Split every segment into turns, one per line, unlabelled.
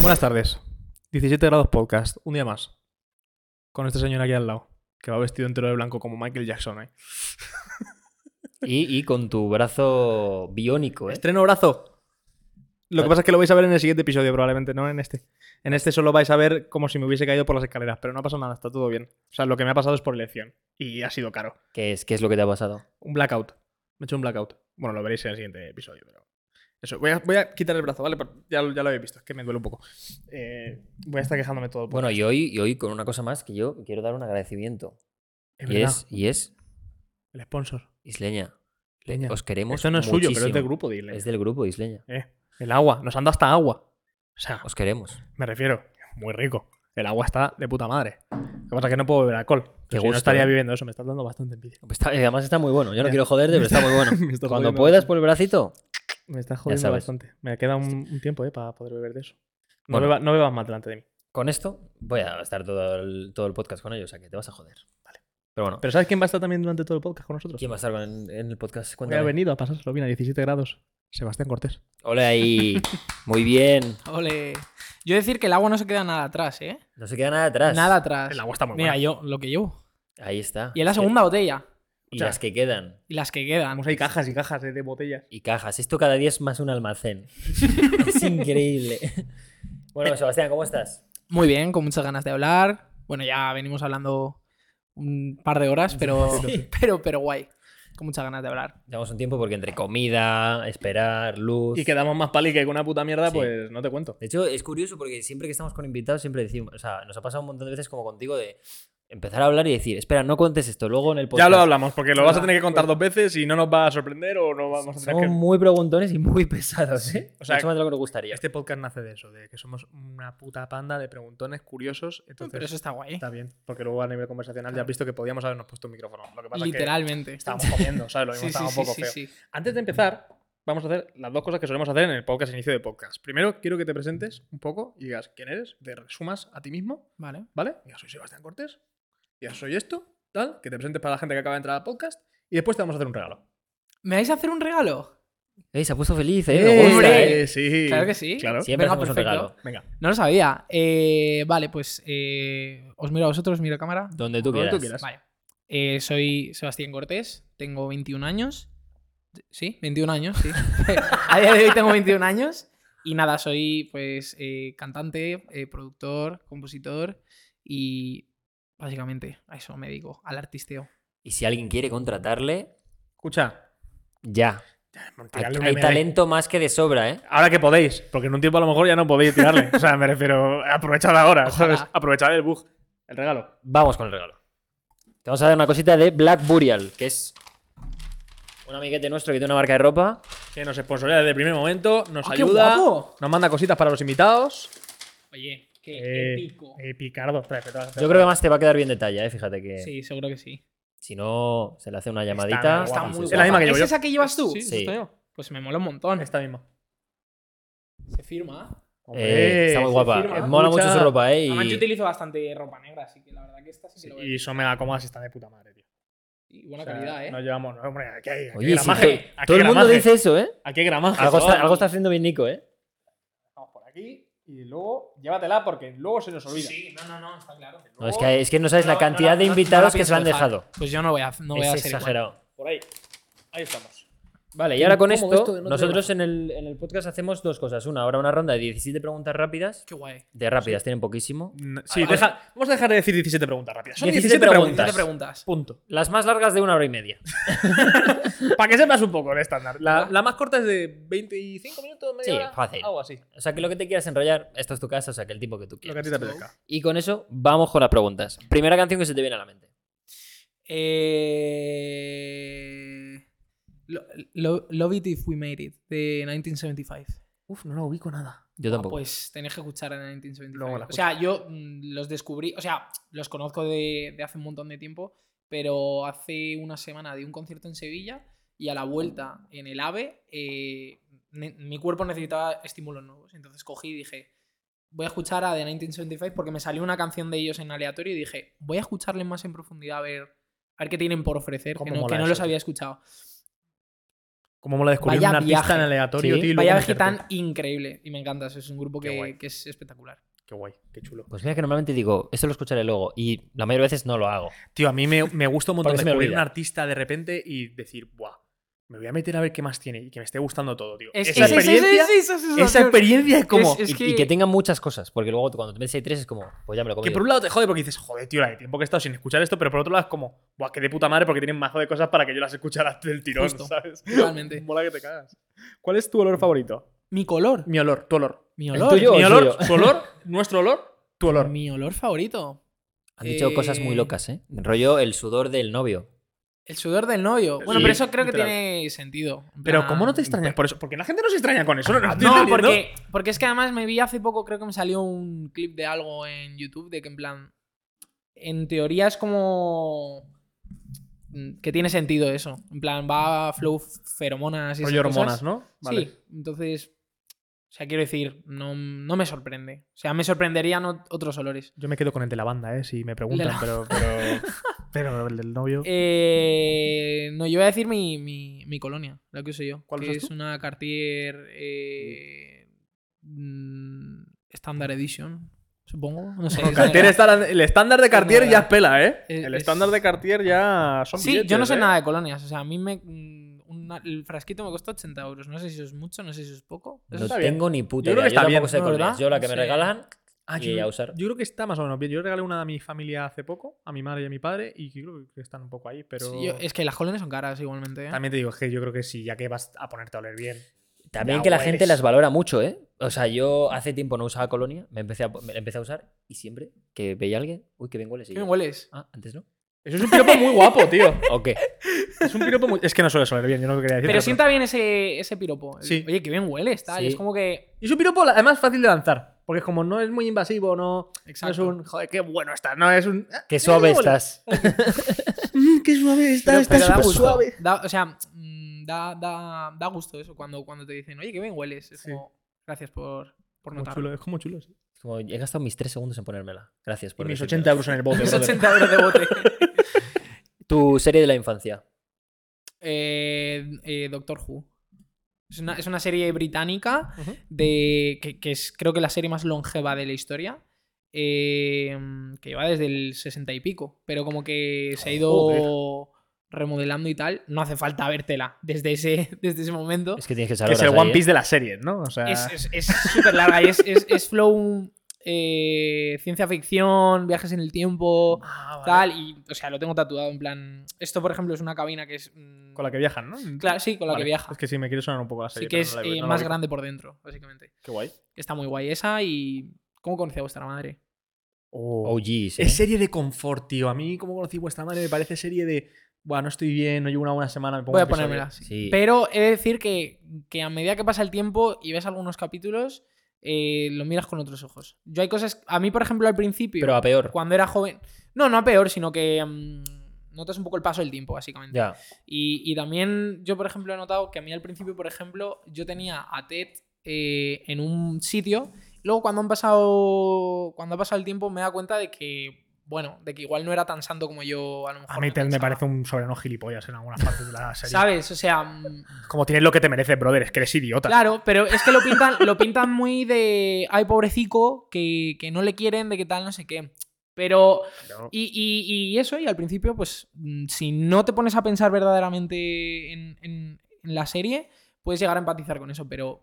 Buenas tardes. 17 grados podcast, un día más. Con este señor aquí al lado, que va vestido entero de blanco como Michael Jackson, ¿eh?
Y, y con tu brazo biónico, ¿eh?
Estreno brazo. Lo que
Vale.
pasa es que lo vais a ver en el siguiente episodio, probablemente, no en este. En este solo vais a ver como si me hubiese caído por las escaleras, pero no ha pasado nada, está todo bien. O sea, lo que me ha pasado es por elección. Y ha sido caro.
¿Qué es, ¿Qué es lo que te ha pasado?
Un blackout. Me he hecho un blackout. Bueno, lo veréis en el siguiente episodio, pero. Eso, voy a, voy a quitar el brazo, ¿vale? Pero Ya, lo- ya lo habéis visto, es que me duele un poco. Eh, voy a estar quejándome todo el
Bueno,
podcast.
y hoy, y hoy con una cosa más que yo quiero dar un agradecimiento.
Es
y,
verdad,
es, y es
el sponsor.
Isleña. Le-
Isleña.
Os queremos
Eso no es suyo, pero es
muchísimo.
del grupo, dile.
Es del grupo Isleña.
Eh, el agua, nos anda hasta agua. O sea,
Os queremos.
me refiero, muy rico. El agua está de puta madre. Lo que pasa es que no puedo beber alcohol. pero si
Qué
no
gusto,
estaría
eh.
viviendo eso, me estás dando bastante envidia.
Está- además está muy bueno. Yo no
Ya.
quiero joderte, pero está muy bueno.
Me está
Cuando
jodiendo
puedas
bastante.
por el bracito.
Me estás jodiendo
sabes.
bastante. Me queda un, un tiempo, eh, para poder beber de eso. No,
Bueno.
beba- no bebas más delante de mí.
Con esto voy a estar todo el, todo el podcast con ellos, o sea que te vas a joder. Vale. Pero bueno,
Pero ¿sabes quién va a estar también durante todo el podcast con nosotros?
¿quién va a estar con- en, en el podcast?
Hoy ha
Cuéntame.
venido a pasárselo bien a 17 grados. Sebastián Cortés.
Hola ahí. Muy bien.
Ole. Yo decir que el agua no se queda nada atrás, ¿eh?
No se queda nada atrás.
Nada atrás.
El agua está muy
Mira,
buena.
yo lo que llevo.
Ahí está.
Y es la
Es que-
segunda botella.
O
Y
sea-
las que quedan.
Y las que quedan.
Vamos, hay cajas y cajas eh, de botellas.
Y cajas. Esto cada día es más un almacén. es increíble. Bueno, Sebastián, ¿cómo estás?
Muy bien, con muchas ganas de hablar. Bueno, ya venimos hablando un par de horas, pero,
Sí.
pero, pero guay. Con muchas ganas de hablar.
Llevamos un tiempo porque entre comida, esperar, luz.
Y quedamos más pali que con una puta mierda,
Sí.
pues no te cuento.
De hecho, es curioso porque siempre que estamos con invitados, siempre decimos, o sea, nos ha pasado un montón de veces como contigo de empezar a hablar y decir, espera, no contes esto, luego en el podcast.
Ya lo hablamos, porque lo vas a
Ah,
tener que contar dos veces y no nos va a sorprender o no vamos a tener
Somos
que.
muy preguntones y muy pesados, ¿eh?
O sea,
Mucho más de lo que nos gustaría.
Este podcast nace de eso, de que somos una puta panda de preguntones curiosos. Entonces,
pero eso está guay. ¿eh?
está bien. Porque luego a nivel conversacional ya has visto que podíamos habernos puesto un micrófono. Lo que pasa es
Literalmente.
que estábamos comiendo, ¿sabes? Lo mismo
sí, sí,
estábamos
sí,
un poco
sí,
feo.
sí.
Antes de empezar, vamos a hacer las dos cosas que solemos hacer en el podcast, inicio de podcast. Primero, quiero que te presentes un poco y digas quién eres, te resumas a ti mismo,
Vale.
¿vale? Yo soy Sebastián Cortés, ya soy esto, tal, que te presentes para la gente que acaba de entrar al podcast y después te vamos a hacer un regalo.
¿Me vais a hacer un regalo?
Ey, se ha puesto feliz, ¿eh? Me gusta,
hombre.
¿eh?
Eh, Sí,
Claro que sí.
Claro.
Siempre
Venga,
hacemos un
perfecto.
regalo.
Venga.
No lo sabía. Eh, vale, pues eh, os miro a vosotros, miro a cámara.
Donde tú
Donde
quieras.
tú quieras.
Vale. Eh, soy Sebastián Cortés, tengo 21 años. Sí, 21 años, sí. a día de hoy tengo 21 años. Y nada, soy pues eh, cantante, eh, productor, compositor y básicamente a eso me dedico, al artisteo.
Y si alguien quiere contratarle,
Escucha,
ya.
tirarle
Aquí
un
hay
MD.
talento más que de sobra, ¿eh?
Ahora que podéis, porque en un tiempo a lo mejor ya no podéis tirarle. O sea, me refiero, aprovechad ahora,
Ojalá.
¿sabes? Aprovechad el bug, el regalo.
Vamos con el regalo. Te vamos a dar una cosita de Black Burial, que es un amiguete nuestro que tiene una marca de ropa.
Que nos sponsorea desde el primer momento, nos
¡Ah, qué
ayuda,
guapo!
nos manda cositas para los invitados.
Oye, qué
Eh, eh, picardo, trae, trae, trae.
Yo creo que más te va a quedar bien de talla, ¿eh? Fíjate que
Sí, seguro que sí.
si no, se le hace una
muy guapa.
llamadita. Eh,
Está
y se
muy
Es
saca.
la misma que llevo
¿Es
yo.
esa que llevas tú?
Sí,
Sí.
esto yo.
Pues me mola un montón.
Esta misma.
Se firma.
Eh, está muy
se
guapa.
firma.
Eh, Mola mucho su
Escucha.
ropa, ¿eh?
Además, yo
Y
utilizo bastante ropa negra, así que la verdad que esta sí que lo veo.
Y son mega cómodas y están de puta madre, tío.
Y buena
O sea,
calidad, ¿eh?
No llevamos. no, hombre, aquí hay, aquí
Oye,
hay
sí,
gramaje.
to-
aquí
todo
hay
el mundo
gramaje,
dice eso, ¿eh?
Aquí hay gramaje.
Algo
chaval.
está, algo está haciendo bien Nico, ¿eh?
Vamos por aquí y luego llévatela porque luego se nos olvida.
Sí, no, no, no, está claro.
No, es, que, es que no sabes la
No,
cantidad
no,
de
no, no
invitados
la
que se la han
pienso dejar.
dejado.
Pues yo no voy a, no voy a
es
ser igual.
exagerado.
Por ahí. Ahí estamos.
Vale, y ahora con
incómodo
esto,
esto de no tener
nosotros en el, en el podcast hacemos dos cosas. Una, ahora una ronda de 17 preguntas rápidas.
Qué guay.
De rápidas, tienen poquísimo.
Sí,
Vale,
deja, vamos a dejar de decir 17 preguntas rápidas. Son 17,
17
preguntas.
17 preguntas.
Punto.
Las más largas de una hora y media.
Para que sepas un poco el estándar. La, la más corta es de 25 minutos, media
Sí,
hora,
fácil.
Algo así.
O sea, que lo que te quieras enrollar, esto es tu casa, o sea, que el tipo que tú
Lo que a
quieras.
ti te apetezca.
Y con eso, vamos con las preguntas. Primera canción que se te viene a la mente.
Eh... Lo- lo- Love It If We Made It, de 1975.
Uf, no lo ubico nada. Ah,
Yo tampoco.
Pues tenéis que escuchar a 1975.
Luego la
o sea, yo mm, los descubrí, o sea, los conozco de, de hace un montón de tiempo, pero hace una semana di un concierto en Sevilla y a la vuelta en el AVE eh, ne- mi cuerpo necesitaba estímulos nuevos. Entonces cogí y dije, voy a escuchar a The 1975 porque me salió una canción de ellos en aleatorio y dije, voy a escucharles más en profundidad a ver, a ver qué tienen por ofrecer, que
¿Cómo
no, que
mola
no
eso,
los
tío?
había escuchado.
Cómo mola descubrir
Vaya
un artista
viaje.
en aleatorio,
Sí,
tío. y luego
Vaya
meterte.
vegetal increíble. Y me encanta. eso Es un grupo
Qué
que,
guay.
que es espectacular.
Qué guay, qué chulo.
Pues mira que normalmente digo, esto lo escucharé luego. Y la mayoría de veces no lo hago.
Tío, a mí me, me gusta un montón
Porque se me
descubrir un
olvida.
artista de repente y decir, ¡buah! Me voy a meter a ver qué más tiene y que me esté gustando todo, tío.
Es-
esa
es- es- es-
experiencia,
es- es- es- es-
esa experiencia es como.
Es- es-
y, y que...
que-
tenga muchas cosas, porque luego cuando te metes ahí tres es como, pues ya me lo he
Que
comido.
por un lado te jode porque dices, joder, tío, la de tiempo que he estado sin escuchar esto, pero por otro lado es como, ¡buah! Qué de puta madre porque tienen mazo de cosas para que yo las escuchara del tirón,
Justo.
¿sabes?
Totalmente.
Mola que te cagas. ¿Cuál es tu olor favorito?
Mi color.
Mm. Mi olor, tu olor.
Mi
El
olor.
tuyo o
Mi
el
olor,
suyo?
tu olor, nuestro olor, tu olor.
Mi olor favorito.
Han dicho cosas muy
Eh,
locas, ¿eh? Rollo el sudor del novio.
El sudor del novio. Bueno,
Sí,
pero eso creo que
literal.
tiene sentido. En
Pero
plan- Ah,
¿cómo no te extrañas por eso? Porque la gente no se extraña con eso. No, estoy
No,
entendiendo.
porque, porque es que además me vi hace poco, creo que me salió un clip de algo en YouTube de que en plan. En teoría es como. mm, Que tiene sentido eso. En plan, va flow feromonas y
Rollo
esas
hormonas,
cosas.
¿no? Vale.
Sí, entonces. O sea, quiero decir, no, no me sorprende. O sea, me sorprenderían ot- otros olores.
Yo me quedo con el de la banda, ¿eh? Si me preguntan,
De la-
pero, pero. pero el del novio.
Eh, no, yo voy a decir mi, mi- mi colonia, la que uso yo.
¿Cuál
que
usas
es
tú?
una Cartier eh, mm, Standard Edition, supongo. No sé. es
Cartier
negra.
está- el estándar de Cartier
negra.
ya eh, es pela, ¿eh?
Es-
el
es-
estándar de Cartier ya son
Sí,
billetes,
yo no sé
¿eh?
nada de colonias. O sea, a mí me. mm, una- el frasquito me costó 80 euros. No sé si eso es mucho, no sé si eso es poco. Eso
No
está
tengo
bien.
ni puta
Yo creo
idea.
que está
Yo tampoco
bien,
sé
¿no?
colonias.
¿Verdad?
Yo la que
No
me
sé.
regalan
Ah,
y a usar.
yo creo que está más o menos bien. Yo regalé una a mi familia hace poco, a mi madre y a mi padre, y yo creo que están un poco ahí, pero.
Sí, yo- es que las colonias son caras igualmente. ¿eh?
También te digo, es que yo creo que sí, ya que vas a ponerte a oler bien.
También
Ya
que la
hueles.
gente las valora mucho, ¿eh? O sea, yo hace tiempo no usaba colonia, me empecé a, me la empecé a usar y siempre que veía a alguien, uy, qué bien hueles. y
¿Qué me
yo,
hueles?
Ah, antes no.
Eso es un piropo muy guapo, tío.
¿O qué?
Es un piropo muy. Es que no suele oler bien, yo no lo quería decir.
Pero sienta bien ese, ese piropo. El-
Sí.
Oye, que bien hueles, tal.
Sí.
Es como que.
Y es un piropo, además, fácil de lanzar. Porque como no es muy invasivo, no, no es
Exacto.
un. Joder, qué bueno está. No es un. "Ah,
Qué suave estás.
Mm, qué suave está.
Pero- pero da
súper
gusto.
suave.
Da- o sea, mm, da, da, da gusto eso cuando, cuando te dicen, oye, qué bien hueles. Es
Sí.
como, gracias por, por notarlo.
es como chulo. sí.
Es Como, he gastado mis tres segundos en ponérmela. Gracias
Y
por
mis
decírmelo.
80 euros en el bote.
Mis
brother.
80 euros de bote.
Tu serie de la infancia.
Eh, eh, Doctor Who. Es una, es una serie británica
Ujú.
de, que, que es creo que la serie más longeva de la historia. eh, mm, que lleva desde el 60 y pico. Pero como que se ha ido remodelando y tal. No hace falta vértela desde ese, desde ese momento.
Es que tienes que
Que
saber.
es el One Piece de las series, ¿no? O sea.
Es- Es es súper larga y es, es- es flow eh, ciencia ficción, viajes en el tiempo,
Ah, vale.
tal. Y, o sea, lo tengo tatuado en plan. Esto, por ejemplo, es una cabina que es. mm,
Con la que viajan, ¿no?
Claro, sí, con la
Vale.
que viaja.
Es que sí, me quiere sonar un poco la serie.
Así
pero
que es
no la he-
eh,
no la
más
ubico.
grande por dentro, básicamente.
Qué guay.
Está muy guay esa y. ¿Cómo conocí a vuestra madre?
Oh.
OGs, ¿eh?
Es serie de confort, tío. A mí, como conocí vuestra madre, me parece serie de. Buah, no estoy bien, no llevo una buena semana. me pongo
Voy a
un episodio".
ponérmela. sí.
Sí.
Pero he de decir que, que a medida que pasa el tiempo y ves algunos capítulos, eh, lo miras con otros ojos. Yo hay cosas. A mí, por ejemplo, al principio.
Pero a peor.
cuando era joven. No, no a peor, sino que mm, notas un poco el paso del tiempo, básicamente.
Ya.
Y, y también yo, por ejemplo, he notado que a mí al principio, por ejemplo, yo tenía a Ted eh, en un sitio. Luego, cuando han pasado. Cuando ha pasado el tiempo, me he dado cuenta de que. Bueno, de que igual no era tan santo como yo a lo mejor.
A mí Ted me
pensaba.
parece un sobrano gilipollas en algunas partes de la serie.
¿Sabes? O sea. mm,
Como tienes lo que te mereces, brother, es que eres idiota.
Claro, pero es que lo pintan, lo pintan muy de. Ay, pobrecico, que, que no le quieren, de que tal, no sé qué. Pero
Pero-
Y, y- y eso, y al principio, pues, mm, si no te pones a pensar verdaderamente en, en- en la serie, puedes llegar a empatizar con eso, pero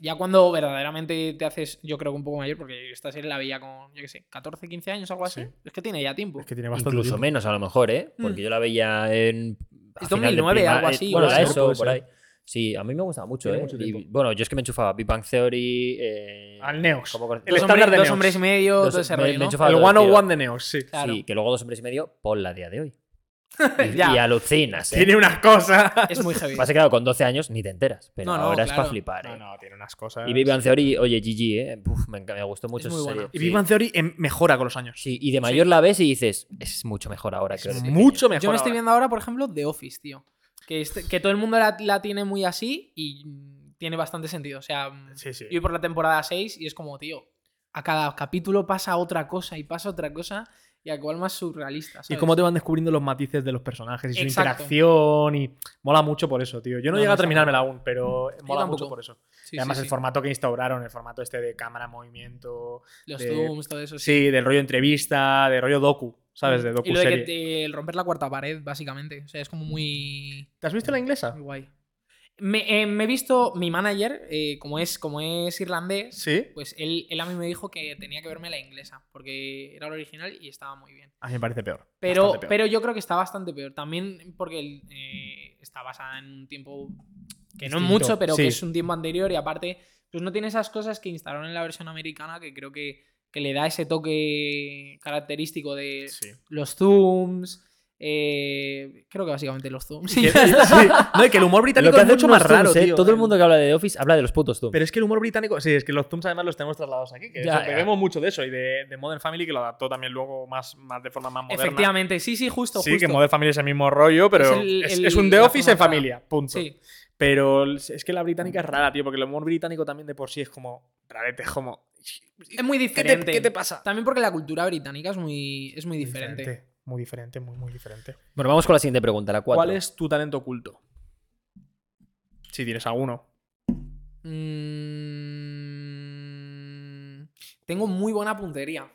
ya cuando verdaderamente te haces, yo creo que un poco mayor, porque esta serie la veía con, yo qué sé, 14, 15 años, algo así,
Sí.
es que tiene ya tiempo.
Es que tiene bastante.
Incluso
tiempo.
menos, a lo mejor, ¿eh? Porque
Mm.
yo la veía en. a
Es
final de
2009,
prima-
algo
eh,
así,
Bueno,
puede
la
ser,
ESO,
puede
por
ser.
ahí. Sí, a mí me gustaba mucho,
Tiene
¿eh?
mucho
Y,
tiempo.
bueno, yo es que me enchufaba Big Bang Theory. eh,
Al Neox.
¿cómo con-
El
dos
Dos-
estándar
hombres,
de
dos
Neox.
hombres y medio,
Dos-
todo ese
me-
rollo,
me
¿no?
enchufaba
El
dos, tío.
101 de Neox, sí.
Claro.
Sí, que luego dos hombres y medio, pon la día de hoy. Y,
Ya.
y alucinas, ¿eh?
Tiene unas cosas.
Es muy heavy.
Pasa que claro, con 12 años ni te enteras. Pero
No, no,
ahora es
claro.
para flipar, ¿eh?
No, no, tiene unas cosas.
Y Big Bang Theory, oye, GG, ¿eh? Puf, me, enca- me gustó mucho
Es
esa
muy
serie.
buena.
Y
Sí.
Big Bang Theory em, mejora con los años.
Sí, y de mayor la ves y dices, es mucho mejor ahora que
Es
ahora de
mucho mejor.
Yo me estoy
ahora.
viendo ahora, por ejemplo, The Office, tío. Que, este- que todo el mundo la, la tiene muy así y mm, tiene bastante sentido. O sea, mm,
Sí, sí.
yo voy por la temporada 6 y es como, tío, a cada capítulo pasa otra cosa y pasa otra cosa y a cuál más surrealista.
Y
¿sabes?
cómo te van descubriendo los matices de los personajes y su
Exacto.
interacción y mola mucho por eso, tío. Yo no,
No,
llegué
no
a
está
terminármela aún, pero mola
tampoco.
mucho por eso.
Sí,
y además
sí,
el
sí.
formato que instauraron, el formato este de cámara, movimiento,
Los
de-
zooms, todo eso.
sí, del rollo entrevista, de rollo docu, ¿sabes? De docu
Mm, Y lo de que
serie.
te- el romper la cuarta pared, básicamente. O sea, es como muy.
¿Te has visto la inglesa?
muy guay. Me, eh, me he visto mi manager, eh, como, es, como es irlandés,
Sí.
pues él, él a mí me dijo que tenía que verme la inglesa, porque era la original y estaba muy bien.
A mí me parece peor.
Pero,
bastante peor.
pero yo creo que está bastante peor. También porque el, eh, está basada en un tiempo que no es
Distinto,
mucho, pero
sí.
que es un tiempo anterior y aparte, pues no tiene esas cosas que instalaron en la versión americana que creo que, que le da ese toque característico de
Sí.
los zooms. eh, creo que básicamente los zooms.
Que- sí. No, y que el humor
Lo
británico
que
es
hacen
mucho
unos
más raro,
zooms, eh.
tío.
Todo el mundo que habla de The Office habla de los putos zooms.
Pero es que el humor británico, sí, es que los Zooms además los tenemos trasladados aquí, que
Ya,
eso,
ya.
bebemos mucho de eso y de, de Modern Family que lo adaptó también luego más, más de forma más moderna.
Efectivamente, sí, sí, justo.
Sí,
justo.
que Modern Family es el mismo rollo, pero es,
Es el-
es
el-
un The
la
Office en
forma-
familia, punto.
Sí,
Pero el- es que la británica es rara, tío, porque el humor británico también de por sí es como rarete, es como...
es muy
¿Qué te,
diferente.
qué te pasa?
También porque la cultura británica es muy, es muy diferente.
Muy diferente, muy, muy diferente.
Bueno, vamos con la siguiente pregunta, la cuatro.
¿Cuál es tu talento oculto? Si tienes alguno.
Mm, Tengo muy buena puntería.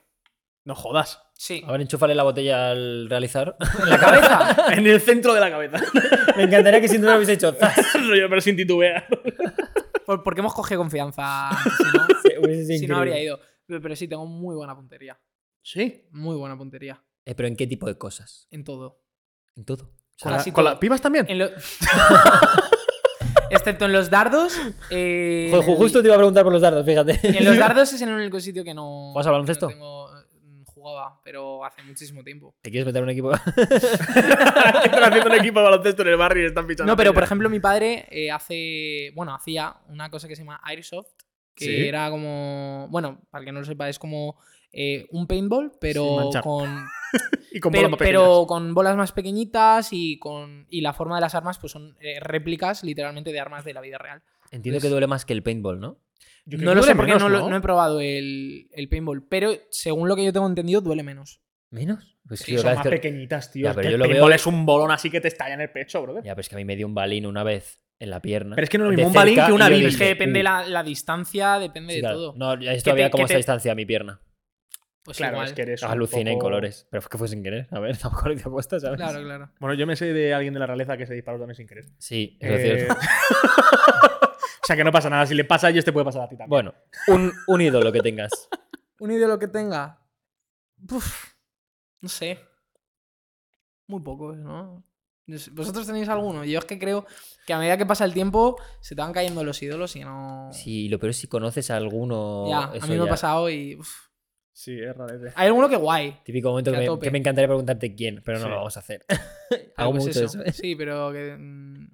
No jodas.
Sí.
A ver, enchúfale la botella al realizar.
En la cabeza. en el centro de la cabeza.
Me encantaría que sin duda lo hubiese hecho.
Rollo, pero sin titubear.
Por- porque hemos cogido confianza. Si no, si no habría ido. Pero, pero sí, tengo muy buena puntería.
Sí.
Muy buena puntería.
Eh, pero ¿en qué tipo de cosas?
En todo.
En todo.
¿Con,
Ahora
la-
sí
con
todo.
las pibas también?
En lo- Excepto en los dardos. eh,
Ju-
en
ju-
el-
Justo te iba a preguntar por los dardos, fíjate.
En los dardos es en el único sitio que no.
¿Juegas al baloncesto?
que no tengo- mm, Jugaba, pero hace muchísimo tiempo.
¿Te quieres meter en un equipo?
Están haciendo un equipo de baloncesto en el barrio y están pichando.
No, pero por
piedras.
ejemplo, mi padre eh, hace. Bueno, hacía una cosa que se llama Airsoft, que
Sí.
era como. Bueno, para el que no lo sepa, es como eh, un paintball, pero
manchar.
con.
Y con
pero,
bolas más
pero
pequeñas.
con bolas más pequeñitas y con. Y la forma de las armas, pues son eh, réplicas literalmente de armas de la vida real.
Entiendo que duele más que el paintball, ¿no?
Yo creo
No
que
lo
duele
sé porque
menos,
no, lo- no he probado el, el paintball, pero según lo que yo tengo entendido, duele menos.
¿Menos? Pues
Sí,
yo
son
cada
más
vez que-
pequeñitas, tío.
Ya,
Es
pero
que
yo
el
lo veo-
paintball es un bolón así que te estalla en el pecho, brother.
Ya, pero es que a mí me dio un balín una vez en la pierna.
Pero es que no es lo
De
mismo un balín
cerca,
que una
y yo
bilis.
Es
dije,
que depende
"Uh".
la, la distancia, depende
Sí,
de
claro.
todo.
No, ya esto
te-
había como
que
esa
te-
distancia a mi pierna.
Pues
Claro,
igual.
es que eres. un
Aluciné en
poco-
colores. Pero fue que fue sin querer. A ver, tampoco lo hice apuesta, ¿sabes?
Claro, claro.
Bueno, yo me sé de alguien de la realeza que se disparó también sin querer.
Sí, eso es
Eh,
cierto.
o sea que no pasa nada. Si le pasa a ellos, te puede pasar a ti también.
Bueno, un, un ídolo que tengas.
un ídolo que tenga. Uf, no sé. Muy pocos, ¿no? No sé, ¿Vosotros tenéis alguno? Yo es que creo que a medida que pasa el tiempo se te van cayendo los ídolos y no.
Sí, lo peor es si conoces a alguno.
Ah. ya, a
eso
mí me ha
ya.
pasado y. uf.
Sí, es rarete.
Hay alguno que guay.
Típico momento que
Que a
me,
tope.
que me encantaría preguntarte quién, pero no
Sí.
lo vamos a hacer.
pero
Hago
pues
mucho eso. ¿eh?
Sí, pero que. mm,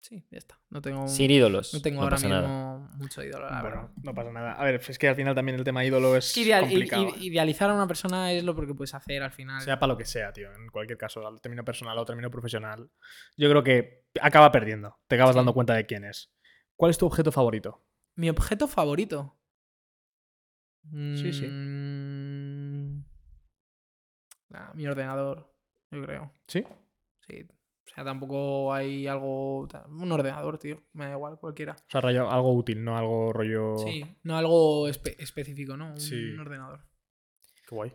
Sí, ya está. No tengo,
Sin ídolos.
no tengo ahora
pasa
mismo
nada.
mucho ídolo, la verdad.
Bueno, no pasa nada. A ver, es que al final también el tema ídolo es
Es que ideal- i-
complicado.
¿eh?
i- idealizar a una persona es lo que puedes hacer al final.
Sea para lo que sea, tío. En cualquier caso, al término personal o término profesional, yo creo que acaba perdiendo. Te acabas
Sí.
dando cuenta de quién es. ¿Cuál es tu objeto favorito?
Mi objeto favorito.
Sí, sí.
Mm. Nah, mi ordenador, yo creo.
¿Sí?
Sí. O sea, tampoco hay algo. ta- Un ordenador, tío. Me da igual, cualquiera.
O sea, rayo- algo útil, no algo rollo.
Sí, no algo espe- específico, ¿no? Un,
Oh. Sí.
ordenador.
Qué guay.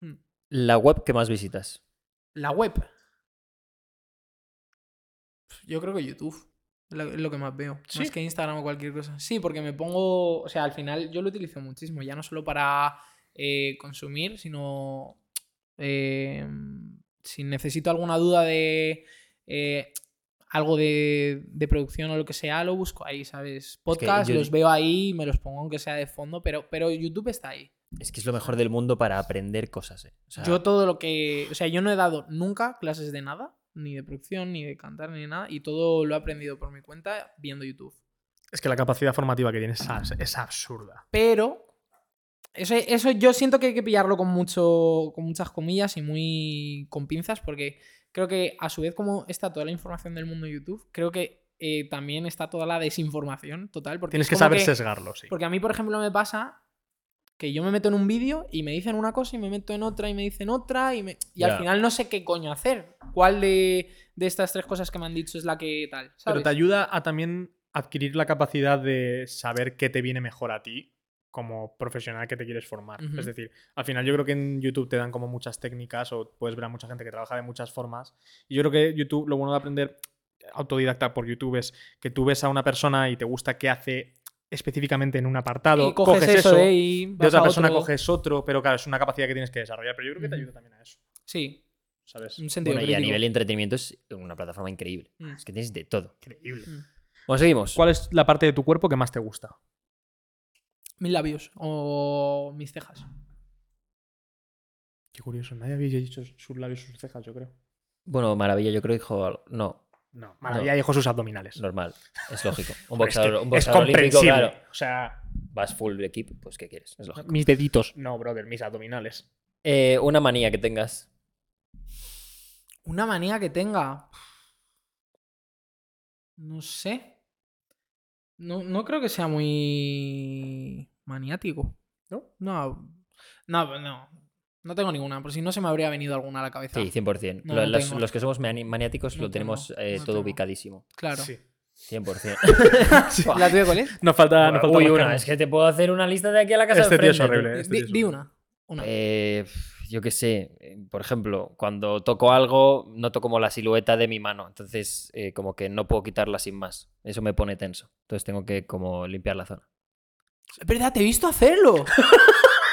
Mm.
La web que más visitas.
La web. Pues, Yo creo que YouTube. Es lo- es lo que más veo.
¿Sí?
Más que Instagram o cualquier cosa. Sí, porque me pongo. O sea, al final yo lo utilizo muchísimo. Ya no solo para eh, consumir, sino. eh, si necesito alguna duda de. eh, algo de, de producción o lo que sea, lo busco ahí, ¿sabes? Podcast,
yo-
los veo ahí, me los pongo aunque sea de fondo, pero, pero YouTube está ahí.
Es que es lo mejor del mundo para aprender cosas. eh. O sea,
Yo todo lo que. O sea, yo no he dado nunca clases de nada, ni de producción, ni de cantar, ni de nada, y todo lo he aprendido por mi cuenta viendo YouTube.
Es que la capacidad formativa que tienes es abs- es absurda.
Pero. Eso, eso yo siento que hay que pillarlo con, mucho, con muchas comillas y muy con pinzas, porque creo que a su vez, como está toda la información del mundo en YouTube, creo que eh, también está toda la desinformación total. Porque
Tienes
es
que
como
saber sesgarlo, sí.
Porque a mí, por ejemplo, me pasa que yo me meto en un vídeo y me dicen una cosa y me meto en otra y me dicen otra y, me- y
Ya.
al final no sé qué coño hacer. ¿Cuál de, de estas tres cosas que me han dicho es la que tal?
Pero
¿sabes?
te ayuda a también adquirir la capacidad de saber qué te viene mejor a ti como profesional que te quieres formar.
Ujú.
Es decir, al final yo creo que en YouTube te dan como muchas técnicas o puedes ver a mucha gente que trabaja de muchas formas. Y yo creo que YouTube, lo bueno de aprender autodidacta por YouTube es que tú ves a una persona y te gusta qué hace específicamente en un apartado,
Y coges, eso, de,
de,
ahí, vas
otra
a
persona
otro.
coges otro, pero claro, es una capacidad que tienes que desarrollar, pero yo creo que te
Ujú.
ayuda también a eso,
Sí,
¿sabes?
un sentido
Bueno, y a
crítico.
nivel de entretenimiento es una plataforma increíble.
Mm.
Es que tienes de todo.
Increíble.
Mm.
Bueno, seguimos.
¿Cuál es la parte de tu cuerpo que más te gusta?
Mis labios o mis cejas.
Qué curioso, nadie había dicho sus labios, sus cejas, yo creo.
Bueno, maravilla, yo creo que dijo algo- No,
No, Maravilla dijo sus abdominales.
normal. Es lógico. Un
Joder, es que
boxeador,
es
un boxeador olímpico,
comprensible.
claro.
O sea,
Vas full equipo, pues ¿qué quieres? Es lógico.
mis deditos. No, brother, mis abdominales.
Eh, una manía que tengas.
Una manía que tenga. No sé. No, no creo que sea muy maniático.
¿No?
No, no, no. No tengo ninguna, por si no se me habría venido alguna a la cabeza.
Sí, 100%.
Ah. No,
Lo-
no
las-
tengo.
los que somos mani- maniáticos
No
lo tenemos
tengo,
eh,
no
todo
tengo.
ubicadísimo.
Claro.
Sí.
100%.
¿La tuya cuál es?
Nos falta, nos falta
Uy,
más
una,
carne.
es que te puedo hacer una lista de aquí a la casa
Este
del
tío es
frente,
horrible.
tú.
Este
Di,
tío es
di
un-
una. una.
Eh, yo qué sé, eh, por ejemplo, cuando toco algo, noto como la silueta de mi mano, entonces eh, como que no puedo quitarla sin más. Eso me pone tenso. Entonces tengo que como limpiar la zona.
Es verdad, te he visto hacerlo.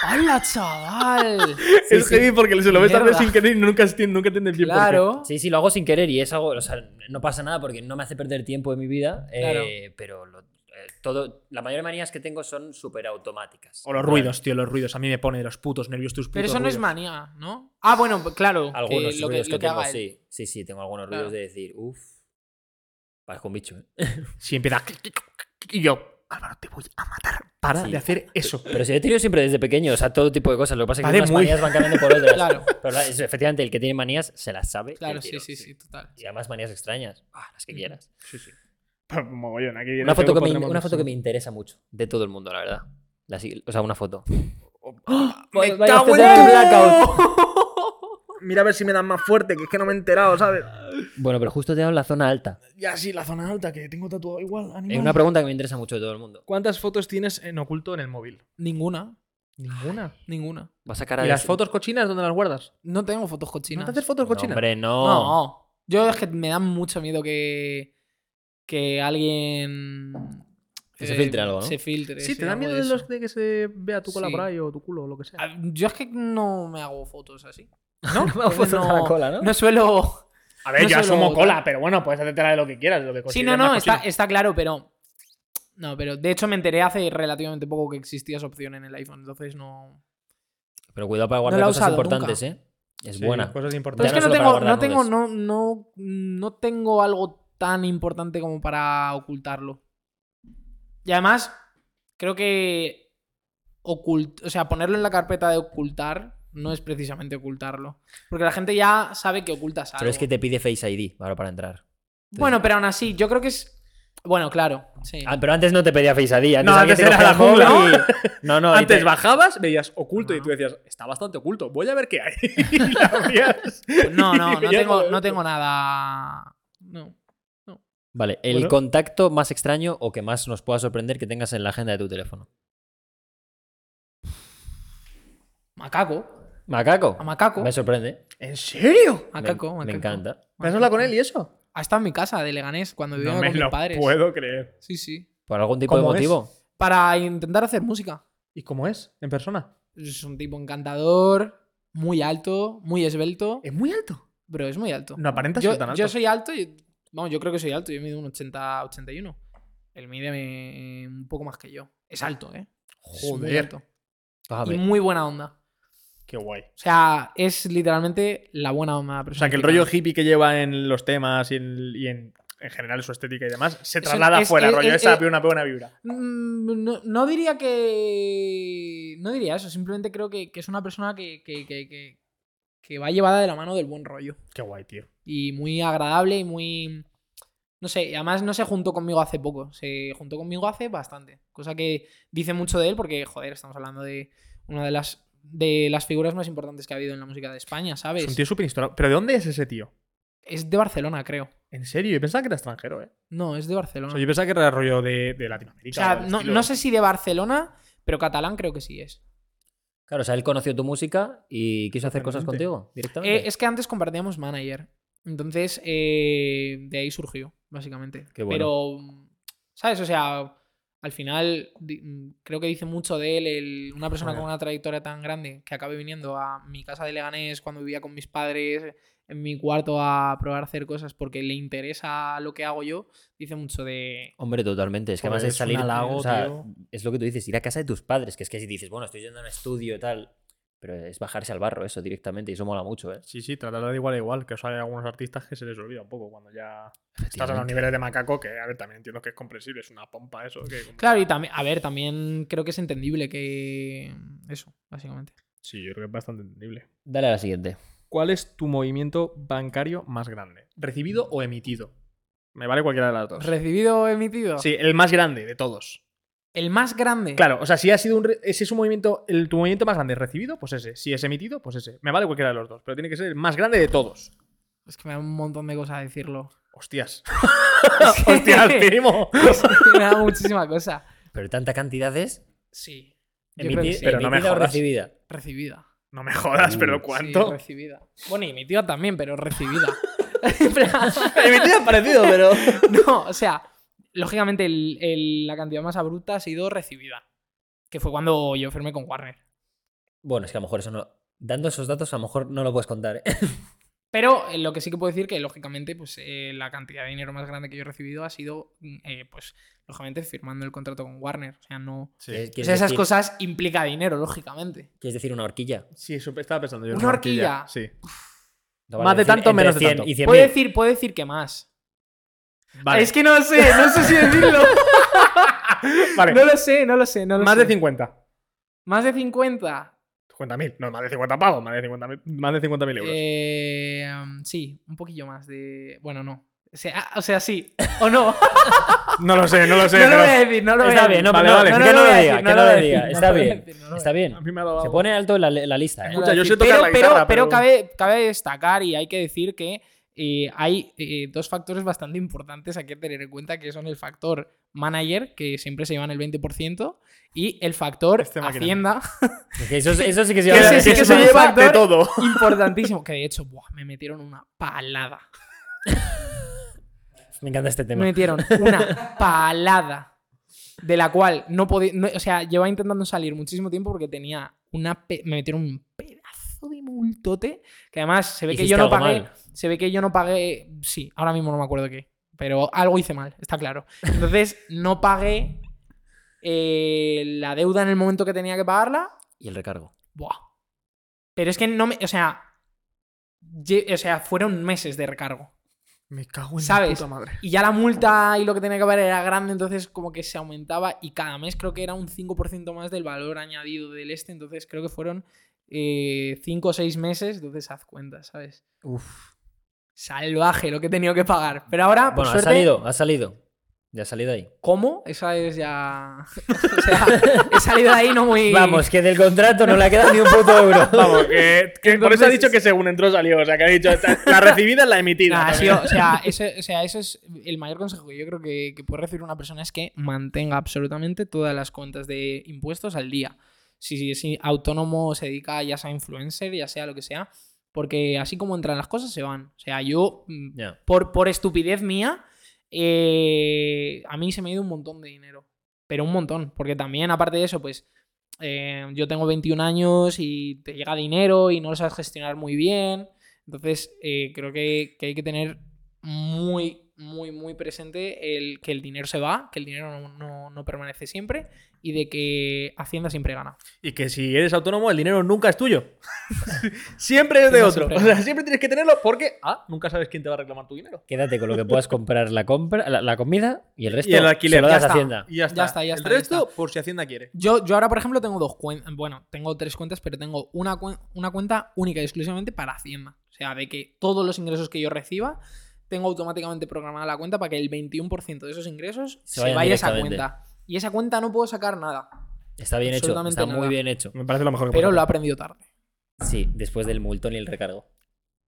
¡Hala, chaval! Sí,
es
sí.
heavy porque se lo ves hacer
Mierda.
sin querer y nunca, entiende- nunca entiendes bien por qué.
Claro.
Sí, sí, lo hago sin querer y es algo, o sea, no pasa nada porque no me hace perder tiempo en mi vida, eh, pero lo- eh, todo, la mayoría de manías que tengo son súper automáticas.
O los ruidos, tío, los ruidos. A mí me pone de los putos nervios tus putos
Pero eso no es
ruidos.
manía, ¿no? Ah, bueno, pues, claro.
Algunos
que lo que,
ruidos que,
lo que
tengo,
haga él.
sí. Sí, sí, tengo algunos
Claro.
ruidos de decir, uff, parezco un bicho. ¿eh?
Si empieza... Y yo, Álvaro, te voy a matar. Para
Sí.
de hacer eso.
Pero si he tenido siempre desde pequeño, o sea, todo tipo de cosas. Lo que pasa es que
Vale,
unas
muy-
manías van cambiando por otras.
Claro.
Pero la- es- efectivamente, el que tiene manías se las sabe. del
Claro, sí,
tirón,
sí, sí, total.
Y además manías extrañas. Ah, las que
Ujú.
quieras.
Sí, sí. Pa- Mogollón, aquí en
Una
este
foto, que
grupo
me,
tenemos
una foto que me
muchísimo.
interesa mucho. De todo el mundo, la verdad. La sig- o sea, una foto.
Oh, Me
Vaya,
cago
este
en
es un
el-
blackout.
Mira a ver si me dan más fuerte, que es que no me he enterado, ¿sabes?
Bueno, pero justo te he dado la zona alta.
Ya sí, la zona alta, que tengo tatuado igual.
Es
animal.
una pregunta que me interesa mucho de todo el mundo.
Eh, ¿Cuántas fotos tienes en oculto en el móvil?
Ninguna,
Ninguna.
ninguna.
Vas a cara
¿Y
de-
las fotos cochinas dónde las guardas?
No tengo fotos
¿No
cochinas.
te haces
No,
fotos cochinas?
hombre, no.
No. Yo es que me da mucho miedo que, que alguien... eh,
Que se filtre algo, ¿no?
Se filtre.
Eh, sí, te da miedo de
algo de
los de que se vea tu cola
Sí.
por ahí o tu culo o lo que sea.
eso. Yo es que no me hago fotos así.
No, me hago fotos a la cola, ¿no?
No suelo...
pues, A
ver, yo asumo cola,
pero bueno, puedes hacerte la de lo que quieras, lo que
Sí, no, no, está, está claro, pero... No, pero de hecho me enteré hace relativamente poco que existía esa opción en el iPhone, entonces no...
Pero cuidado para
No
guardar
la he
cosas
usado
importantes, ¿eh? Es buena.
Cosas
Pero
importantes.
es que no
solo para
tengo,
guardar
no, tengo,
nudes.
no, no, no tengo algo tan importante como para ocultarlo. Y además, creo que ocult- o sea, ponerlo en la carpeta de ocultar no es precisamente ocultarlo. Porque la gente ya sabe que ocultas algo.
Pero es que te pide Face ID ahora para entrar.
Bueno, pero aún así, yo creo que es. Bueno, claro. Sí.
Ah, pero antes no te pedía Face ID. Antes
No,
alguien
antes
te
era
cogía
la
el
jungla.
móvil y- No, no. y
Antes
te-
bajabas, veías oculto y
No.
tú decías, está bastante oculto, voy a ver qué hay. Y la abrías.
No, no, no
Ya
tengo,
joder.
no tengo nada. No.
Vale, el
Bueno.
contacto más extraño o que más nos pueda sorprender que tengas en la agenda de tu teléfono.
Macaco.
Macaco.
A macaco.
Me sorprende.
¿En serio?
Me-
Macaco,
me,
macaco.
encanta.
¿Te has hablado con él y eso?
Ha estado en mi casa de Leganés cuando vivía
No
con
me
mis
lo
padres.
puedo creer.
Sí, sí.
¿Por algún tipo de
¿Cómo es?
motivo?
para intentar hacer música.
¿Y cómo es? ¿En persona?
Es un tipo encantador, muy alto, muy esbelto,
Es muy alto.
pero es muy alto.
Eh, No aparenta
yo,
ser tan alto.
yo soy alto, y, vamos, yo creo que soy alto, yo mido un 80, 81. Él mide eh, un poco más que yo. Es alto, ¿eh? Es muy
Joder.
alto.
A
Y
ver.
muy pues buena onda.
Qué guay.
O sea, es literalmente la buena onda.
O sea, que el rollo hippie que lleva en los temas y en, y en, en general su estética y demás se
Eso
traslada
es-
afuera,
es-
rollo
es-
esa
es-
una buena vibra.
Mm, No, no diría que. No diría eso, simplemente creo que, que es una persona que, que- que- que- que va llevada de la mano del buen rollo.
Qué guay, tío.
y muy agradable y muy... No sé, y además no se juntó conmigo hace poco, se juntó conmigo hace bastante, cosa que dice mucho de él porque, joder, estamos hablando de una de las, de las figuras más importantes que ha habido en la música de España, ¿sabes?
Es un tío súper instalado. ¿Pero de dónde es ese tío?
Es de Barcelona, creo.
En serio, yo pensaba que era extranjero, ¿eh?
No, es de
O
Barcelona.
sea, yo pensaba que era rollo de, de
o
Latinoamérica.
sea,
del
no,
estilo.
no sé si de Barcelona, pero catalán creo que sí es.
Claro, o sea, él conoció tu música y quiso hacer cosas
Totalmente.
contigo directamente.
Eh, es que antes compartíamos manager. Entonces, eh, de ahí surgió, básicamente.
Qué bueno.
Pero, mm, ¿sabes? O sea, al final di- mm, creo que dice mucho de él el- una persona con
Joder.
una trayectoria tan grande que acabe viniendo a mi casa de Leganés cuando vivía con mis padres, en mi cuarto a probar a hacer cosas porque le interesa lo que hago yo, dice mucho de...
Hombre, totalmente. Es que
Joder,
además
es
es
un
salir.
halago,
o sea,
tío.
es lo que tú dices, ir a casa de tus padres. Que es que si dices, bueno, estoy yendo a un estudio y tal. Pero es bajarse al barro eso directamente y eso mola mucho, ¿eh?
Sí, sí, tratarla de igual a igual, que os hay algunos artistas que se les olvida un poco cuando ya estás a los
Efectivamente.
niveles de macaco, que a ver, también entiendo que es comprensible, es una pompa eso. Que como-
Claro, y también, a ver, también creo que es entendible que... Eso, básicamente.
Sí, yo creo que es bastante entendible.
Dale a la siguiente.
¿Cuál es tu movimiento bancario más grande? ¿Recibido o emitido? Me vale cualquiera de las dos.
¿Recibido o emitido?
Sí, el más grande de todos.
El más grande.
Claro, o sea, si ha sido un re- ese es un movimiento, el, tu movimiento más grande recibido, pues ese. Si es emitido, pues ese. Me vale cualquiera de los dos, pero tiene que ser el más grande de todos.
Es que me da un montón de cosas decirlo.
Hostias. Hostias, primo.
me da muchísima cosa.
Pero tanta cantidad es
Sí. Yo creo que
emiti-
sí.
pero no me
emitida o
jodas.
recibida.
Recibida.
No me jodas, pero
Sí,
Sí,
¿cuánto?
recibida. Bueno, y emitida también, pero recibida.
emitida parecido, pero.
no, o sea, lógicamente el- el- la cantidad más abrupta ha sido recibida. Que fue cuando yo firmé con Warner.
Bueno, es que a lo mejor eso no. Dando esos datos, a lo mejor no lo puedes contar. ¿eh?
Pero eh, lo que sí que puedo decir que, lógicamente, pues eh, la cantidad de dinero más grande que yo he recibido ha sido, mm, eh, pues, lógicamente, firmando el contrato con Warner. O sea, no.
Sí,
¿Quieres
O sea, esas
decir-
cosas implica dinero, lógicamente.
¿Quieres decir una horquilla?
sí eso estaba pensando yo. en
¿Una horquilla?
Sí.
No,
Más de
decir
tanto,
entre
menos de
100
tanto.
Y 100.000.
Puedo decir, puedo decir que más.
Vale,
Es que no sé, no sé si decirlo.
vale.
No lo sé, no lo sé, no lo
más
sé.
de 50.
Más de 50.
50.000, no, más de 50 pavos, más de 50.000 más de 50.000 euros.
Eh, um, sí, un poquillo más de. Bueno, no. O sea, ah, o sea, sí. O no.
No lo sé, no lo sé.
no lo
pero-
voy a decir, no lo voy a
Está
decir.
bien, no,
Vale,
no,
vale.
no,
Que
que
lo
no
voy
lo diga,
a decir,
que
lo
no lo
voy a
diga.
decir, no
Está
lo voy a
bien,
decir, no lo voy a
está bien.
A mí me ha dado
Se
algo.
pone alto la, la lista. ¿eh?
No.
Escucha, yo sé
decir.
tocar
pero,
la
pero-
guitarra,
pero
pero-
cabe, cabe destacar y hay que decir que eh, hay eh, dos factores bastante importantes aquí a tener en cuenta, que son el factor manager, que siempre se llevan el 20%, y el factor
Este máquina.
hacienda,
Que Eso, eso sí que se
Que
llama-
se-
ese sí
que
que
se
es un
lleva
factor.
de todo.
importantísimo, que de hecho, buah, me metieron una palada.
Me encanta este tema.
Me metieron una palada de la cual no podía. no- o sea, llevaba intentando salir muchísimo tiempo porque tenía una. pe- me metieron un pedazo de multote que además se ve que
Hiciste
yo no
algo
pagué.
mal.
Se ve que yo no pagué. Sí, ahora mismo no me acuerdo qué. Pero algo hice mal, está claro. Entonces, no pagué eh, la deuda en el momento que tenía que pagarla.
Y el recargo.
Buah. Pero es que no me. O sea. lle- o sea, fueron meses de recargo.
Me cago en
¿Sabes?
la puta madre.
Y ya la multa y lo que tenía que pagar era grande, entonces como que se aumentaba y cada mes creo que era un 5% más del valor añadido del este, entonces creo que fueron 5 o 6 meses, entonces haz cuenta, ¿sabes?
Uf.
Salvaje lo que he tenido que pagar. Pero ahora, Ah, por
Bueno, ha
suerte,
salido, ha salido. Ya ha salido ahí.
¿cómo? Esa es ya... o sea, he salido de ahí no muy...
Vamos, que del contrato no le ha quedado ni un puto euro.
Vamos, que, que por eso ha
Entonces-
dicho que según entró salió. O sea, que ha dicho "Esta- la recibida es la emitida.
Nah, ha
también".
sido- o, sea, eso, o sea, eso es el mayor consejo que yo creo que, que puede recibir una persona es que mantenga absolutamente todas las cuentas de impuestos al día. Si, si es autónomo, se dedica ya sea a influencer, ya sea lo que sea, porque así como entran las cosas se van. O sea, yo, mm,
Ya.
por, por estupidez mía, eh, a mí se me ha ido un montón de dinero. Pero un montón, porque también aparte de eso, pues eh, yo tengo 21 años y te llega dinero y no lo sabes gestionar muy bien. Entonces, eh, creo que, que hay que tener muy, muy, muy presente el, que el dinero se va, que el dinero no, no- no permanece siempre y de que Hacienda siempre gana.
Y que si eres autónomo, el dinero nunca es tuyo. siempre es de
No,
otro.
siempre.
O sea, siempre tienes que tenerlo porque ah, nunca sabes quién te va a reclamar tu dinero.
Quédate con lo que puedas comprar la, compra, la, la comida y el resto
Y el alquiler,
se lo
ya
das a
está.
Hacienda.
Y ya está.
Ya está, ya está,
El
ya
resto, por si Hacienda quiere.
Yo, yo ahora, por ejemplo, tengo dos cuentas. Bueno, tengo tres cuentas, pero tengo una, cuen- una cuenta única y exclusivamente para Hacienda. O sea, de que todos los ingresos que yo reciba, tengo automáticamente programada la cuenta para que el 21% de esos ingresos se,
vayan
vaya a esa
directamente.
cuenta. Y esa cuenta no puedo sacar nada.
Está bien hecho,
Absolutamente
está muy
nada.
bien hecho.
Me parece lo mejor que
Pero
puede
lo ha
hacer.
aprendido tarde.
Sí, después del multón y el recargo.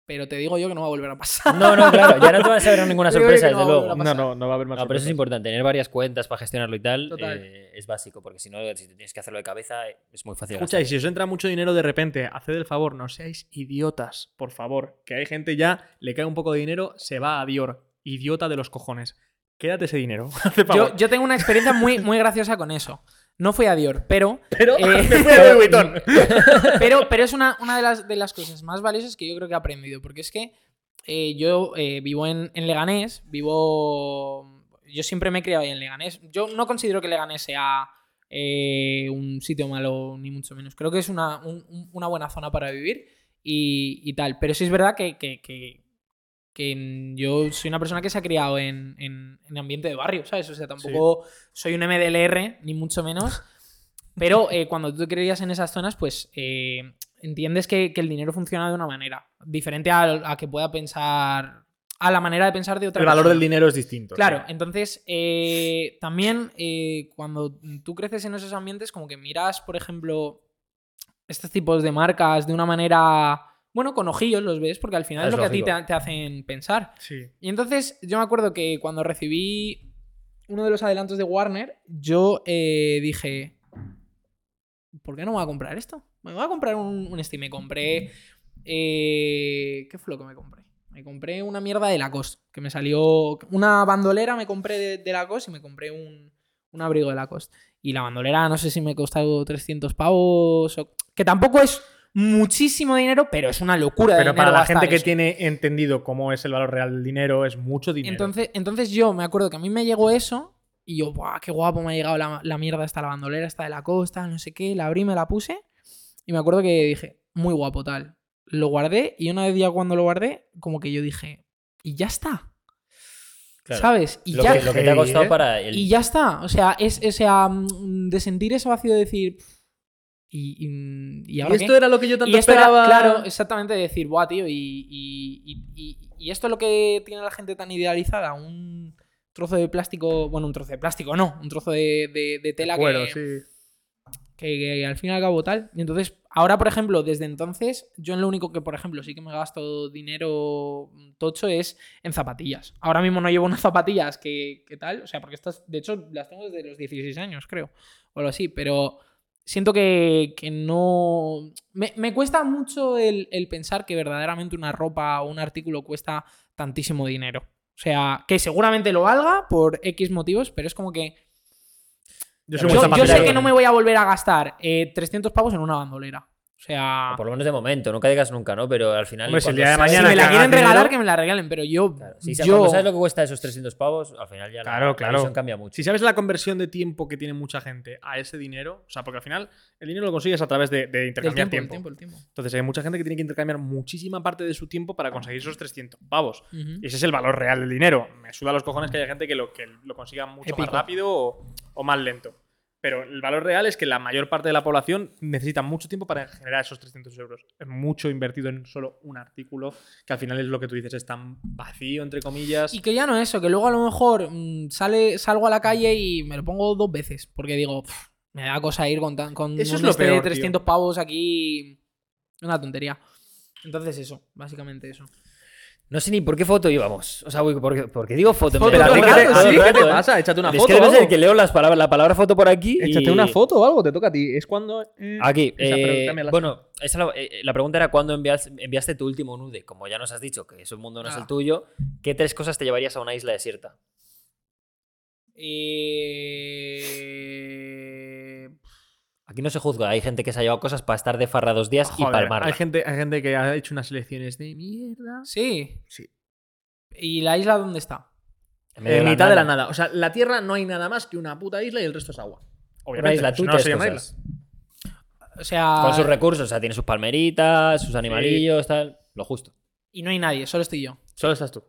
Pero te digo yo que no va a volver a pasar.
No, no, claro, ya no te vas a ver ninguna
Yo creo que
sorpresa, desde
no va a
luego.
volver a
No, no, no va a haber más.
No, pero eso es
sorpresas.
importante, tener varias cuentas para gestionarlo y tal
Total.
eh, es básico, porque si no, si te tienes que hacerlo de cabeza, eh, es muy fácil.
Escucha, y si os entra mucho dinero de repente, haced el favor, no seáis idiotas, por favor. Que hay gente ya, le cae un poco de dinero, se va a Dior. Idiota de los cojones. Quédate ese dinero. Hace favor.
Yo, yo tengo una experiencia muy, muy graciosa con eso. No fui a Dior, pero.
pero
eh,
me fui a Louis Vuitton.
pero, pero es una, una de, las, de las cosas más valiosas que yo creo que he aprendido, porque es que eh, yo eh, vivo en, en Leganés, vivo... Yo siempre me he criado ahí en Leganés. Yo no considero que Leganés sea eh, un sitio malo, ni mucho menos. Creo que es una, un- un- una buena zona para vivir y, y tal. Pero sí es verdad que, que- que- que en- yo soy una persona que se ha criado en, en- en ambiente de barrio, ¿sabes? O sea, tampoco soy un MDLR, ni mucho menos. Pero eh, cuando tú creías en esas zonas, pues eh, entiendes que, que el dinero funciona de una manera, diferente a, a que pueda pensar, a la manera de pensar de otra
El valor
persona.
del dinero es distinto.
Claro, entonces eh, también eh, cuando tú creces en esos ambientes, como que miras, por ejemplo, estos tipos de marcas de una manera, bueno, con ojillos los ves, porque al final
Ah, Es
es, lo que a ti
lógico.
te- te hacen pensar.
Sí.
Y entonces yo me acuerdo que cuando recibí uno de los adelantos de Warner, yo eh, dije, ¿por qué no me voy a comprar esto? Me voy a comprar un, un Steam. Me compré... eh, ¿Qué fue lo que me compré? Me compré una mierda de Lacoste, que me salió... Una bandolera me compré de, de Lacoste y me compré un, un abrigo de Lacoste. Y la bandolera no sé si me costó 300 pavos o... Que tampoco es muchísimo dinero, pero es una locura. de
Pero para
dinero
la
gastar
gente que
eso.
tiene entendido cómo es el valor real del dinero, es mucho dinero.
Entonces, entonces yo me acuerdo que a mí me llegó eso y yo, ¡buah, qué guapo! Me ha llegado la, la mierda esta, la bandolera esta de la costa, no sé qué. La abrí, me la puse y me acuerdo que dije, muy guapo tal. Lo guardé y una vez ya cuando lo guardé, como que yo dije, y ya está,
Claro.
¿sabes? Y
Lo,
ya,
que, lo que te ha costado
¿eh?
para el.
y ya está. O sea, es, o sea, mm, de sentir ese vacío de decir, "Pff, y, y, y ahora qué?".
era lo que yo
Y esto era, claro, exactamente, decir, buah, tío, y, y- y- y- y esto es lo que tiene la gente tan idealizada, un trozo de plástico, bueno, un trozo de plástico, no, un trozo de, de- de tela
Bueno,
que,
sí.
que- que al fin y al cabo tal. Y entonces, ahora, por ejemplo, desde entonces, yo en lo único que, por ejemplo, sí que me gasto dinero mm, tocho es en zapatillas. Ahora mismo no llevo unas zapatillas que, que tal, o sea, porque estas, de hecho, las tengo desde los 16 años, creo, o algo así, pero siento que, que no... Me, me cuesta mucho el, el pensar que verdaderamente una ropa o un artículo cuesta tantísimo dinero. O sea, que seguramente lo valga por X motivos, pero es como que...
Yo
soy
soy muy
muy Mucha
Yo, yo
facilidad.
sé que no me voy a volver a gastar eh, 300 pavos en una bandolera. O
o
sea,
Ah, Por lo menos de momento, nunca digas nunca, ¿no? Pero al final.
Hombre, si el
cuando
día de
sabes-
si
mañana
me la
que
quieren
hagas
regalar,
dinero-
que me la regalen, pero yo.
Claro, si sa-
yo
cuando sabes lo que cuesta esos 300 pavos, al final ya la-
Claro,
la,
claro.
visión cambia mucho.
Si sabes la conversión de tiempo que tiene mucha gente a ese dinero, o sea, porque al final el dinero lo consigues a través de, de
del
intercambiar
tiempo,
tiempo,
del tiempo, del tiempo.
Entonces hay mucha gente que tiene que intercambiar muchísima parte de su tiempo para conseguir esos 300 pavos.
Ujú.
Y ese es el valor real del dinero. Me suda los cojones que haya gente que lo, que lo consiga mucho más
Épico.
rápido o, o más lento. Pero el valor real es que la mayor parte de la población necesita mucho tiempo para generar esos 300 euros. Es mucho invertido en solo un artículo, que al final es lo que tú dices, es tan vacío, entre comillas.
Y que ya no eso, que luego a lo mejor mm, sale, salgo a la calle y me lo pongo dos veces. Porque digo, "Pff, me da cosa ir con, tan- con
Eso es
un
lo
este de
peor, tío.
300 pavos aquí. Una tontería. Entonces, eso, básicamente eso.
No sé ni por qué foto llevamos. O sea, voy- por qué, por qué digo foto.
Foto,
Me
Pero a
la
ti,
todo
¿qué
el
te-
rato,
tengo
a
todo
ti
el
¿qué te
rato, ¿eh?
pasa? Échate una
Es
foto.
que debe
o
ser
algo.
que leo las palabras, la palabra foto por aquí. y-
Échate una foto o algo, te toca a ti. Es cuando. eh,
Aquí,
esa, pero
eh,
cámbiala.
bueno, esa la, eh, la pregunta era ¿cuándo envias- enviaste tu último nude? Como ya nos has dicho que ese mundo no es
Ah.
el tuyo, ¿qué tres cosas te llevarías a una isla desierta?
Eh,
Aquí no se juzga, hay gente que se ha llevado cosas para estar de farra dos días y
Joder,
palmarla.
Hay gente, hay gente que ha hecho unas selecciones de mierda.
Sí.
Sí.
¿Y la isla dónde está?
En Eh, mitad de la nada. O sea, la Tierra no hay nada más que una puta isla y el resto es agua.
Una isla,
si
tú
no, no
tres
sería una
cosas.
O sea.
Con sus recursos, o sea, tiene sus palmeritas, sus animalillos, tal, lo justo.
Y no hay nadie, solo estoy yo.
Solo estás tú.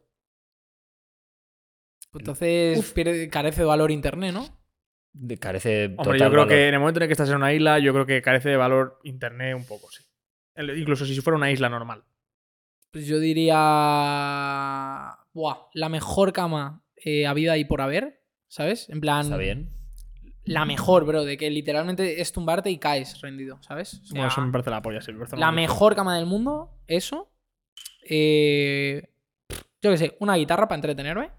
Entonces pierde- carece de valor internet, ¿no?
De- Carece
Hombre,
total
yo creo
valor.
que en el momento en el que estás en una isla, yo creo que carece de valor internet un poco, sí. El- incluso si fuera una isla normal.
Pues yo diría. Buah, la mejor cama eh, habida y por haber, ¿sabes? En plan.
Está bien.
la mejor, bro, de que literalmente es tumbarte y caes rendido, ¿sabes? O sea,
Bueno, eso me parece la polla, sí. me parece
la
muy-
mejor cama del mundo, eso. Eh, yo qué sé, una guitarra para entretenerme.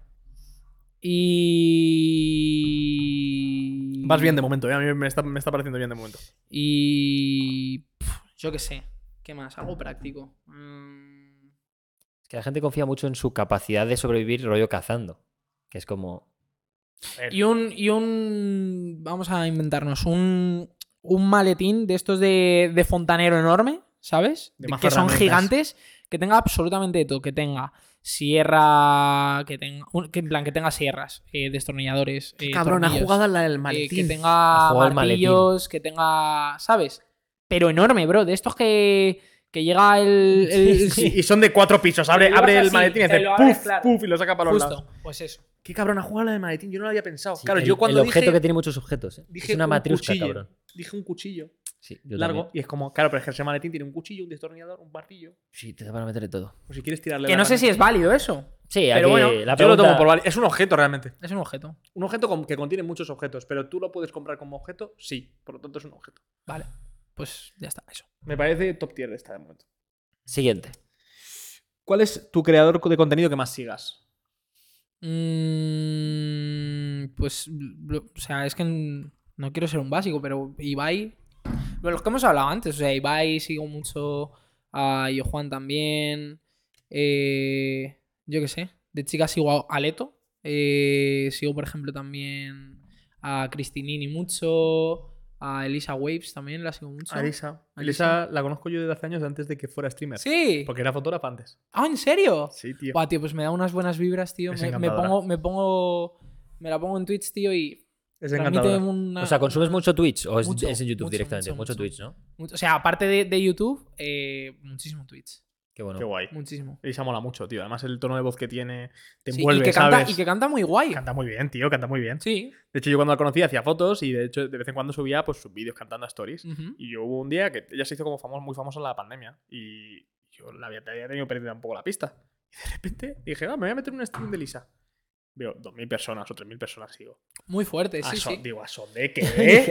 Y.
Vas bien de momento, ¿eh? a mí me está, me está pareciendo bien de momento.
Y. pf, Yo qué sé. ¿Qué más? Algo práctico. Mm,
Es que la gente confía mucho en su capacidad de sobrevivir rollo cazando. Que es como.
Y un, y un. Vamos a inventarnos. Un, un maletín de estos de, de fontanero enorme, ¿sabes?
De
De-
más
que son
herramientas.
gigantes. Que tenga absolutamente de todo. Que tenga sierra. Que tenga. un- que en plan, que tenga sierras, eh, destornilladores. eh,
Cabrón, ha
tornillos,
jugado a la del
eh,
maletín.
que tenga
Ha jugado al
martillos, que tenga. ¿Sabes? Pero enorme, bro. De estos que. Que llega el. el-
Y, y son de cuatro pisos. Abre,
Te lo
abre
vas
el
así,
maletín y
te
hace
lo abres,
puff,
claro.
puff y lo saca para los lados.
Justo, pues eso.
Qué cabrón, ha jugado a la del maletín. Yo no lo había pensado.
Sí,
claro,
el,
yo cuando
El objeto
dije,
que tiene muchos objetos. ¿eh?
dije
Es una
un
matriusca,
cuchillo.
cabrón.
dije un cuchillo
Sí, yo
largo
también.
y es como, claro, pero es que ese maletín tiene un cuchillo, un destornillador, un martillo.
Sí, te da para meterle todo.
O si quieres tirarle.
Que
la
no sé
gana.
si es válido eso.
Sí,
Pero
aquí
bueno,
la
yo lo
pregunta-
tomo por válido. Es un objeto realmente.
Es un objeto.
Un objeto con- que contiene muchos objetos, pero tú lo puedes comprar como objeto, sí. Por lo tanto, es un objeto.
Vale. Pues ya está, eso.
Me parece top tier esta de momento.
Siguiente.
¿Cuál es tu creador de contenido que más sigas?
Mm, pues, lo- o sea, es que n- no quiero ser un básico, pero Ibai. Pero los que hemos hablado antes, o sea, Ibai sigo mucho a Yo Juan también. eh, yo qué sé. De chicas sigo a Aleto. eh, sigo, por ejemplo, también a Cristinini mucho. A Elisa Waves también la sigo mucho.
Alisa.
Alisa.
Alisa la conozco yo desde hace años antes de que fuera streamer.
Sí.
Porque era fotógrafa antes.
Ah, ¿en serio?
Sí, tío.
Buah, tío, pues me da unas buenas vibras, tío.
Es
Me, me
encantadora.
pongo, me pongo. Me la pongo en Twitch, tío, y
Es
transmite
encantador.
una.
O sea, ¿consumes mucho Twitch o es,
Mucho,
es en YouTube
mucho,
directamente?
mucho,
Mucho,
mucho.
Twitch, ¿no?
mucho- o sea, aparte de, de YouTube, eh, muchísimo Twitch.
Qué bueno.
Qué guay.
Muchísimo.
Alisa mola mucho, tío. Además, el tono de voz que tiene te
Sí,
envuelve,
y, que
¿sabes?
canta, y que canta muy guay.
Canta muy bien, tío. Canta muy bien.
Sí.
De hecho, yo cuando la conocí hacía fotos y de hecho de vez en cuando subía pues sus vídeos cantando a stories.
Ujú.
Y yo hubo un día que ella se hizo como famos- muy famosa en la pandemia y yo la había, había tenido perdida un poco la pista. Y de repente dije, ah, me voy a meter en un stream de Lisa. Veo 2.000 personas o 3.000 personas, digo.
Muy fuerte,
"¿A
Eh, sí,
son-
sí.
Digo, ¿a son de qué?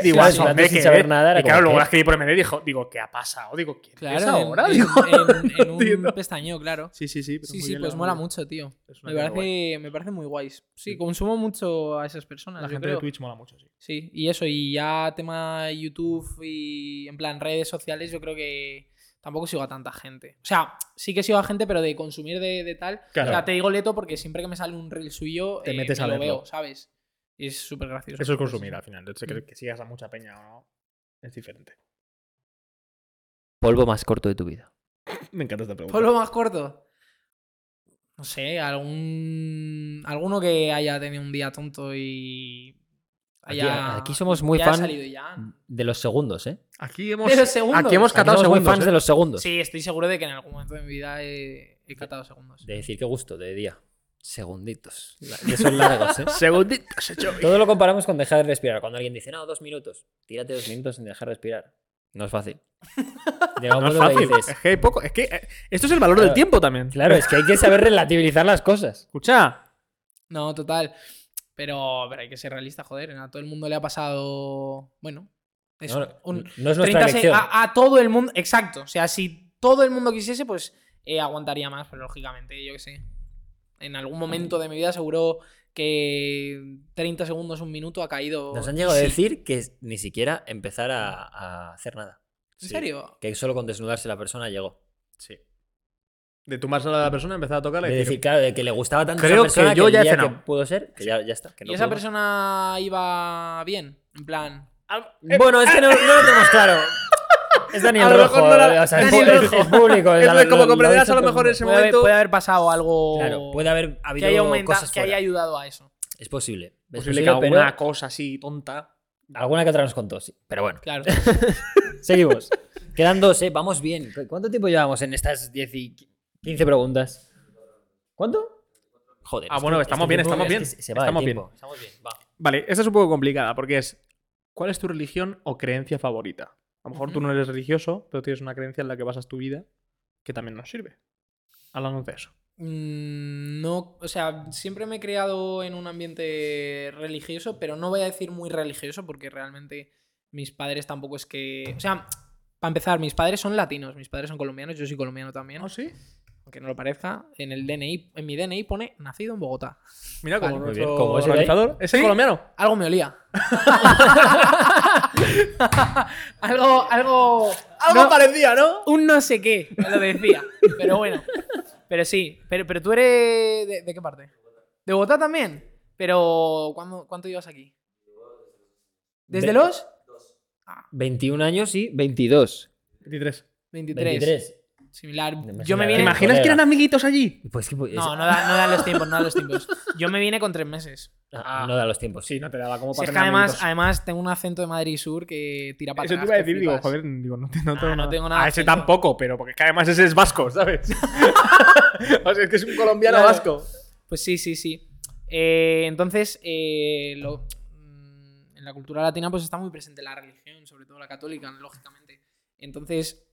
digo,
claro,
¿a son
antes
de
sin
qué?
saber nada era
y claro,
como,
luego
¿qué?
la escribí por MD y dijo, digo, ¿qué ha pasado? Digo, ¿quién
Claro,
es
en-
ahora?
en,
Digo,
en- en
no
un
entiendo.
pestañeo, claro.
Sí, sí, sí. pero
Sí,
muy
sí,
bien,
pues
la
mola
verdad.
mucho, tío.
Es una
Me
tía muy guay.
parece, me parece muy guays. Sí,
Sí.
consumo mucho a esas personas.
La
yo
gente de
creo.
Twitch mola mucho, sí.
Sí, y eso, y ya tema YouTube y en plan redes sociales, yo creo que tampoco sigo a tanta gente. O sea, sí que sigo a gente, pero de consumir de, de tal.
Claro.
O sea, te digo Leto porque siempre que me sale un reel suyo,
Te
eh,
metes
me
a
lo
verlo.
veo, ¿sabes? Y es súper gracioso.
Eso es consumir al final. Entonces,
Mm.
que, que sigas a mucha peña o no, es diferente.
Polvo más corto de tu vida.
Me encanta esta pregunta.
Polvo Pues más corto. No sé, algún. Alguno que haya tenido un día tonto y.
Aquí,
haya-
aquí somos muy
ya haya
fan
salido ya.
de los segundos, ¿eh?
Aquí hemos,
Pero segundos.
aquí hemos
Aquí
catado
somos muy
segundos.
fans
¿eh?
de los segundos.
Sí, estoy seguro de que en algún momento de mi vida he, he catado segundos.
De decir qué gusto, de día. Segunditos. La- Que son largos, ¿eh?
Segunditos hecho.
Todo lo comparamos con dejar de respirar. Cuando alguien dice, no, dos minutos. Tírate dos minutos sin dejar de respirar. No es fácil. Llega un
No es
momento que
fácil.
dices,
Es que hay poco. Es que eh, esto es el valor del
Claro.
tiempo también.
claro, es que hay que saber relativizar las cosas.
Escucha.
No, total. Pero, pero hay que ser realista, joder. A todo el mundo le ha pasado. Bueno, eso.
No, no,
un-
no es nuestra
30 se- ah,
elección.
a, a todo el mundo. Exacto. O sea, si todo el mundo quisiese, pues eh, aguantaría más, pero lógicamente, yo qué sé. En algún momento de mi vida, seguro que 30 segundos, un minuto ha caído.
Nos han llegado a
Sí.
decir que ni siquiera empezar a, a hacer nada. Sí.
¿En serio?
Que solo con desnudarse la persona llegó.
Sí. De tumbarse a la persona, empezar a tocarla
Es
y
decir, claro, de que le gustaba tanto
Creo
a esa persona
que yo
el
ya he
día
cenado.
que pudo ser, que ya, ya está. que no
¿Y esa
pudo más.
persona iba bien? En plan.
eh,
Bueno, es que no, no lo tenemos claro. Es
A
Daniel
lo mejor
Rojo.
no la-
o sea, es,
Daniel
pu- es-
Rojo.
es público. o sea,
Entonces, como
lo- lo
comprenderás,
dice
a lo
todo el
mejor
mundo.
en ese
Puede haber,
momento.
puede haber pasado algo
Claro, puede haber
que,
habido
haya aumenta-
cosas
que haya
fuera.
ayudado a eso.
Es posible. Es
posible
posible,
que
pero
alguna cosa así tonta.
alguna que otra nos contó, sí. Pero bueno,
Claro.
seguimos. Quedan dos, ¿eh? Vamos bien. ¿Cu- ¿Cuánto tiempo llevamos en estas 10 y 15 preguntas? ¿Cuánto? Joder.
Ah,
es
bueno,
que-
estamos
este
bien,
tiempo
estamos
es
bien,
que se- se va de
estamos
tiempo. Estamos bien, va.
Vale, esta es un poco complicada porque es. ¿Cuál es tu religión o creencia favorita? A lo mejor tú
Ujú.
no eres religioso, pero tienes una creencia en la que basas tu vida que también nos sirve. Háblanos de eso.
Mm, No, o sea, siempre me he creado en un ambiente religioso, pero no voy a decir muy religioso porque realmente mis padres tampoco es que... O sea, para empezar, mis padres son latinos, mis padres son colombianos, yo soy colombiano también,
¿No? ¿Sí?
aunque no lo parezca. En el DNI, en mi DNI pone nacido en Bogotá.
Mira, como
Vale.
Muy
nuestro
bien, como ese de ahí.
organizador. ¿Ese colombiano?
Algo me olía. algo, algo... no-
parecía, ¿no?
un no sé qué, me lo decía. pero bueno. Pero sí, pero, pero tú eres. De, de qué parte? ¿De Bogotá también? Pero. ¿cuándo- ¿Cuánto llevas aquí? ¿Desde
Ve-
los?
21 años y 22.
23.
23.
23.
Similar.
Me
Yo me
imagino-
¿Te
vine.
Imagínate.
imaginas que
colega.
eran amiguitos allí?
Pues que pues,
No, no da, no dan los tiempos, no dan los tiempos. Yo me vine con tres meses.
ah, no da los tiempos.
Sí, no te daba como
Si
para
es que
tener
además,
amiguitos.
además tengo un acento de Madrid Sur que tira para
Eso te
atrás,
iba a
que
decir, digo,
flipas.
joder, digo, no, te- no
Ah,
tengo
no
nada.
tengo nada
A ese
acento.
tampoco, pero porque es que además ese es vasco, ¿sabes? o sea, es que es un colombiano
Claro.
vasco.
Pues sí, sí, sí. Eh, entonces, eh, lo- mm, en la cultura latina pues está muy presente la religión, sobre todo la católica, lógicamente. Entonces,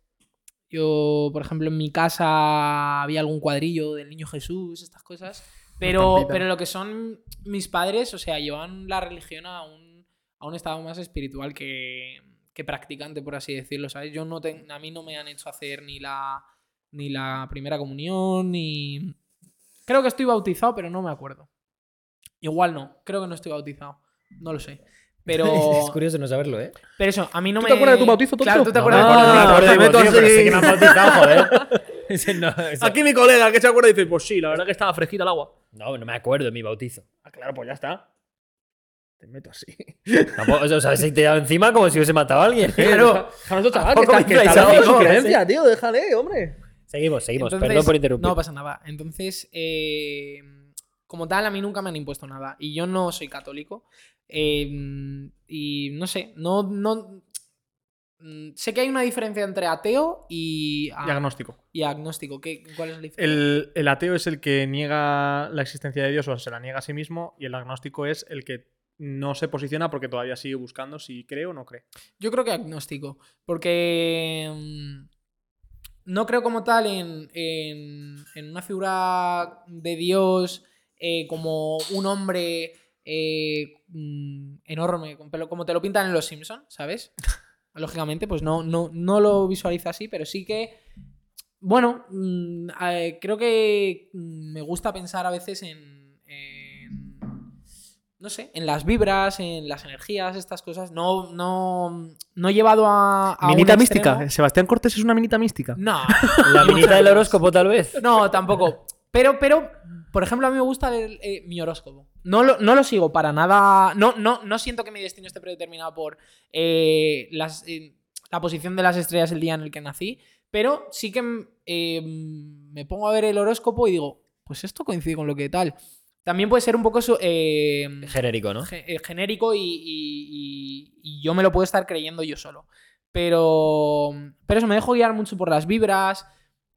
yo, por ejemplo, en mi casa había algún cuadrillo del Niño Jesús, estas cosas. Pero,
estampita.
pero lo que son mis padres, o sea, llevan la religión a un, a un estado más espiritual que, que practicante, por así decirlo, ¿sabes? Yo no ten- a mí no me han hecho hacer ni la, ni la primera comunión, ni... Creo que estoy bautizado, pero no me acuerdo. Igual no, creo que no estoy bautizado. No lo sé. Pero,
es curioso no saberlo, ¿eh?
pero eso, a mí no
¿Tú
me...
te acuerdas de tu bautizo, tonto?
Claro, tú te
No,
acuerdas
me
de
acuerdo,
tu bautizo.
me acuerdo.
me
meto
acuerdo, pero
así.
sé que me han bautizado, joder. Ese no, ese-
Aquí mi colega, que se acuerda, dice, pues sí, la verdad que estaba fresquita el agua.
no, no me acuerdo de mi bautizo.
Ah, claro, pues ya está. Te meto así.
Tampoco, o sea, se te daba encima como si hubiese matado a alguien. ¿eh?
Déjanos chaval,
Tampoco me infláis a mí, hombre,
tío, déjale, hombre.
Seguimos, seguimos.
Entonces,
Perdón por interrumpir.
No pasa nada. Entonces, eh, como tal, a mí nunca me han impuesto nada. Y yo no soy católico. Eh, y no sé, no, no. mm, Sé que hay una diferencia entre ateo y, a-
Ah. Diagnóstico.
y agnóstico. ¿Qué, ¿Cuál es la diferencia?
El, el ateo es el que niega la existencia de Dios o se la niega a sí mismo, y el agnóstico es el que no se posiciona porque todavía sigue buscando si cree o no cree.
Yo creo que agnóstico, porque mm, no creo como tal en, en- en una figura de Dios eh, como un hombre eh, mm, enorme, con pelo- como te lo pintan en Los Simpsons, ¿sabes? Lógicamente, pues no, no, no lo visualiza así, pero sí que, bueno, mm, eh, creo que mm, me gusta pensar a veces en- en no sé, en las vibras, en las energías, estas cosas. No, no, no he llevado a. a un extremo.
Sebastián Cortés es una minita mística.
No,
La minita del
Muchas
horóscopo, tal vez.
no, tampoco. Pero, pero, por ejemplo, a mí me gusta el- eh, mi horóscopo. No lo, no lo sigo para nada. No, no, no siento que mi destino esté predeterminado por eh, las, eh, la posición de las estrellas el día en el que nací. Pero sí que mm, eh, me pongo a ver el horóscopo y digo, pues esto coincide con lo que tal. También puede ser un poco eso. eh,
Genérico, ¿no?
ge- eh, genérico y, y- y- y yo me lo puedo estar creyendo yo solo. Pero, pero eso me dejo guiar mucho por las vibras,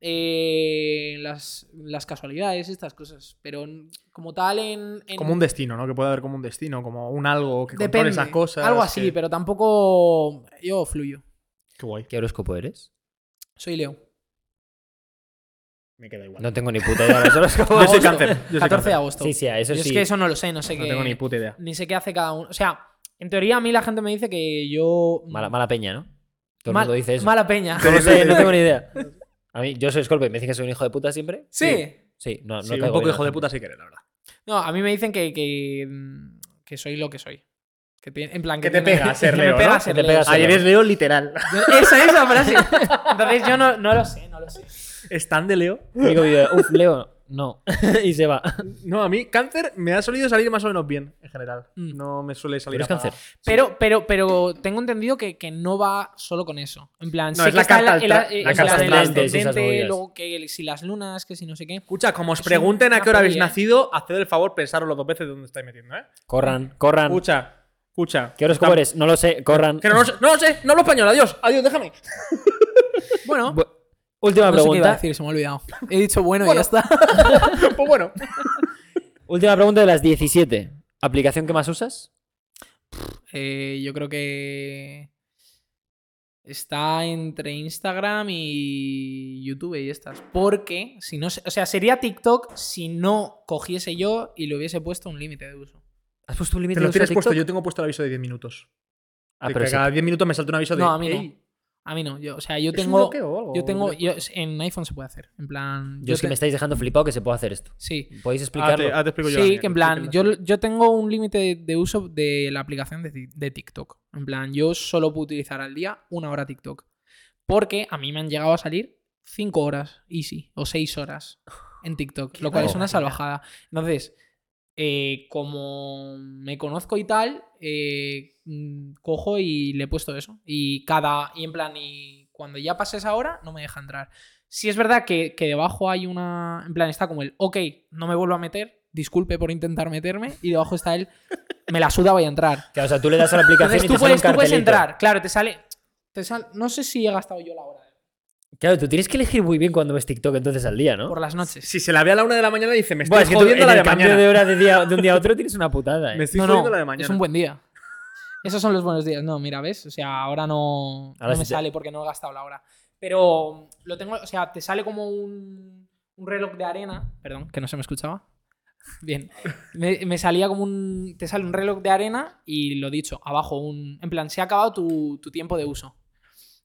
eh, las, las casualidades, estas cosas. Pero n- como tal en... en-
Como un destino, ¿no? Que puede haber como un destino, como un algo que controle
depende,
esas cosas.
Algo así,
que-
pero tampoco yo fluyo.
Qué guay.
¿Qué horóscopo eres?
Soy Leo.
Me queda igual.
No tengo ni puta idea de los horóscopos.
Yo soy
Agosto.
cáncer. Yo soy
14 de
cáncer.
agosto.
Sí, sí, a eso
Yo
sí.
Es que eso no lo sé, no sé
No
qué...
tengo ni puta idea.
ni sé qué hace cada uno. O sea, en teoría a mí la gente me dice que yo...
Mala, mala peña, ¿no? Todo
Mal-
el mundo dice eso.
Mala peña.
No lo sé, no tengo ni idea. A mí, yo soy Scorpio, me dicen que soy un hijo de puta siempre.
sí.
Sí, no, no
Sí, un
caigo
poco
bien a
hijo
la
de
gente.
puta si querés, la verdad.
No, a mí me dicen que, que, mm, que soy lo que soy. Que tiene- en plan, que,
Que te
tiene-
pega ser
que
Leo,
me pega
¿no?
ser
Que te
Leo,
pega
sí.
ser Ahí eres
Leo literal.
Esa es la frase. Entonces yo no, no lo sé, no lo sé.
¿Es tan de Leo?
Digo yo, uff, Leo, no. y se va.
No, a mí cáncer me ha solido salir más o menos bien, en general.
Mm.
No me suele salir
Pero es
apagado.
cáncer.
Pero, pero, pero tengo entendido que, que no va solo con eso. En eh, plan,
No, es
sé que
la
está
carta
el- el-
alta-
el-
la
el
carta
ascendente, esas
ascendente,
movidas.
luego que si las lunas, que si no sé qué.
Escucha, como os
Es
pregunten a
una
qué hora habéis
joya, ¿eh?
nacido, haced el favor pensaros dos veces de dónde estáis metiendo, ¿eh?
Corran, corran.
Escucha, escucha.
¿Qué horóscopo eres? No lo sé, corran.
Que no, lo sé- no lo sé, no hablo español, adiós, adiós, déjame.
Bueno,
Bu- Última
no sé qué iba a
pregunta.
decir, se me ha olvidado. He dicho bueno, y
Bueno.
ya está.
pues bueno.
Última pregunta de las 17. ¿Aplicación que más usas?
Eh, yo creo que. Está entre Instagram y YouTube y estas. Porque, si no, se- o sea, sería TikTok si no cogiese yo y le hubiese puesto un límite de uso.
¿Has puesto un límite
Te
de
lo
uso a
tienes puesto,
TikTok?
yo tengo puesto el aviso de 10 minutos.
Ah,
De
pero
que
ese-
cada 10 minutos me salta un aviso de.
No, a mí no.
"Ey,
A mí no, yo, o sea, yo
¿es un
tengo.
bloqueo o algo?".
Yo tengo. yo- en iPhone se puede hacer. En plan.
Yo es que
te-
me estáis dejando flipado que se pueda hacer esto.
Sí.
Ah,
¿Podéis explicarlo?
te, ah, te explico yo. la
Sí,
mía,
que en
te
plan,
explico
yo,
la-
yo tengo un límite de, de uso de la aplicación de, Tik- de TikTok. En plan, yo solo puedo utilizar al día una hora TikTok. Porque a mí me han llegado a salir 5 horas, easy, o 6 horas en TikTok, lo cual es una
barbaridad.
salvajada. Entonces, eh, como me conozco y tal, eh, mm, cojo y le he puesto eso. Y cada, y en plan, y cuando ya pase esa hora, no me deja entrar. Si es verdad que, que debajo hay una. En plan, está como el, ok, no me vuelvo a meter, disculpe por intentar meterme, y debajo está el, me la suda, voy a entrar.
Que, o sea, tú le das a la aplicación
Entonces
y te
tú
sale un
puedes, tú puedes
cartelito.
entrar, claro, te sale, te sal- No sé si he gastado yo la hora
Claro, tú tienes que elegir muy bien cuando ves TikTok entonces al día, ¿no?
por las noches.
Si se la ve a la 1 de la mañana, dice: Me estoy
Buah, es que tú
jodiendo
en
la de
el cambio
mañana.
de hora de, día, de un día a otro tienes una putada, ¿eh?
Me estoy
No,
jodiendo
no,
la de mañana.
es un buen día. Esos son los buenos días. No, mira, ¿ves? O sea, ahora no,
Ahora
no me
sí te-
sale porque no he gastado la hora. Pero lo tengo, o sea, te sale como un, un reloj de arena. Perdón, que no se me escuchaba. Bien. Me, me salía como un. Te sale un reloj de arena y lo dicho, abajo un. En plan, se ha acabado tu, tu tiempo de uso.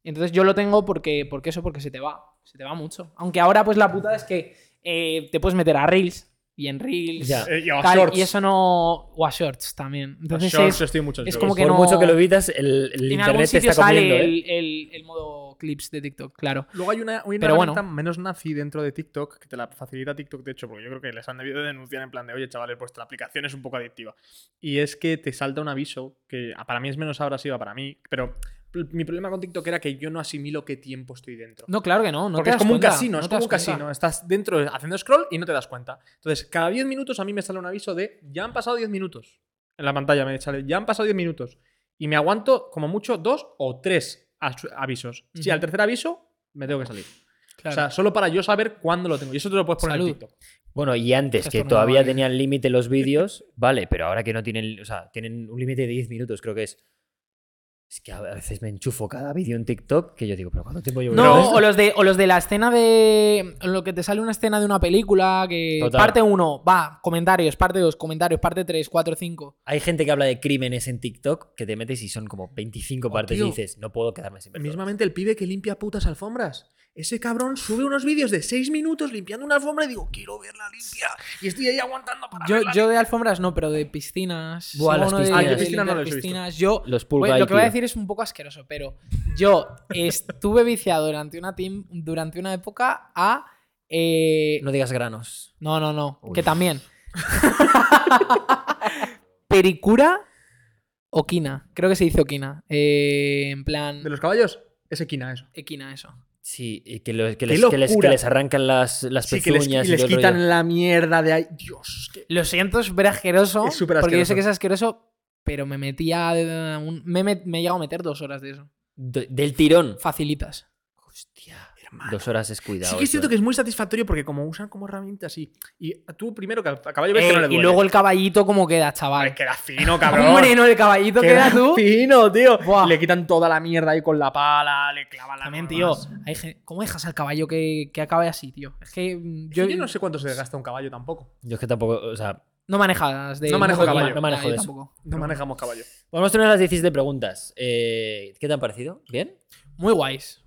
Y Entonces yo lo tengo porque, porque eso, porque se te va. Se te va mucho. Aunque ahora, pues la putada es que eh, te puedes meter a Reels y en Reels.
Ya.
Eh, y a
tal,
shorts.
y eso no. O a shorts también.
A
Entonces
shorts,
es-
yo estoy mucho en
es
shorts.
como que
por
no-
mucho que lo evitas, el, el
en
internet
algún
te
sitio
está
sale
comiendo, ¿eh?
el, el- el modo clips de TikTok, claro.
Luego hay una, una
Pero bueno.
herramienta menos nazi dentro de TikTok que te la facilita TikTok, de hecho, porque yo creo que les han debido de denunciar en plan de, oye, chavales, vuestra aplicación es un poco adictiva. Y es que te salta un aviso que ah, para mí es menos abrasiva para mí, pero pl- mi problema con TikTok era que yo no asimilo qué tiempo estoy dentro.
No, claro que no. no
porque es
te das
como
cuenta,
un casino,
no
es
te
como
das
un
cuenta.
casino. ¿eh? Estás dentro haciendo scroll y no te das cuenta. Entonces, cada 10 minutos a mí me sale un aviso de, ya han pasado 10 minutos. En la pantalla me sale, ya han pasado 10 minutos. Y me aguanto como mucho dos o tres as- avisos. Si
Ujú.
al tercer aviso, me tengo que salir.
Claro.
O sea, solo para yo saber cuándo lo tengo. Y eso te lo puedes poner
Salud.
en TikTok.
Bueno, y antes,
Estás
que
tornando
todavía
mal.
tenían límite los vídeos, vale, pero ahora que no tienen, o sea, tienen un límite de 10 minutos, creo que es. Es que a veces me enchufo cada vídeo en TikTok que yo digo, pero ¿cuánto tiempo llevo
no,
viendo
Pero-
esto?
o los, de, o los de la escena de. Lo que te sale una escena de una película que.
Total.
Parte 1, va, comentarios, parte 2, comentarios, parte 3, 4, 5.
Hay gente que habla de crímenes en TikTok que te metes y son como 25
Oh,
partes
tío.
y dices, no puedo quedarme sin ver todo".
Mismamente el pibe que limpia putas alfombras. Ese cabrón sube unos vídeos de 6 minutos limpiando una alfombra y digo, quiero verla limpia. Y estoy ahí aguantando para
Yo,
verla
yo de alfombras no, pero de piscinas.
Buah,
Sigo
las
uno de-
piscinas.
de
Ah, yo
piscina no
limpiar
las he visto.
piscinas. Yo
Los Pool
Bueno,
Guy,
lo que voy a
tío.
decir es un poco asqueroso, pero yo estuve viciado durante una, tim- durante una época a. eh,
No digas granos.
no, no, no,
Uy.
que también. Pericura o quina. Creo que se dice Oquina. Eh, en plan.
¿De los caballos? Es equina eso.
Equina, eso.
Sí, y que, los- que
¡Qué
les, que, les, que
locura!
les arrancan las, las
Sí, que les,
pezuñas
les
y todo el rollo.
quitan la mierda de ahí. Dios, qué-
Lo siento, es súper asqueroso.
Es súper
Porque yo sé
asqueroso.
que es asqueroso, pero me metía. de- un- me, he met- me he llegado a meter dos horas de eso.
De- del tirón.
Facilitas.
Hostia.
hermano.
Dos horas es cuidado.
Sí que es
eso,
cierto
eh.
que es muy satisfactorio porque como usan como herramientas y, y tú primero que al caballo ves
Eh,
que no le
y
duele.
luego el caballito, ¿cómo queda, chaval?
Ay, queda fino, cabrón.
Hombre, no, el caballito queda tú.
fino, tío.
Buah.
Le quitan toda la mierda ahí con la pala, le clavan la
También,
mano
tío.
más.
hay gen- ¿Cómo dejas al caballo que, que acabe así, tío? Es que mm,
Yo,
yo,
yo no sé cuánto se desgasta un caballo tampoco.
Yo es que tampoco, o sea,
no manejas de.
No manejo
de-
caballo.
No manejo
yo
de eso.
tampoco.
No manejamos caballo.
Vamos a tener las 17 preguntas. Eh, ¿Qué te han parecido? ¿Bien?
Muy guays.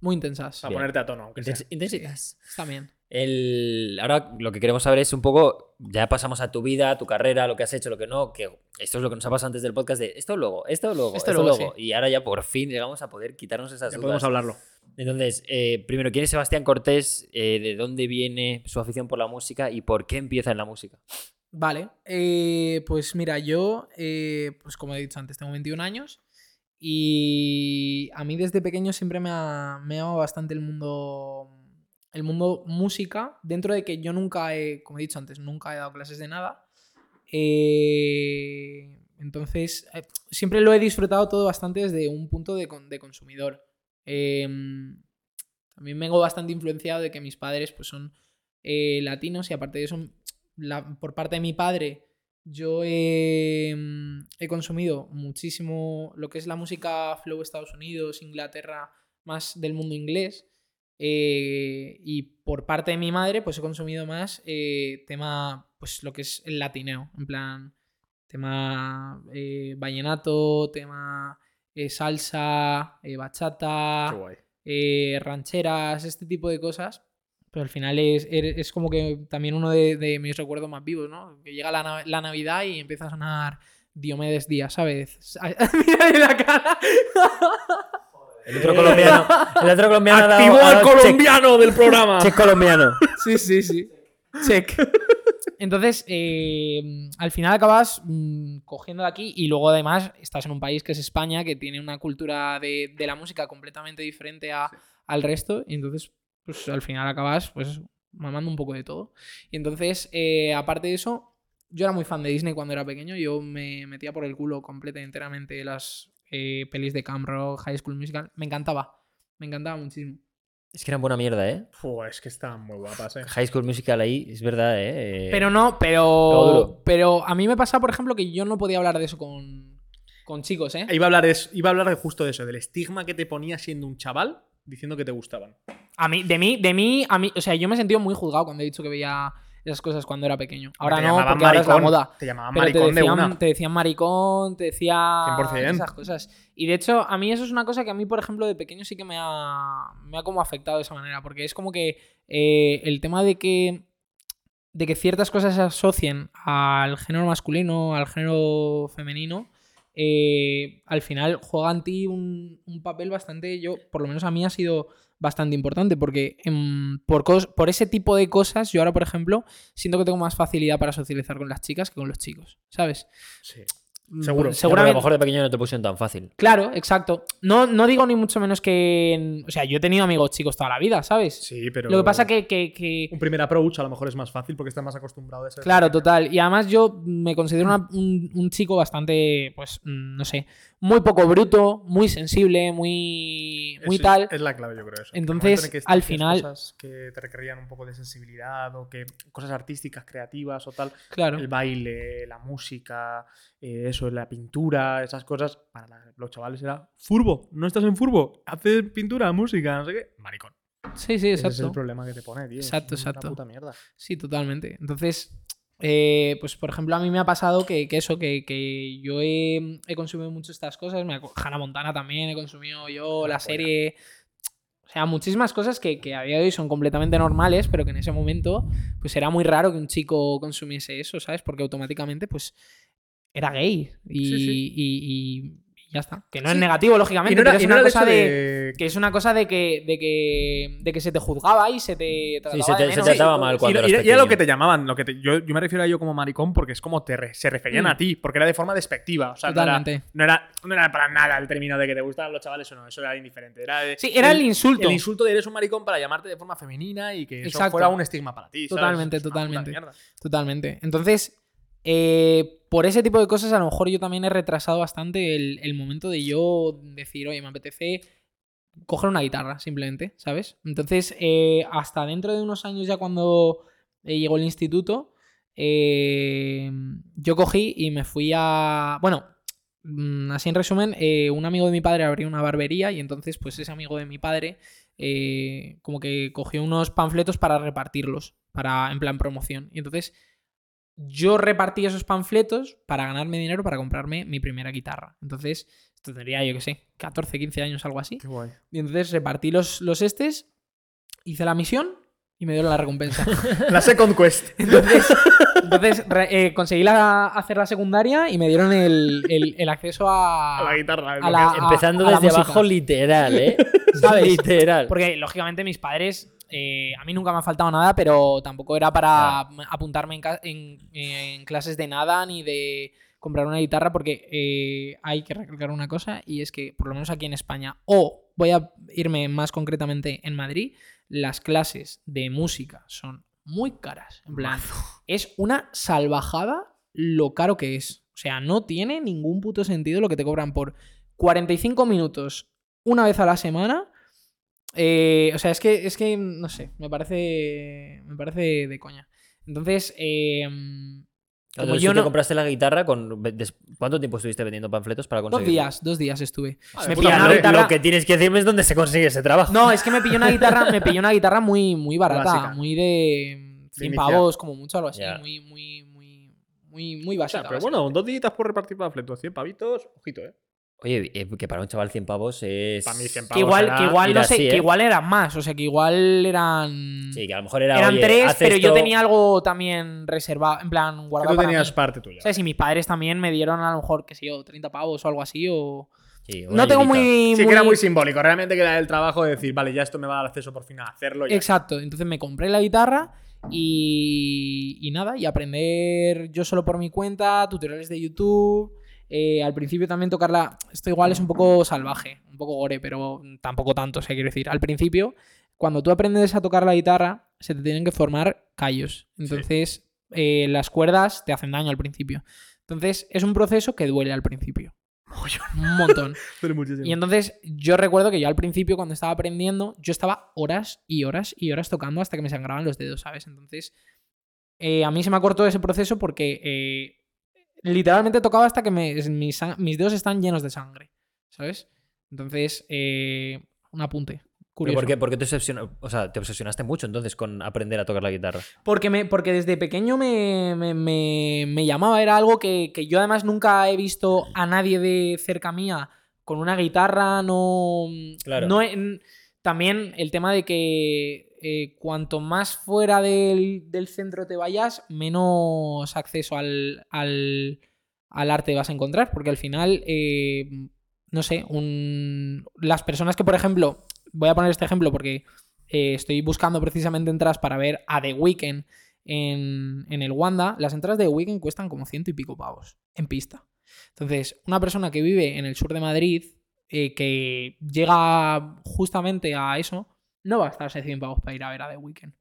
Muy intensas.
Para
Bien.
ponerte a tono, aunque sea.
Intens- Intensitas.
Está bien.
El, ahora lo que queremos saber es un poco, ya pasamos a tu vida, a tu carrera, lo que has hecho, lo que no, que esto es lo que nos ha pasado antes del podcast de esto luego, esto luego,
Esto
esto,
luego,
luego. Y ahora ya por fin llegamos a poder quitarnos esas
Ya
dudas.
podemos hablarlo.
Entonces, eh, primero, ¿quién es Sebastián Cortés? Eh, ¿De dónde viene su afición por la música y por qué empieza en la música?
Vale, eh, pues mira, yo, eh, pues como he dicho antes, tengo 21 años y a mí desde pequeño siempre me ha, me ha llamado bastante el mundo, el mundo música, dentro de que yo nunca he, como he dicho antes, nunca he dado clases de nada. Eh, entonces, eh, siempre lo he disfrutado todo bastante desde un punto de, con- de consumidor. Em, también vengo bastante influenciado de que mis padres pues son eh, latinos y aparte de eso la- por parte de mi padre Yo he, mm, he consumido muchísimo lo que es la música flow Estados Unidos, Inglaterra, más del mundo inglés. eh, y por parte de mi madre, pues he consumido más eh, tema, pues lo que es el latineo, en plan, tema eh, vallenato, tema eh, salsa, eh, bachata,
Qué guay.
eh, rancheras, este tipo de cosas. Pero al final es, er- es como que también uno de, de mis recuerdos más vivos, ¿no? Que llega la, na- la Navidad y empieza a sonar Diomedes Díaz, ¿sabes? Mira la cara.
El otro colombiano. El otro colombiano ha dado- ha dado check-
del programa!
check colombiano.
Sí, sí, sí. Check. Entonces, eh, al final acabas mm, cogiendo de aquí y luego además estás en un país que es España, que tiene una cultura de, de la música completamente diferente a- al resto. Y entonces, pues al final acabas pues mamando un poco de todo. Y entonces, eh, aparte de eso, yo era muy fan de Disney cuando era pequeño. Yo me metía por el culo completa y enteramente las eh, pelis de Cam Rock, High School Musical. Me encantaba. Me encantaba muchísimo.
Es que eran buena mierda, ¿eh?
Fua, es que están muy guapas, eh.
High School Musical ahí, es verdad, ¿eh? Eh,
Pero no,
Lo
pero.
duro.
Pero a mí me pasa, por ejemplo, que yo no podía hablar de eso con, con chicos, ¿eh?
Iba a, hablar de eso- iba a hablar de justo de eso, del estigma que te ponía siendo un chaval diciendo que te gustaban.
A mí, de mí, de mí, a mí. O sea, yo me he sentido muy juzgado cuando he dicho que veía esas cosas cuando era pequeño. Ahora
te
no,
llamaban
porque ahora es la moda.
Te llamaban
Pero te
maricón de
decían,
una.
te decían maricón, te decían
100%.
esas cosas. Y de hecho, a mí eso es una cosa que a mí, por ejemplo, de pequeño sí que me ha, me ha como afectado de esa manera. Porque es como que eh, el tema de que, de que ciertas cosas se asocien al género masculino, al género femenino, eh, al final juega en ti un, un papel bastante, yo, por lo menos a mí ha sido bastante importante, porque em, por, cos- por ese tipo de cosas, yo ahora, por ejemplo, siento que tengo más facilidad para socializar con las chicas que con los chicos, ¿sabes?
Sí.
Mm,
Seguro.
pero A lo
Seguramente.
mejor de pequeño no te pusieron tan fácil.
Claro, exacto. No, no digo ni mucho menos que. en- O sea, yo he tenido amigos chicos toda la vida, ¿sabes?
Sí, pero.
Lo que pasa que, que, que-
Un primer approach a lo mejor es más fácil porque estás más acostumbrado a ese.
Claro, total. Y además yo me considero una- un, un chico bastante, pues, mm, no sé, muy poco bruto, muy sensible, muy, muy
Es-
tal.
Es la clave, yo creo. Eso. El
Entonces,
momento en el que
al
hacías
final-
Cosas que te requerían un poco de sensibilidad o que cosas artísticas, creativas o tal.
Claro.
El baile, la música, eh, eso, la pintura, esas cosas. Para la- los chavales era furbo. No estás en furbo. Haces pintura, música, no sé qué. Maricón.
Sí, sí,
Ese es
exacto.
el problema que te pone, tío. Es
Exacto,
una
exacto.
puta mierda.
Sí, totalmente. Entonces, eh, pues por ejemplo, a mí me ha pasado que, que eso, que, que yo he, he consumido mucho estas cosas. Me acu- Hannah Montana también he consumido yo, la,
La polla.
serie. O sea, muchísimas cosas que, que a día de hoy son completamente normales, pero que en ese momento, pues era muy raro que un chico consumiese eso, ¿sabes? Porque automáticamente, pues, era gay. Y,
Sí, sí.
y- y- y ya está. Que no es
Sí.
negativo, lógicamente,
Y no
pero
era,
es
y no
una
era el
cosa
hecho
de...
de...
Que es una cosa de que, de que, de que se te juzgaba y se te trataba
se te-
de
se
menos.
trataba mal
y,
cuando eras
y- y era lo
pequeño.
que te llamaban. Lo que te- yo, yo me refiero a ello como maricón porque es como te re- se referían
Mm.
a ti, porque era de forma despectiva. O sea, no era,
Totalmente.
no, era, no era para nada el término de que te gustaban los chavales o no, eso era indiferente. Era de-
Sí, era el, insulto.
el insulto de eres un maricón para llamarte de forma femenina y que eso
Exacto.
fuera un estigma para ti. ¿sabes?
Totalmente,
Es una puta
totalmente.
mierda.
Totalmente. Entonces, eh, por ese tipo de cosas, a lo mejor yo también he retrasado bastante el, el momento de yo decir, oye, me apetece coger una guitarra, simplemente, ¿sabes? Entonces, eh, hasta dentro de unos años ya cuando eh, llegó el instituto, eh, yo cogí y me fui a... Bueno, mm, así en resumen, eh, un amigo de mi padre abrió una barbería y entonces, pues ese amigo de mi padre eh, como que cogió unos panfletos para repartirlos, para, en plan promoción. Y entonces yo repartí esos panfletos para ganarme dinero para comprarme mi primera guitarra. Entonces, esto tendría, yo qué sé, 14, 15 años, algo así.
Qué guay.
Y entonces repartí los, los estes, hice la misión y me dieron la recompensa.
La Second Quest.
Entonces, entonces re- eh, conseguí la- hacer la secundaria y me dieron el, el- el acceso a...
A la guitarra.
a la-
Empezando
a la
desde
música.
abajo, literal, ¿eh?
¿Sabes?
Literal.
Porque lógicamente mis padres, eh, a mí nunca me ha faltado nada, pero tampoco era para
Claro.
m- apuntarme en, ca- en- en clases de nada ni de comprar una guitarra, porque eh, hay que recalcar una cosa, y es que por lo menos aquí en España, o voy a irme más concretamente en Madrid, las clases de música son muy caras. En plan, es una salvajada lo caro que es. O sea, no tiene ningún puto sentido lo que te cobran por 45 minutos una vez a la semana. Eh, o sea, es que, es que, no sé, me parece, me parece de coña. Entonces, eh, Como
Entonces,
yo
tú te
no-
compraste la guitarra con... ve- des- ¿Cuánto tiempo estuviste vendiendo panfletos para
Dos
conseguir?
días, dos días estuve.
Joder,
me
puta
pillaron una
madre.
lo,
guitarra.
lo que tienes que decirme es dónde se consigue ese trabajo.
No, es que me pilló una guitarra, me pilló una guitarra muy, muy barata,
Básica.
muy de 100
iniciar.
pavos, como mucho, algo así.
Ya.
Muy, muy, muy, muy, muy
O sea,
básica.
pero
básica.
bueno, dos deditas por repartir panfletos, 100 pavitos, ojito, ¿eh?
Oye, eh, que para un chaval 100 pavos es...
Para mí 100
que
pavos
igual,
era-
que igual,
era
no sé,
así,
que
¿eh?
igual eran más, o sea, que igual eran.
Sí, que a lo mejor era...
eran
oye,
tres,
haz
pero yo
esto-
tenía algo también reservado, en plan,
Que
guardado.
tú
para
tenías
mí.
parte tuya.
¿Sabes? Y mis padres también me dieron a lo mejor, qué sé yo, 30 pavos o algo así, o.
Sí, una
No tengo
ayudita.
muy.
Sí, que era muy simbólico. Realmente que era el trabajo de decir, vale, ya esto me va a dar acceso por fin a hacerlo. y ya.
Exacto, entonces me compré la guitarra y, y nada, y aprender yo solo por mi cuenta, tutoriales de YouTube. eh, al principio también tocarla, esto igual es un poco salvaje, un poco gore, pero tampoco tanto, o sea, quiero decir, al principio, cuando tú aprendes a tocar la guitarra, se te tienen que formar callos. Entonces, eh, las cuerdas te hacen daño al principio. Entonces, es un proceso que duele al principio. Un montón.
Duele muchísimo.
Y entonces yo recuerdo que yo al principio cuando estaba aprendiendo, yo estaba horas y horas y horas tocando hasta que me sangraban los dedos, ¿sabes? Entonces eh, a mí se me acortó ese proceso porque eh, literalmente tocaba hasta que me- mis, sang- mis dedos están llenos de sangre, ¿sabes? Entonces, eh, un apunte.
¿Pero
Curioso.
¿Por qué, por qué te, obsesiona- o sea, te obsesionaste mucho entonces con aprender a tocar la guitarra?
Porque, me, porque desde pequeño me, me- me- me llamaba, era algo que, que yo además nunca he visto a nadie de cerca mía con una guitarra, no...
Claro.
no he- n- también el tema de que eh, cuanto más fuera del, del centro te vayas, menos acceso al, al, al arte vas a encontrar, porque al final, eh, no sé, un- las personas que, por ejemplo, voy a poner este ejemplo porque eh, estoy buscando precisamente entradas para ver a The Weeknd en, en el Wanda. Las entradas de The Weeknd cuestan como ciento y pico pavos en pista. Entonces, una persona que vive en el sur de Madrid, eh, que llega justamente a eso, no va a gastarse 100 pavos para ir a ver a The Weeknd.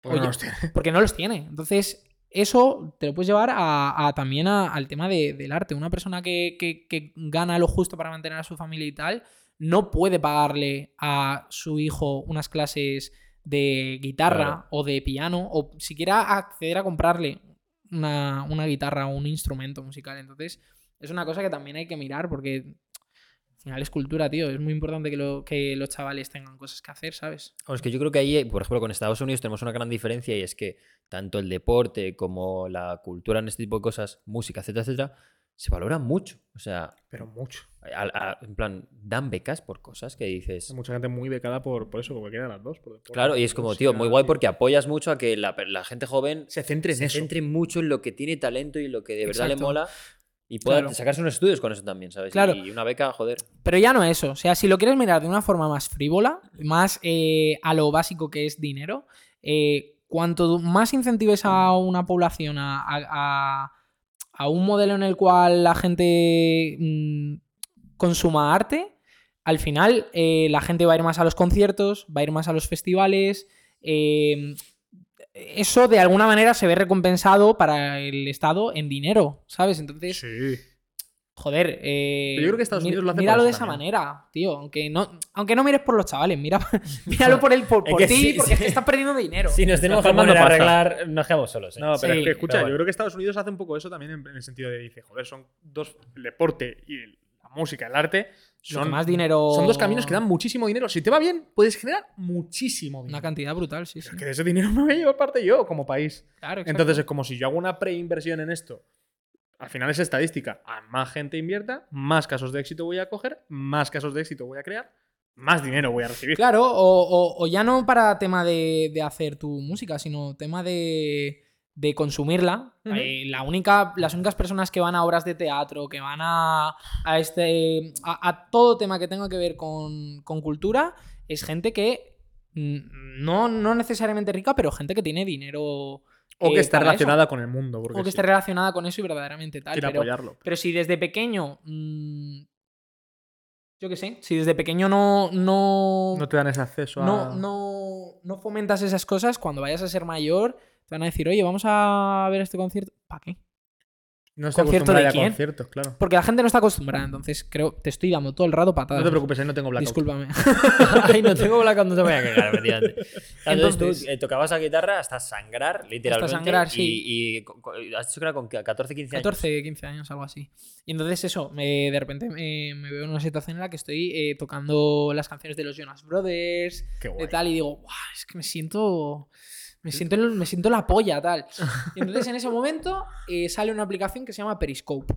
Pues no
Oye,
los tiene.
Porque no los tiene. Entonces, eso te lo puedes llevar a, a también a- al tema de- del arte. Una persona que, que- que gana lo justo para mantener a su familia y tal, no puede pagarle a su hijo unas clases de guitarra
Claro.
o de piano, o siquiera acceder a comprarle una, una guitarra o un instrumento musical. Entonces, es una cosa que también hay que mirar porque al final es cultura, tío. Es muy importante que, lo- que los chavales tengan cosas que hacer, ¿sabes?
Bueno, es que yo creo que ahí, eh, por ejemplo, con Estados Unidos tenemos una gran diferencia y es que tanto el deporte como la cultura en este tipo de cosas, música, etcétera, etcétera, se valora mucho. O sea,
Pero mucho.
al- a- en plan, dan becas por cosas que dices.
Hay mucha gente muy becada por, por eso, como quieran las dos. por deporte,
Claro, y es
por
como,
música,
tío, muy guay porque apoyas mucho a que la, per- la gente joven
Se centre en
se
eso.
centre mucho en lo que tiene talento y lo que de verdad le
Exacto.
mola y pueda
Claro.
sacarse unos estudios con eso también, ¿sabes?
Claro.
Y una beca, joder.
Pero ya no eso. O sea, si lo quieres mirar de una forma más frívola, más eh, a lo básico que es dinero, eh, cuanto du- más incentives a una población a, a- a- a un modelo en el cual la gente mm, consuma arte, al final eh, la gente va a ir más a los conciertos, va a ir más a los festivales. eh, eso de alguna manera se ve recompensado para el Estado en dinero, ¿sabes? Entonces,
Sí.
Joder, eh,
Pero yo creo que Estados
mi-
Unidos lo hace
míralo
por
de
eso
esa
también.
manera, tío. Aunque no, aunque no mires por los chavales, mira, míralo por, el, por,
Es
por
que
ti,
sí,
porque
sí.
es que estás perdiendo dinero.
nos
tenemos que poner a
arreglar, nos quedamos solos.
No, pero
¿eh? Sí,
es que escucha,
pero bueno.
yo creo que Estados Unidos hace un poco eso también en, en el sentido de dice, joder, son dos, el deporte y el- la música, el arte,
Lo que
son,
más dinero.
son dos caminos que dan muchísimo dinero. Si te va bien, puedes generar muchísimo
Una
dinero.
cantidad brutal, sí, sí.
Pero es que de ese dinero me voy a llevar parte yo como país.
Claro, exacto.
Entonces es como si yo hago una preinversión en esto. Al final es estadística. A más gente invierta, más casos de éxito voy a coger, más casos de éxito voy a crear, más dinero voy a recibir.
Claro, o, o- o ya no para tema de, de hacer tu música, sino tema de, de consumirla.
Ujú.
Eh, la única, las únicas personas que van a obras de teatro, que van a, a este, a, a todo tema que tenga que ver con, con cultura, es gente que mm, no, no necesariamente rica, pero gente que tiene dinero.
O que
eh,
está
para eso.
relacionada con el mundo, porque
O
sí,
que esté relacionada con eso y verdaderamente tal.
quiere
pero-
apoyarlo.
pero si desde pequeño. mm, yo qué sé, si desde pequeño no- no,
No te dan ese acceso
no,
a...
no, no fomentas esas cosas, cuando vayas a ser mayor, te van a decir, oye, vamos a ver este concierto. ¿Para qué?
No estoy
¿Concierto
acostumbrada
de
ya a
quién?
conciertos, claro.
Porque la gente no está acostumbrada, entonces creo. Te estoy dando todo el rato patadas.
No te preocupes, ahí no tengo blackout.
Discúlpame.
Ay, no tengo la cuando te voy a cagar, efectivamente. Entonces,
Entonces-
tú eh, tocabas la guitarra hasta sangrar, literalmente.
sangrar, sí.
Y, y co- co- has dicho que era con 14, 15 años.
14, 15 años, algo así. Y entonces eso, me, de repente me, me veo en una situación en la que estoy eh, tocando las canciones de los Jonas Brothers,
Qué guay.
de tal, y digo, "Buah, es que me siento... Me siento, el- me siento la polla, tal. Y entonces en ese momento eh, sale una aplicación que se llama Periscope.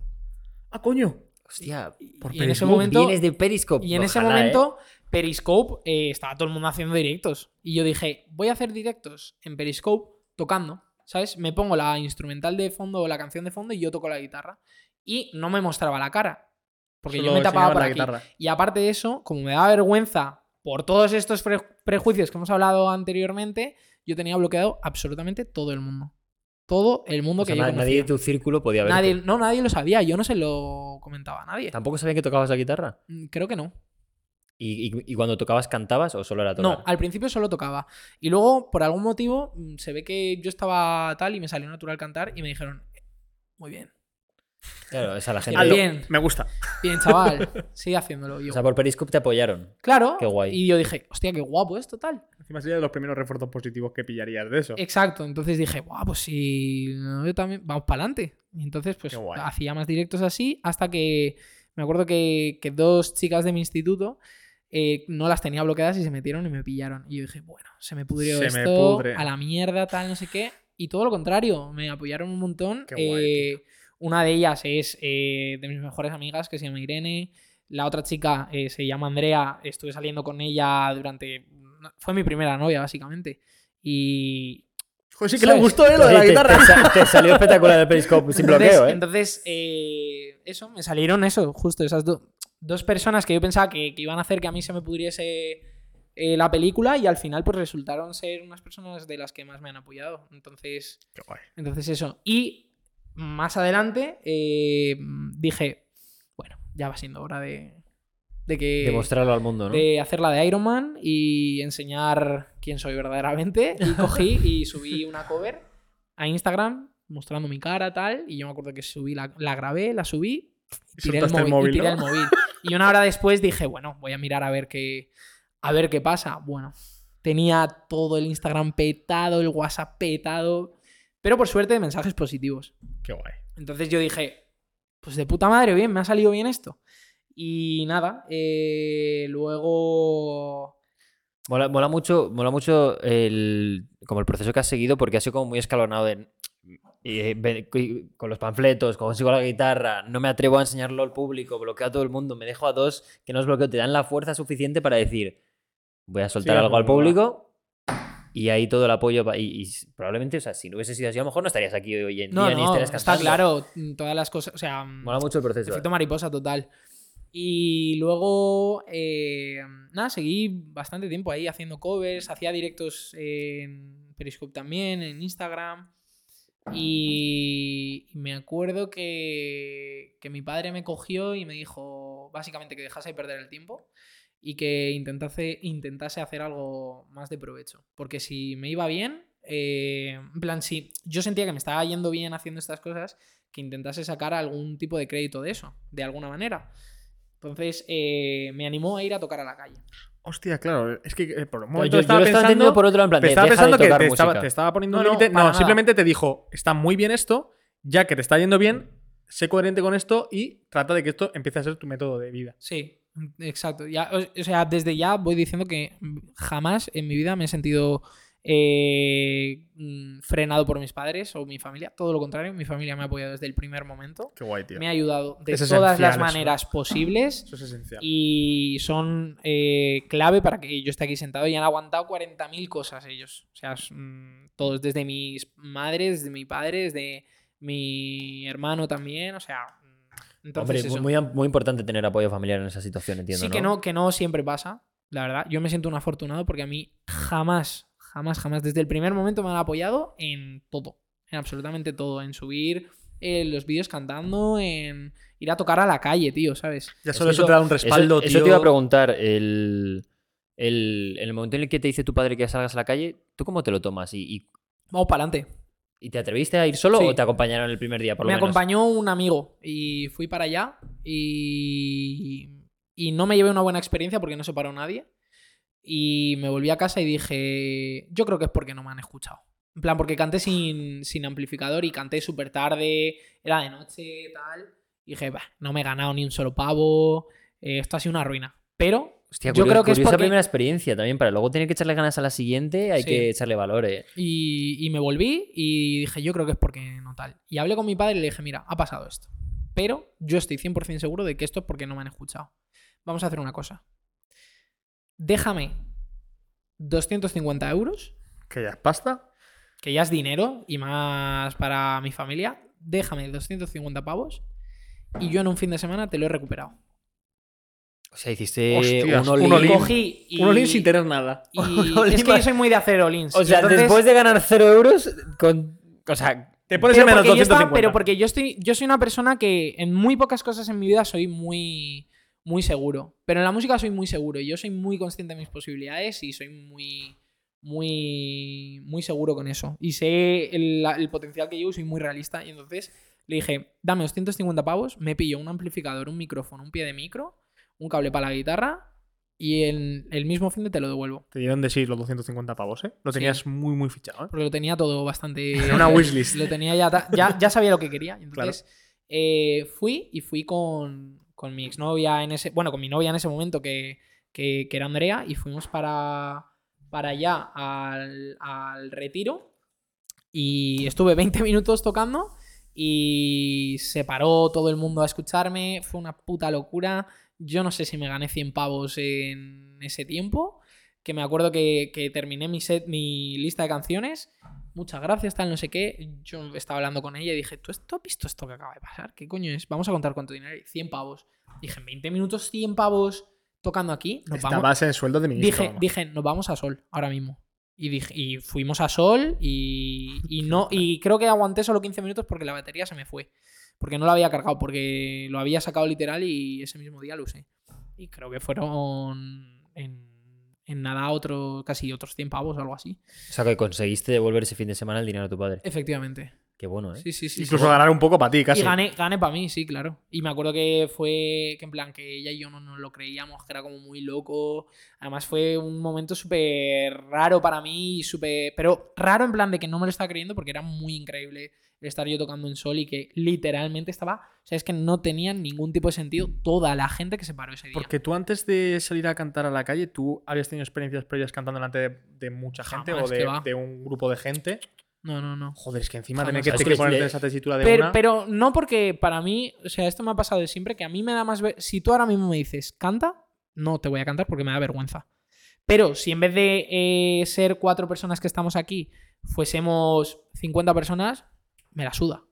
Ah, coño.
Hostia, pues
Por
y en ese
Periscope
momento,
vienes de Periscope.
y en ese
Ojalá, ¿eh?
momento Periscope eh, estaba todo el mundo haciendo directos. Y yo dije, voy a hacer directos en Periscope tocando. ¿Sabes? Me pongo la instrumental de fondo o la canción de fondo y yo toco la guitarra. Y no me mostraba la cara. Porque yo
Solo
me tapaba
enseñabas
por
la
aquí.
guitarra.
Y aparte de eso, como me daba vergüenza por todos estos pre- prejuicios que hemos hablado anteriormente, yo tenía bloqueado absolutamente todo el mundo. Todo el mundo
O sea,
que
na-
yo
nadie de
conocía.
tu círculo podía ver.
Nadie- no, nadie lo sabía. Yo no se lo comentaba a nadie.
Tampoco sabía que tocabas la guitarra.
Mm, Creo que no.
¿Y, y- y cuando tocabas, cantabas o solo era tocar?
No, al principio solo tocaba. Y luego, por algún motivo, mm, se ve que yo estaba tal y me salió natural cantar y me dijeron, muy bien,
Claro, esa la gente.
Hazlo.
Bien.
Me gusta.
bien chaval, sigue haciéndolo. Y
O
Yo,
sea, por Periscope te apoyaron.
claro.
qué guay.
Y yo dije, hostia, qué guapo esto tal.
Encima sería de los primeros refuerzos positivos que pillarías de eso.
Exacto, entonces dije, guau, pues sí, yo también, vamos para adelante. Y entonces, pues
Qué guay.
hacía más directos así hasta que me acuerdo que, que dos chicas de mi instituto eh, no las tenía bloqueadas y se metieron y me pillaron. Y yo dije, bueno, se me pudrió
Se me
esto,
pudre.
a la mierda, tal, no sé qué. Y todo lo contrario, me apoyaron un montón.
Qué guay,
Eh, una de ellas es eh, de mis mejores amigas, que se llama Irene. La otra chica eh, se llama Andrea. Estuve saliendo con ella durante... Fue mi primera novia, básicamente. Y,
Joder, sí
¿Sabes?
¿eh?
Sí, te- Te, sa- te salió espectacular el Periscope sin
entonces,
bloqueo, ¿eh?
entonces, eh, eso, me salieron eso, justo esas do- dos personas que yo pensaba que, que iban a hacer que a mí se me pudriese eh, la película y al final pues resultaron ser unas personas de las que más me han apoyado. Entonces,
Qué guay.
entonces eso. Y más adelante eh, dije, bueno, ya va siendo hora de, de que...
Demostrarlo al mundo, ¿no?
De hacer la de Iron Man y enseñar quién soy verdaderamente. Y cogí y subí una cover a Instagram mostrando mi cara, tal. Y yo me acuerdo que subí, la, la grabé, la subí. y Tiré el
Soltaste el
móvil,
móvil,
y
¿no?
tiré el móvil. Y una hora después dije, bueno, voy a mirar a ver qué, a ver qué pasa. Bueno, tenía todo el Instagram petado, el WhatsApp petado. Pero por suerte, mensajes positivos.
Qué guay.
Entonces yo dije, pues de puta madre, bien, me ha salido bien esto. Y nada, eh, luego...
Mola, mola mucho, mola mucho el, como el proceso que has seguido porque ha sido como muy escalonado de, eh, ve- cu- con los panfletos, consigo la guitarra, no me atrevo a enseñarlo al público, bloqueo a todo el mundo, me dejo a dos que no os bloqueo, te dan la fuerza suficiente para decir, voy a soltar
Sí,
algo al
pues, mola.
público y ahí todo el apoyo va- y, y probablemente, o sea, si no hubiese sido así, a lo mejor no estarías aquí hoy en día
No,
ni
no,
estarías
está
cantando.
claro, mm, todas las cosas, o sea, mm,
Mola mucho el proceso.
efecto
eh.
mariposa total. Y luego, eh, nada, seguí bastante tiempo ahí haciendo covers, hacía directos en Periscope también, en Instagram. Y me acuerdo que, que mi padre me cogió y me dijo básicamente que dejase de perder el tiempo y que intentase, intentase hacer algo más de provecho. Porque si me iba bien, eh, en plan, si yo sentía que me estaba yendo bien haciendo estas cosas, que intentase sacar algún tipo de crédito de eso, de alguna manera. Entonces eh, me animó a ir a tocar a la calle.
Hostia, claro. Es que eh, por un
Yo,
momento
yo
estaba
lo estaba entendiendo
pensando...
por otro lado, en plan,
Te
de,
estaba
deja de
pensando que
tocar
te
música.
estaba, te estaba poniendo
No,
un
no,
límite.
para
No,
nada.
simplemente te dijo, está muy bien esto, ya que te está yendo bien, sé coherente con esto y trata de que esto empiece a ser tu método de vida.
Sí, exacto. Ya, o, o sea, desde ya voy diciendo que jamás en mi vida me he sentido eh, mm, frenado por mis padres o mi familia. Todo lo contrario, mi familia me ha apoyado desde el primer momento.
Qué guay, tío.
Me ha ayudado de
Es
todas
esencial
las
eso.
maneras posibles.
Eso es esencial.
y son eh, clave para que yo esté aquí sentado y han aguantado 40.000 cosas ellos. O sea, es, mm, todos, desde mis madres, desde mi padre, desde mi hermano también, o sea... mm,
Hombre,
Entonces, eso.
muy, muy importante tener apoyo familiar en esa situación, entiendo.
sí que no, que no siempre pasa, la verdad. Yo me siento un afortunado porque a mí jamás, jamás, jamás, desde el primer momento me han apoyado en todo, en absolutamente todo, en subir... eh, los vídeos cantando, en ir a tocar a la calle, tío, ¿sabes?
ya
eso-
solo eso te da un
Eso-
respaldo,
eso,
tío.
te iba a preguntar. El, el, en el momento en el que te dice tu padre que salgas a la calle, ¿tú cómo te lo tomas? Y, y-
Vamos para adelante.
¿Y te atreviste a ir solo
Sí.
o te acompañaron el primer día, por lo
me
menos?
acompañó un amigo y fui para allá y, y no me llevé una buena experiencia porque no se paró nadie. Y me volví a casa y dije, yo creo que es porque no me han escuchado. En plan, porque canté sin, sin amplificador y canté súper tarde, era de noche, tal. Y dije, "Bah, no me he ganado ni un solo pavo, eh, esto ha sido una ruina. Pero
Hostia,
yo
curio-
creo que es
curiosa
porque...
primera experiencia también, para luego tener que echarle ganas a la siguiente, hay
Sí.
que echarle valor, eh.
Y, y me volví y dije, yo creo que es porque no tal. Y hablé con mi padre y le dije, mira, ha pasado esto. Pero yo estoy 100% seguro de que esto es porque no me han escuchado. Vamos a hacer una cosa. Déjame 250 euros,
¿Que ya es pasta?
que ya es dinero y más para mi familia. Déjame 250 pavos y yo en un fin de semana te lo he recuperado.
O sea, hiciste
Hostias,
un
un
all-in.
all-in.
Cogí y...
Un all sin tener nada.
y-
Un all-in
es que yo soy muy de hacer all
O sea, después de ganar cero euros, con... O sea,
Te pones
pero
en menos
porque yo estaba-
250.
pero porque yo estoy. Yo soy una persona que en muy pocas cosas en mi vida soy muy. Muy seguro. Pero en la música soy muy seguro. y Yo soy muy consciente de mis posibilidades y soy muy. Muy. Muy seguro con eso. Y sé el, la- el potencial que llevo y soy muy realista. Y entonces le dije, dame 250 pavos, me pillo un amplificador, un micrófono, un pie de micro, un cable para la guitarra y en el mismo fin de te lo devuelvo.
Te dieron de sí los 250 pavos, ¿eh? Lo
Sí.
tenías muy, muy fichado, ¿eh?
Porque lo tenía todo bastante.
Era una wishlist.
Lo tenía ya, ta- ya, ya sabía lo que quería. y Entonces eh, fui y fui con, con mi exnovia en ese. Bueno, con mi novia en ese momento, que, que, que era Andrea, y fuimos para, para allá al, al retiro. Y estuve 20 minutos tocando. Y se paró todo el mundo a escucharme. Fue una puta locura. Yo no sé si me gané 100 pavos en ese tiempo. Que me acuerdo que, que terminé mi, set, mi lista de canciones muchas gracias, tal, no sé qué. Yo estaba hablando con ella y dije, ¿tú, esto, has visto esto que acaba de pasar? ¿Qué coño es? Vamos a contar cuánto dinero hay. 100 pavos. Dije, en 20 minutos, 100 pavos tocando aquí. Nos vamos.
Estabas en sueldo de ministro.
Dije,
vamos.
dije, nos vamos a Sol ahora mismo. Y, dije, y fuimos a Sol y, y no, y creo que aguanté solo 15 minutos porque la batería se me fue. Porque no la había cargado, porque lo había sacado literal y ese mismo día lo usé. Y creo que fueron en, en nada otro, casi otros 100 pavos o algo así.
o sea, que conseguiste devolver ese fin de semana el dinero a tu padre.
Efectivamente.
Qué bueno, eh.
Sí, sí, sí.
Incluso
sí.
ganar un poco para ti, casi.
Y gané, gané para mí, sí, claro. Y me acuerdo que fue que en plan que ella y yo no nos lo creíamos, que era como muy loco. Además fue un momento súper raro para mí, y súper... Pero raro en plan de que no me lo estaba creyendo porque era muy increíble el estar yo tocando en sol y que literalmente estaba... O sea, es que no tenía ningún tipo de sentido toda la gente que se paró ese día.
Porque tú antes de salir a cantar a la calle, ¿tú habías tenido experiencias previas cantando delante de, de mucha gente
Jamás,
o
que
de,
va.
de un grupo de gente?
No, no, no.
Joder, es que encima
Jamás.
tener que, te-
Es que-
ponerte en esa tesitura de
Pero,
una...
pero no porque para mí, o sea, esto me ha pasado de siempre, que a mí me da más... ver- Si tú ahora mismo me dices, canta, no te voy a cantar porque me da vergüenza. Pero si en vez de eh, ser cuatro personas que estamos aquí, fuésemos 50 personas, me la suda.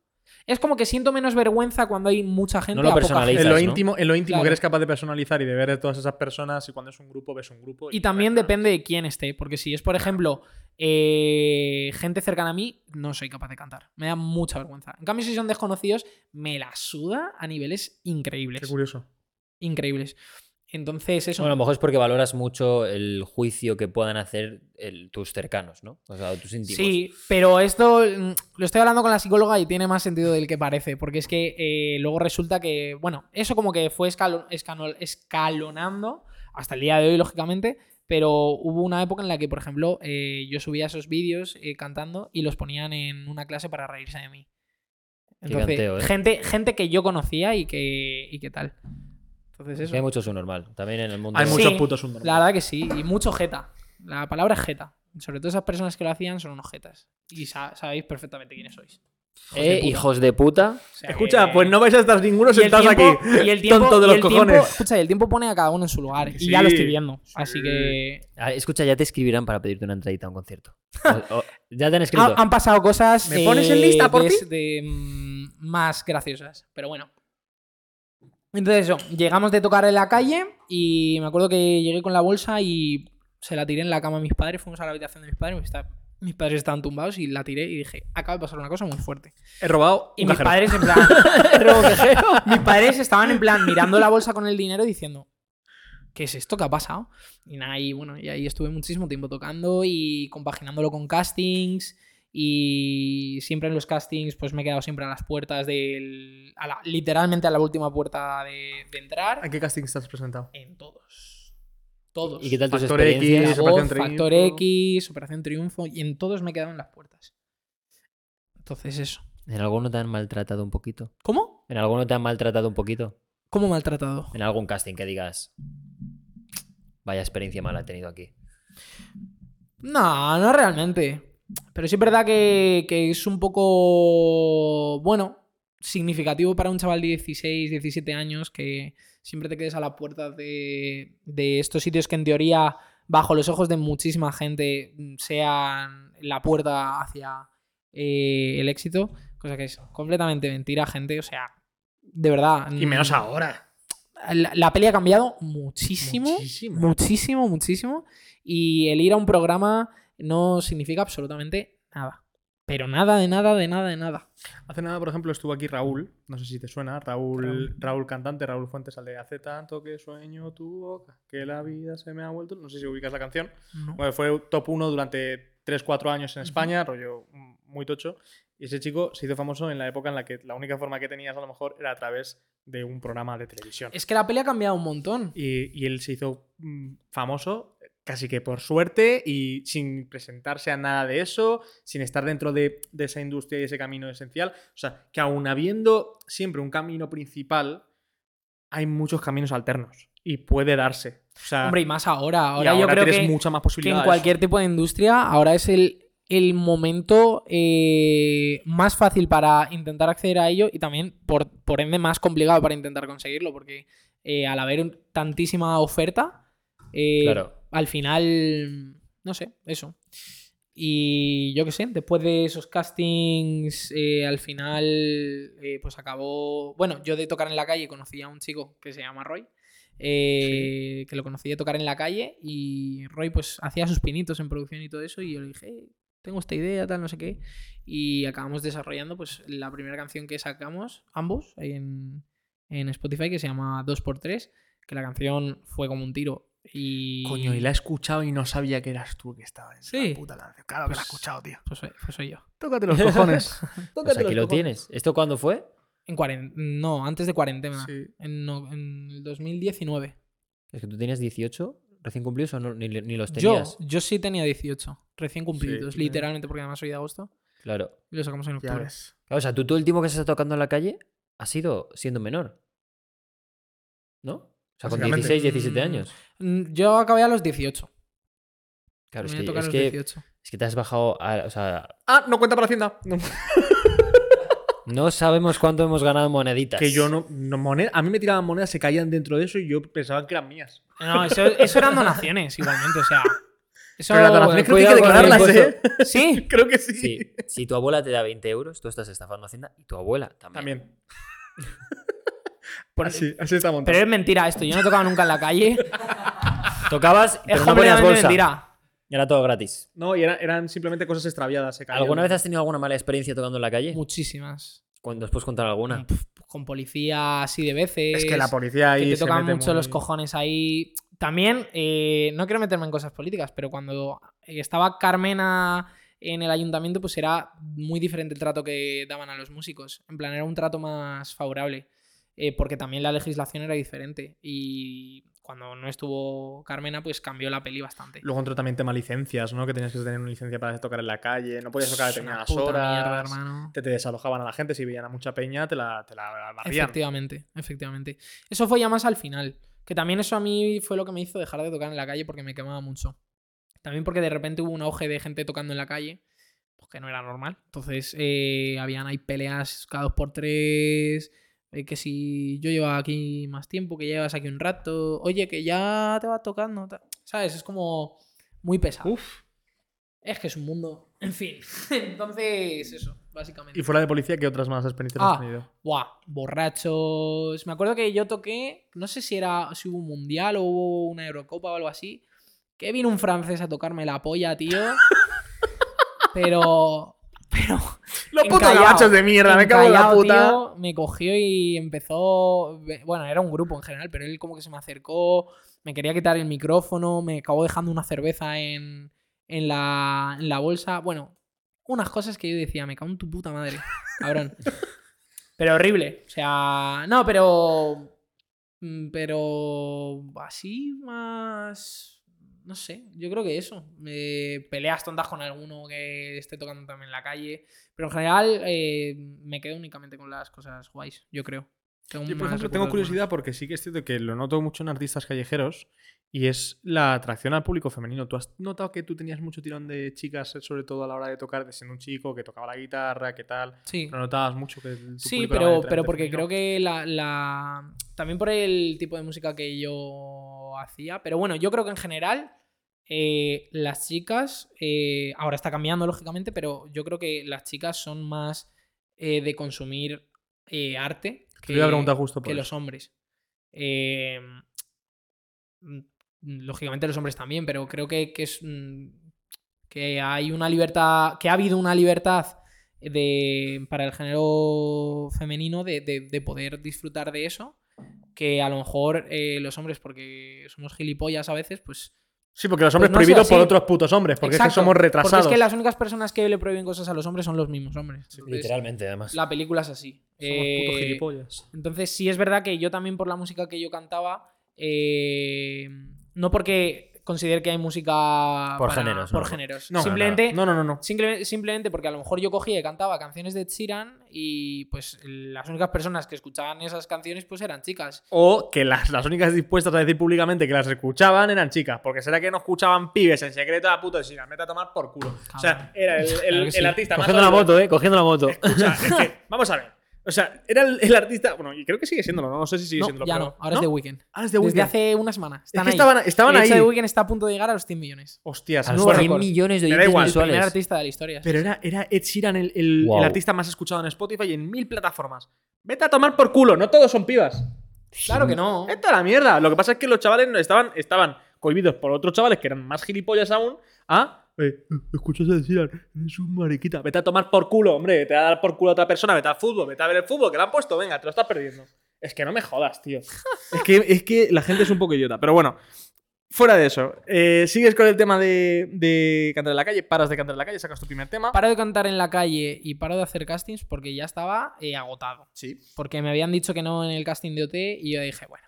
Es como que siento menos vergüenza cuando hay mucha gente.
lo
a poca
personaliza.
gente.
en lo
quizás, ¿no?
íntimo, en lo íntimo
Claro.
que eres capaz de personalizar y de ver a todas esas personas y cuando es un grupo ves un grupo.
Y también depende de quién esté, porque si es, por ejemplo, eh, gente cercana a mí, no soy capaz de cantar. Me da mucha vergüenza. En cambio, si son desconocidos, me la suda a niveles
Qué
increíbles.
curioso.
increíbles. Entonces, eso.
Bueno, a lo mejor es porque valoras mucho el juicio que puedan hacer el- tus cercanos, ¿no? O sea, tus íntimos.
sí, pero esto mm, lo estoy hablando con la psicóloga y tiene más sentido del que parece, porque es que eh, luego resulta que, bueno, eso como que fue escalo- escano- escalonando hasta el día de hoy, lógicamente, pero hubo una época en la que, por ejemplo, eh, yo subía esos vídeos eh, cantando y los ponían en una clase para reírse de mí. Entonces,
canteo, ¿eh?
gente, gente que yo conocía y que, y que tal. Entonces,
Es
eso.
que Hay mucho subnormal. También en el mundo.
Hay
Sí.
muchos putos subnormales.
La verdad que sí, y mucho jeta. La palabra es jeta. Sobre todo esas personas que lo hacían son unos jetas. Y sa- sabéis perfectamente quiénes sois.
Eh, hijos de puta.
O sea que-
Escucha, pues no vais a estar ninguno
Y el
sentados
tiempo-
aquí.
Y el tiempo,
tonto de
y
los
el tiempo-
cojones.
escucha, y el tiempo pone a cada uno en su lugar.
Sí,
y ya lo estoy viendo.
sí.
Así que.
Ah, Escucha, ya te escribirán para pedirte una entradita a un concierto. O- o- ya te han escrito.
Ha- Ah, han pasado cosas. eh,
¿Me pones en lista por
de-
ti?
de, mm, más graciosas. Pero bueno. Entonces, eso. Llegamos de tocar en la calle y me acuerdo que llegué con la bolsa y se la tiré en la cama a mis padres. Fuimos a la habitación de mis padres. Mis, ta- mis padres estaban tumbados y la tiré y dije: Acaba de pasar una cosa muy fuerte.
He robado
Y
un
mis
cajero.
padres, en plan. mis padres estaban en plan mirando la bolsa con el dinero diciendo. ¿Qué es esto que ha pasado? Y nada, y bueno, y ahí estuve muchísimo tiempo tocando y compaginándolo con castings Y siempre en los castings, pues me he quedado siempre a las puertas del. a la- literalmente a la última puerta de, de entrar.
¿A qué casting estás presentado?
En todos. Todos.
¿Y qué tal tus
Factor X,
experiencias?
La
Operación
Voz,
Triunfo.
Factor X, Operación Triunfo. Y en todos me he quedado en las puertas. Entonces, eso.
¿En alguno te han maltratado un poquito?
¿Cómo?
¿En alguno te han maltratado un poquito?
¿Cómo maltratado?
¿En algún casting que digas? Vaya experiencia mala he tenido aquí.
No, no realmente. Pero sí es verdad que, que es un poco, bueno, significativo para un chaval de 16, 17 años que siempre te quedes a la puerta de, de estos sitios que en teoría, bajo los ojos de muchísima gente, mm, sean la puerta hacia eh, el éxito. Cosa que es completamente mentira, gente. O sea, de verdad.
Y menos
mm,
ahora.
la, la peli ha cambiado muchísimo.
Muchísimo.
Muchísimo, muchísimo. Y el ir a un programa no significa absolutamente nada. Pero nada, de nada, de nada, de nada.
Hace nada, por ejemplo, estuvo aquí Raúl, no sé si te suena, Raúl,
Raúl.
Raúl cantante, Raúl Fuentes, al de hace tanto que sueño tu boca, que la vida se me ha vuelto, no sé si ubicas la canción.
No.
Bueno, fue top 1 durante 3-4 años en España, rollo mm, muy tocho. Y ese chico se hizo famoso en la época en la que la única forma que tenías a lo mejor era a través de un programa de televisión.
Es que la peli ha cambiado un montón.
Y, y él se hizo mm, famoso casi que por suerte y sin presentarse a nada de eso, sin estar dentro de, de esa industria y ese camino esencial. O sea, que aun habiendo siempre un camino principal, hay muchos caminos alternos y puede darse. O sea,
Hombre, y más ahora.
y
Ahora, yo creo
tienes
que,
mucha más
que
posibilidad.
en cualquier tipo de industria ahora es el, el momento eh, más fácil para intentar acceder a ello y también, por, por ende, más complicado para intentar conseguirlo. Porque eh, al haber un- tantísima oferta, eh,
Claro.
al final, no sé, eso. Y yo qué sé, después de esos castings, eh, al final, eh, pues acabó. Bueno, yo de tocar en la calle conocí a un chico que se llama Roy, eh, que lo conocí de tocar en la calle y Roy pues hacía sus pinitos en producción y todo eso y yo le dije, "Eh, tengo esta idea, tal, no sé qué. Y acabamos desarrollando pues la primera canción que sacamos, ambos, en, en Spotify, que se llama 2x3, que la canción fue como un tiro. Y...
Coño, y la he escuchado y no sabía que eras tú que estaba en
Sí.
la puta canción. Claro que la he
Pues-
escuchado, tío.
Pues soy, pues soy yo.
Tócate los cojones.
Pues
Tócate
aquí
los
lo
cojones.
tienes. ¿Esto cuándo fue?
En cuaren- No, antes de cuarentena.
Sí.
En, no- en el 2019.
Es que tú tenías 18 recién cumplidos o no- ni, ni los
Yo,
tenías.
yo sí tenía 18, recién cumplidos,
Sí, yo
literalmente, porque además soy de agosto.
Claro.
Y lo sacamos en
Ya
octubre.
ves.
Claro, O sea, tú todo el tiempo que has estado tocando en la calle ha sido siendo menor. ¿No? O sea, con
Básicamente.
16, 17
Mm.
años.
Mm, Yo acabé a los 18.
Claro, es
Terminé
que,
de tocar
es,
a los
que,
18.
es que te has bajado. a- o sea,
Ah, no cuenta para Hacienda. No.
no sabemos cuánto hemos ganado en moneditas.
Que yo no, no moneda- a mí me tiraban monedas, se caían dentro de eso y yo pensaba que eran mías.
No, eso, eso eran donaciones, igualmente, o sea. Eso,
Pero las donaciones creo que hay que
cuidado con el
declararlas, ¿eh?
Sí,
Creo que sí.
Sí, si tu abuela te da 20 euros, tú estás estafando a Hacienda y tu abuela también.
También. así, así está montado.
pero es mentira esto. Yo no tocaba nunca en la calle.
Tocabas,
Es
pero no ponías
completamente
bolsa.
mentira.
Era todo gratis.
No, y era- eran simplemente cosas extraviadas. se caían.
¿Alguna vez has tenido alguna mala experiencia tocando en la calle?
Muchísimas.
Cuando os puedes contar alguna.
Pf, Con policía así de veces.
Es que la policía ahí.
que te
se
tocan
mete
mucho
muy-
los cojones ahí. También, eh, no quiero meterme en cosas políticas, pero cuando estaba Carmena en el ayuntamiento, pues era muy diferente el trato que daban a los músicos. En plan, era un trato más favorable, eh, porque también la legislación era diferente. Y cuando no estuvo Carmena, pues cambió la peli bastante.
Luego entró también tema licencias, ¿no? Que tenías que tener una licencia para tocar en la calle, no podías tocar a
Es una
determinadas
puta
horas.
mierda, hermano.
te, te desalojaban a la gente, si veían a mucha peña, te la, te la barrían.
Efectivamente, efectivamente. Eso fue ya más al final. Que también eso a mí fue lo que me hizo dejar de tocar en la calle porque me quemaba mucho. También porque de repente hubo un auge de gente tocando en la calle, pues que no era normal. Entonces, eh, habían ahí peleas cada dos por tres. eh, que si yo llevaba aquí más tiempo, que ya llevas aquí un rato. Oye, que ya te vas tocando. ta- ¿Sabes? Es como muy pesado.
Uf.
Es que es un mundo. En fin. Entonces, eso, básicamente.
Y fuera de policía, ¿qué otras más experiencias
Ah.
has tenido?
Buah, borrachos. Me acuerdo que yo toqué, no sé si era si hubo un mundial o hubo una Eurocopa o algo así, que vino un francés a tocarme la polla, tío. Pero pero
Los putos
Encallado.
gabachos de mierda, me cago en la
encallado,
puta.
tío, me cogió y empezó, bueno, era un grupo en general, pero él como que se me acercó, me quería quitar el micrófono, me acabó dejando una cerveza en en la en la bolsa, bueno, unas cosas que yo decía, me cago en tu puta madre, cabrón. pero horrible. O sea, no, pero. mm, Pero. Así más. No sé, yo creo que eso. Eh, peleas tontas con alguno que esté tocando también en la calle. Pero en general eh, me quedo únicamente con las cosas guays, yo creo. Tengo
Yo, por
más
ejemplo, tengo
recuerdos
curiosidad porque sí que es cierto que lo noto mucho en artistas callejeros y es la atracción al público femenino. ¿Tú has notado que tú tenías mucho tirón de chicas, eh, sobre todo a la hora de tocar, de siendo un chico que tocaba la guitarra, qué tal?
buenos. Sí.
¿Lo notabas mucho? que el- tu público
Sí,
este era
pero,
mayoritariamente
pero porque
femenino?
creo que la, la- También por el tipo de música que yo hacía. Pero bueno, yo creo que en general eh, las chicas... eh, ahora está cambiando, lógicamente, pero yo creo que las chicas son más eh, de consumir eh, arte
Te iba a preguntar justo por
que
eso.
los hombres. Eh, mm, lógicamente los hombres también, pero creo que, que es mm, que hay una libertad, que ha habido una libertad de, para el género femenino de, de- de poder disfrutar de eso, que a lo mejor eh, los hombres, porque somos gilipollas a veces, pues...
Sí, porque los hombres
no ha sido
prohibidos por
así.
otros putos hombres, porque es que
Exacto,
somos
Porque
retrasados.
es que las únicas personas que le prohíben cosas a los hombres son los mismos hombres. Entonces,
Literalmente, además.
La película es así.
Somos putos
Eh,
gilipollas.
entonces sí es verdad que yo también por la música que yo cantaba, eh, no porque considere que hay música
Por géneros,
por
no.
géneros.
No,
simplemente,
No, no, no, no.
simple- simplemente porque a lo mejor yo cogía y cantaba canciones de Ed Sheeran y pues las únicas personas que escuchaban esas canciones pues eran chicas.
O que las, las únicas dispuestas a decir públicamente que las escuchaban eran chicas, porque será que no escuchaban pibes en secreto a puto y las mete a tomar por culo. O sea,
Cabrón.
era el, el-
Claro que
el
sí.
artista más.
Cogiendo la moto, eh. Cogiendo la moto.
Escucha, es que, vamos a ver. O sea, era el, el artista. Bueno, y creo que sigue siéndolo, no, no sé si sigue
No,
siéndolo.
ya
pero-
no, ahora es The Weeknd.
Ahora es de
Desde
Weeknd.
hace una semana.
Es
Están
que
ahí.
estaban, estaban
de
ahí.
hecho, The Weeknd está a punto de llegar a los 100 millones.
Hostias,
A
es
los
bueno.
100 millones de
Me da
oyentes
igual,
El primer
mensuales.
artista de la historia. sí,
Pero
sí.
era, era Ed Sheeran el, el-
Wow.
el artista más escuchado en Spotify y en mil plataformas. Vete a tomar por culo, no todos son pibas.
Claro que no.
Vete a la mierda. Lo que pasa es que los chavales no estaban, estaban cohibidos por otros chavales que eran más gilipollas aún a. eh, escuchas a Ed Sheeran, es un mariquita. Vete a tomar por culo, hombre. Te va a dar por culo a otra persona. Vete al fútbol, vete a ver el fútbol que le han puesto. Venga, te lo estás perdiendo. Es que no me jodas, tío. es, que, es que la gente es un poco idiota. Pero bueno, fuera de eso. eh, sigues con el tema de, de cantar en la calle. Paras de cantar en la calle, sacas tu primer tema.
Paro de cantar en la calle y paro de hacer castings porque ya estaba eh, agotado.
Sí.
Porque me habían dicho que no en el casting de OT y yo dije, bueno,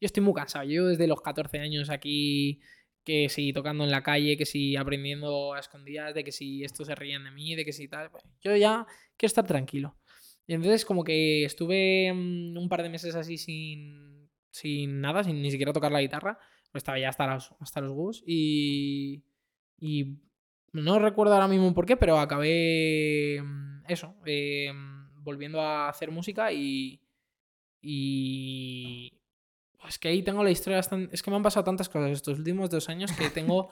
yo estoy muy cansado. Yo desde los 14 años aquí, que si tocando en la calle, que si aprendiendo a escondidas, de que si estos se ríen de mí, de que si tal. bueno, yo ya quiero estar tranquilo. Y entonces como que estuve mm, un par de meses así sin, sin nada, sin ni siquiera tocar la guitarra. Pues estaba ya hasta los, hasta los gus y... Y no recuerdo ahora mismo por qué, pero acabé mm, eso, eh, mm, volviendo a hacer música y... Y... Es que ahí tengo la historia bastante... Es que me han pasado tantas cosas estos últimos dos años que tengo...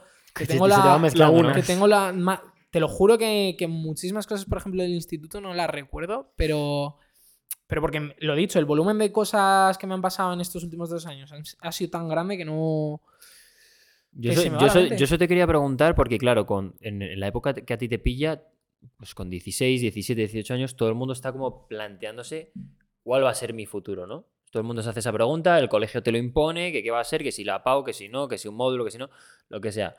Que
que tengo
se- se te va
la...
mezclando,
la
¿no?
Que tengo la. ma- Te lo juro que, que muchísimas cosas, por ejemplo, del instituto no las recuerdo, pero. Pero porque lo dicho, el volumen de cosas que me han pasado en estos últimos dos años han- ha sido tan grande que no.
Yo,
Que
eso,
se me va
yo
la
eso-
mente.
yo eso te quería preguntar porque, claro, con, en, en la época que a ti te pilla, pues con 16, 17, 18 años, todo el mundo está como planteándose cuál va a ser mi futuro, ¿no? Todo el mundo se hace esa pregunta, el colegio te lo impone, que qué va a ser, que si la PAU, que si no, que si un módulo, que si no, lo que sea.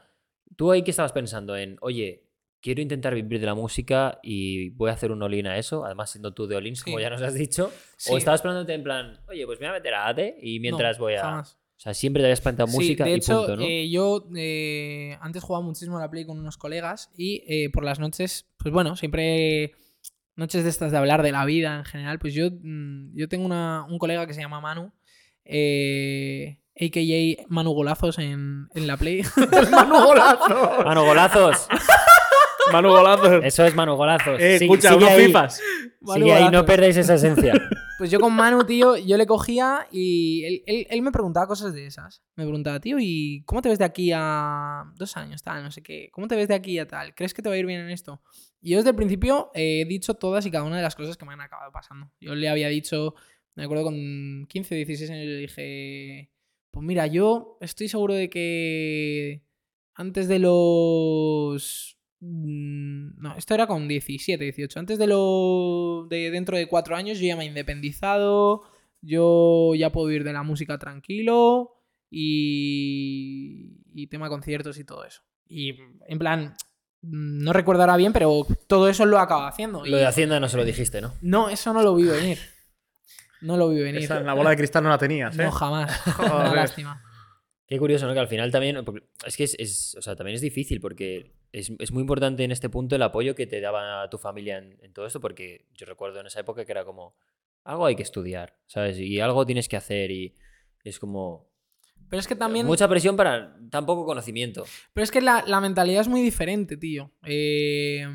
Tú ahí que estabas pensando en, oye, quiero intentar vivir de la música y voy a hacer un olín a eso, además siendo tú de olín, como
Sí.
ya nos has dicho,
Sí.
o estabas planteándote en plan, oye, pues me voy a meter a ATE y mientras
no,
voy a...
jamás.
O sea, siempre te habías planteado
Sí,
música
de
y
hecho,
punto, ¿no?
eh, yo eh, antes jugaba muchísimo a la Play con unos colegas y eh, por las noches, pues bueno, siempre noches de estas de hablar de la vida en general, pues yo, mm, yo tengo una- un colega que se llama Manu, eh, a.k.a. Manu Golazos en, en la Play.
Manu Golazo.
Mano golazos.
Manu Golazo.
Eso es mano golazos.
Eh,
Sí-
escucha,
sigue
unos
ahí.
fifas.
Manu
Sigue ahí,
Golazos.
no perdáis esa esencia.
Pues yo con Manu, tío, yo le cogía y él, él- él me preguntaba cosas de esas. Me preguntaba, tío, ¿y cómo te ves de aquí a dos años, tal, no sé qué? ¿Cómo te ves de aquí a tal? ¿Crees que te va a ir bien en esto? Y yo desde el principio eh, he dicho todas y cada una de las cosas que me han acabado pasando. Yo le había dicho, me acuerdo con 15 o 16 años, le dije, pues mira, yo estoy seguro de que antes de los... mm, No, esto era con 17, 18. Antes de lo de dentro de cuatro años yo ya me he independizado, yo ya puedo vivir de la música tranquilo y, y tema conciertos y todo eso. Y en plan, mm, no recuerdo ahora bien, pero todo eso lo acaba haciendo. y-
Lo de Hacienda no se lo dijiste, ¿no?
No, eso no lo vi venir. No lo vi venir.
Esa, la bola de cristal no la tenías, ¿eh?
No, jamás. Una
Joder.
lástima.
Qué curioso, ¿no? Que al final también. porque- Es que es, es- o sea, también es difícil porque es, es muy importante en este punto el apoyo que te daba tu familia en, en todo esto, porque yo recuerdo en esa época que era como. Algo hay que estudiar, ¿sabes? Y algo tienes que hacer y es como.
Pero es que también.
Mucha presión para tan poco conocimiento.
Pero es que la, la mentalidad es muy diferente, tío. Eh,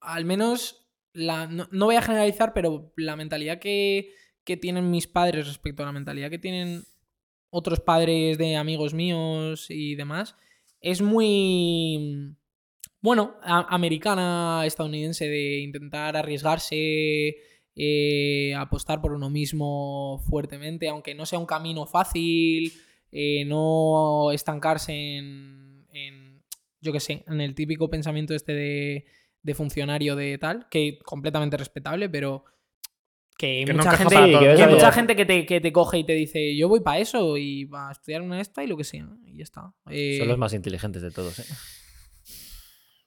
al menos, la, no, no voy a generalizar, pero la mentalidad que, que tienen mis padres respecto a la mentalidad que tienen otros padres de amigos míos y demás, es muy, bueno, a- americana, estadounidense, de intentar arriesgarse, eh, apostar por uno mismo fuertemente, aunque no sea un camino fácil, eh, no estancarse en, en, yo qué sé, en el típico pensamiento este de, de funcionario de tal, que completamente respetable, pero que,
Que no
mucha
encaja
gente...
para
Sí,
todo.
que
Y
ves
hay
la
mucha
vida.
gente que te, que te coge y te dice, yo voy para eso y va a estudiar una esta y lo que sea. Y ya está. Eh,
Son los más inteligentes de todos. ¿eh?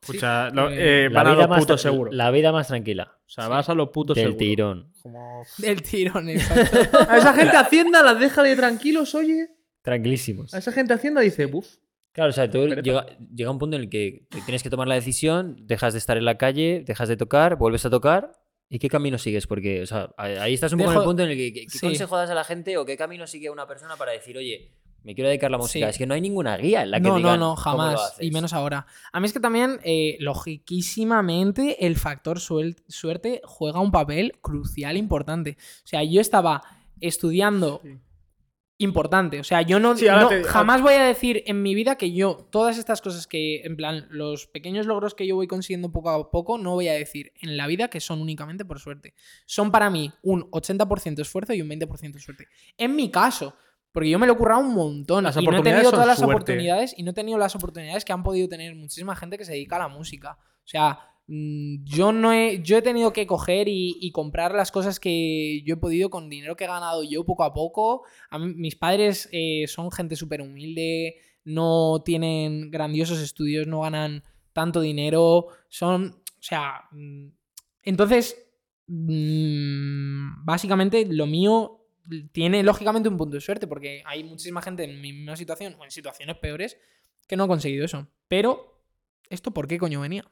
Escucha, lo-
eh,
eh, van a lo
más
puto
tra-
seguro.
La vida más tranquila.
O sea, vas a lo puto
del
seguro.
tirón.
Como-
Del tirón, exacto.
A esa gente Hacienda las deja de tranquilos, oye.
Tranquilísimos.
A esa gente Hacienda dice, buf.
Claro, o sea, tú
Pereza.
llega, llega un punto en el que te tienes que tomar la decisión, dejas de estar en la calle, dejas de tocar, vuelves a tocar. ¿Y qué camino sigues? Porque, o sea, a- ahí estás un poco en
Dejo-
el punto en el que, que- ¿qué
Sí.
consejo das a la gente o qué camino sigue una persona para decir, oye, me quiero dedicar a la música?
Sí.
Es que no hay ninguna guía en la que
no,
digan
no, no,
cómo lo
jamás.
haces.
Y menos ahora. A mí es que también, eh, logiquísimamente, el factor suel- suerte juega un papel crucial, importante. O sea, yo estaba estudiando
Sí.
importante. O sea, yo no,
Sí, ahora
no-
te- ah.
jamás voy a decir en mi vida que yo, todas estas cosas que, en plan, los pequeños logros que yo voy consiguiendo poco a poco, no voy a decir en la vida que son únicamente por suerte. Son para mí un 80% esfuerzo y un 20% suerte. En mi caso, porque yo me lo he currado un montón.
Las
y no he
oportunidades
tenido
son
todas las
suerte.
oportunidades y no he tenido las oportunidades que han podido tener muchísima gente que se dedica a la música. O sea, mm, yo no he, yo he tenido que coger y, y comprar las cosas que yo he podido con dinero que he ganado yo poco a poco. A mí- mis padres eh, son gente súper humilde, no tienen grandiosos estudios, no ganan tanto dinero, son, o sea, mm, entonces, mm, básicamente lo mío tiene lógicamente un punto de suerte, porque hay muchísima gente en mi misma situación o en situaciones peores que no ha conseguido eso. Pero, ¿esto por qué coño venía?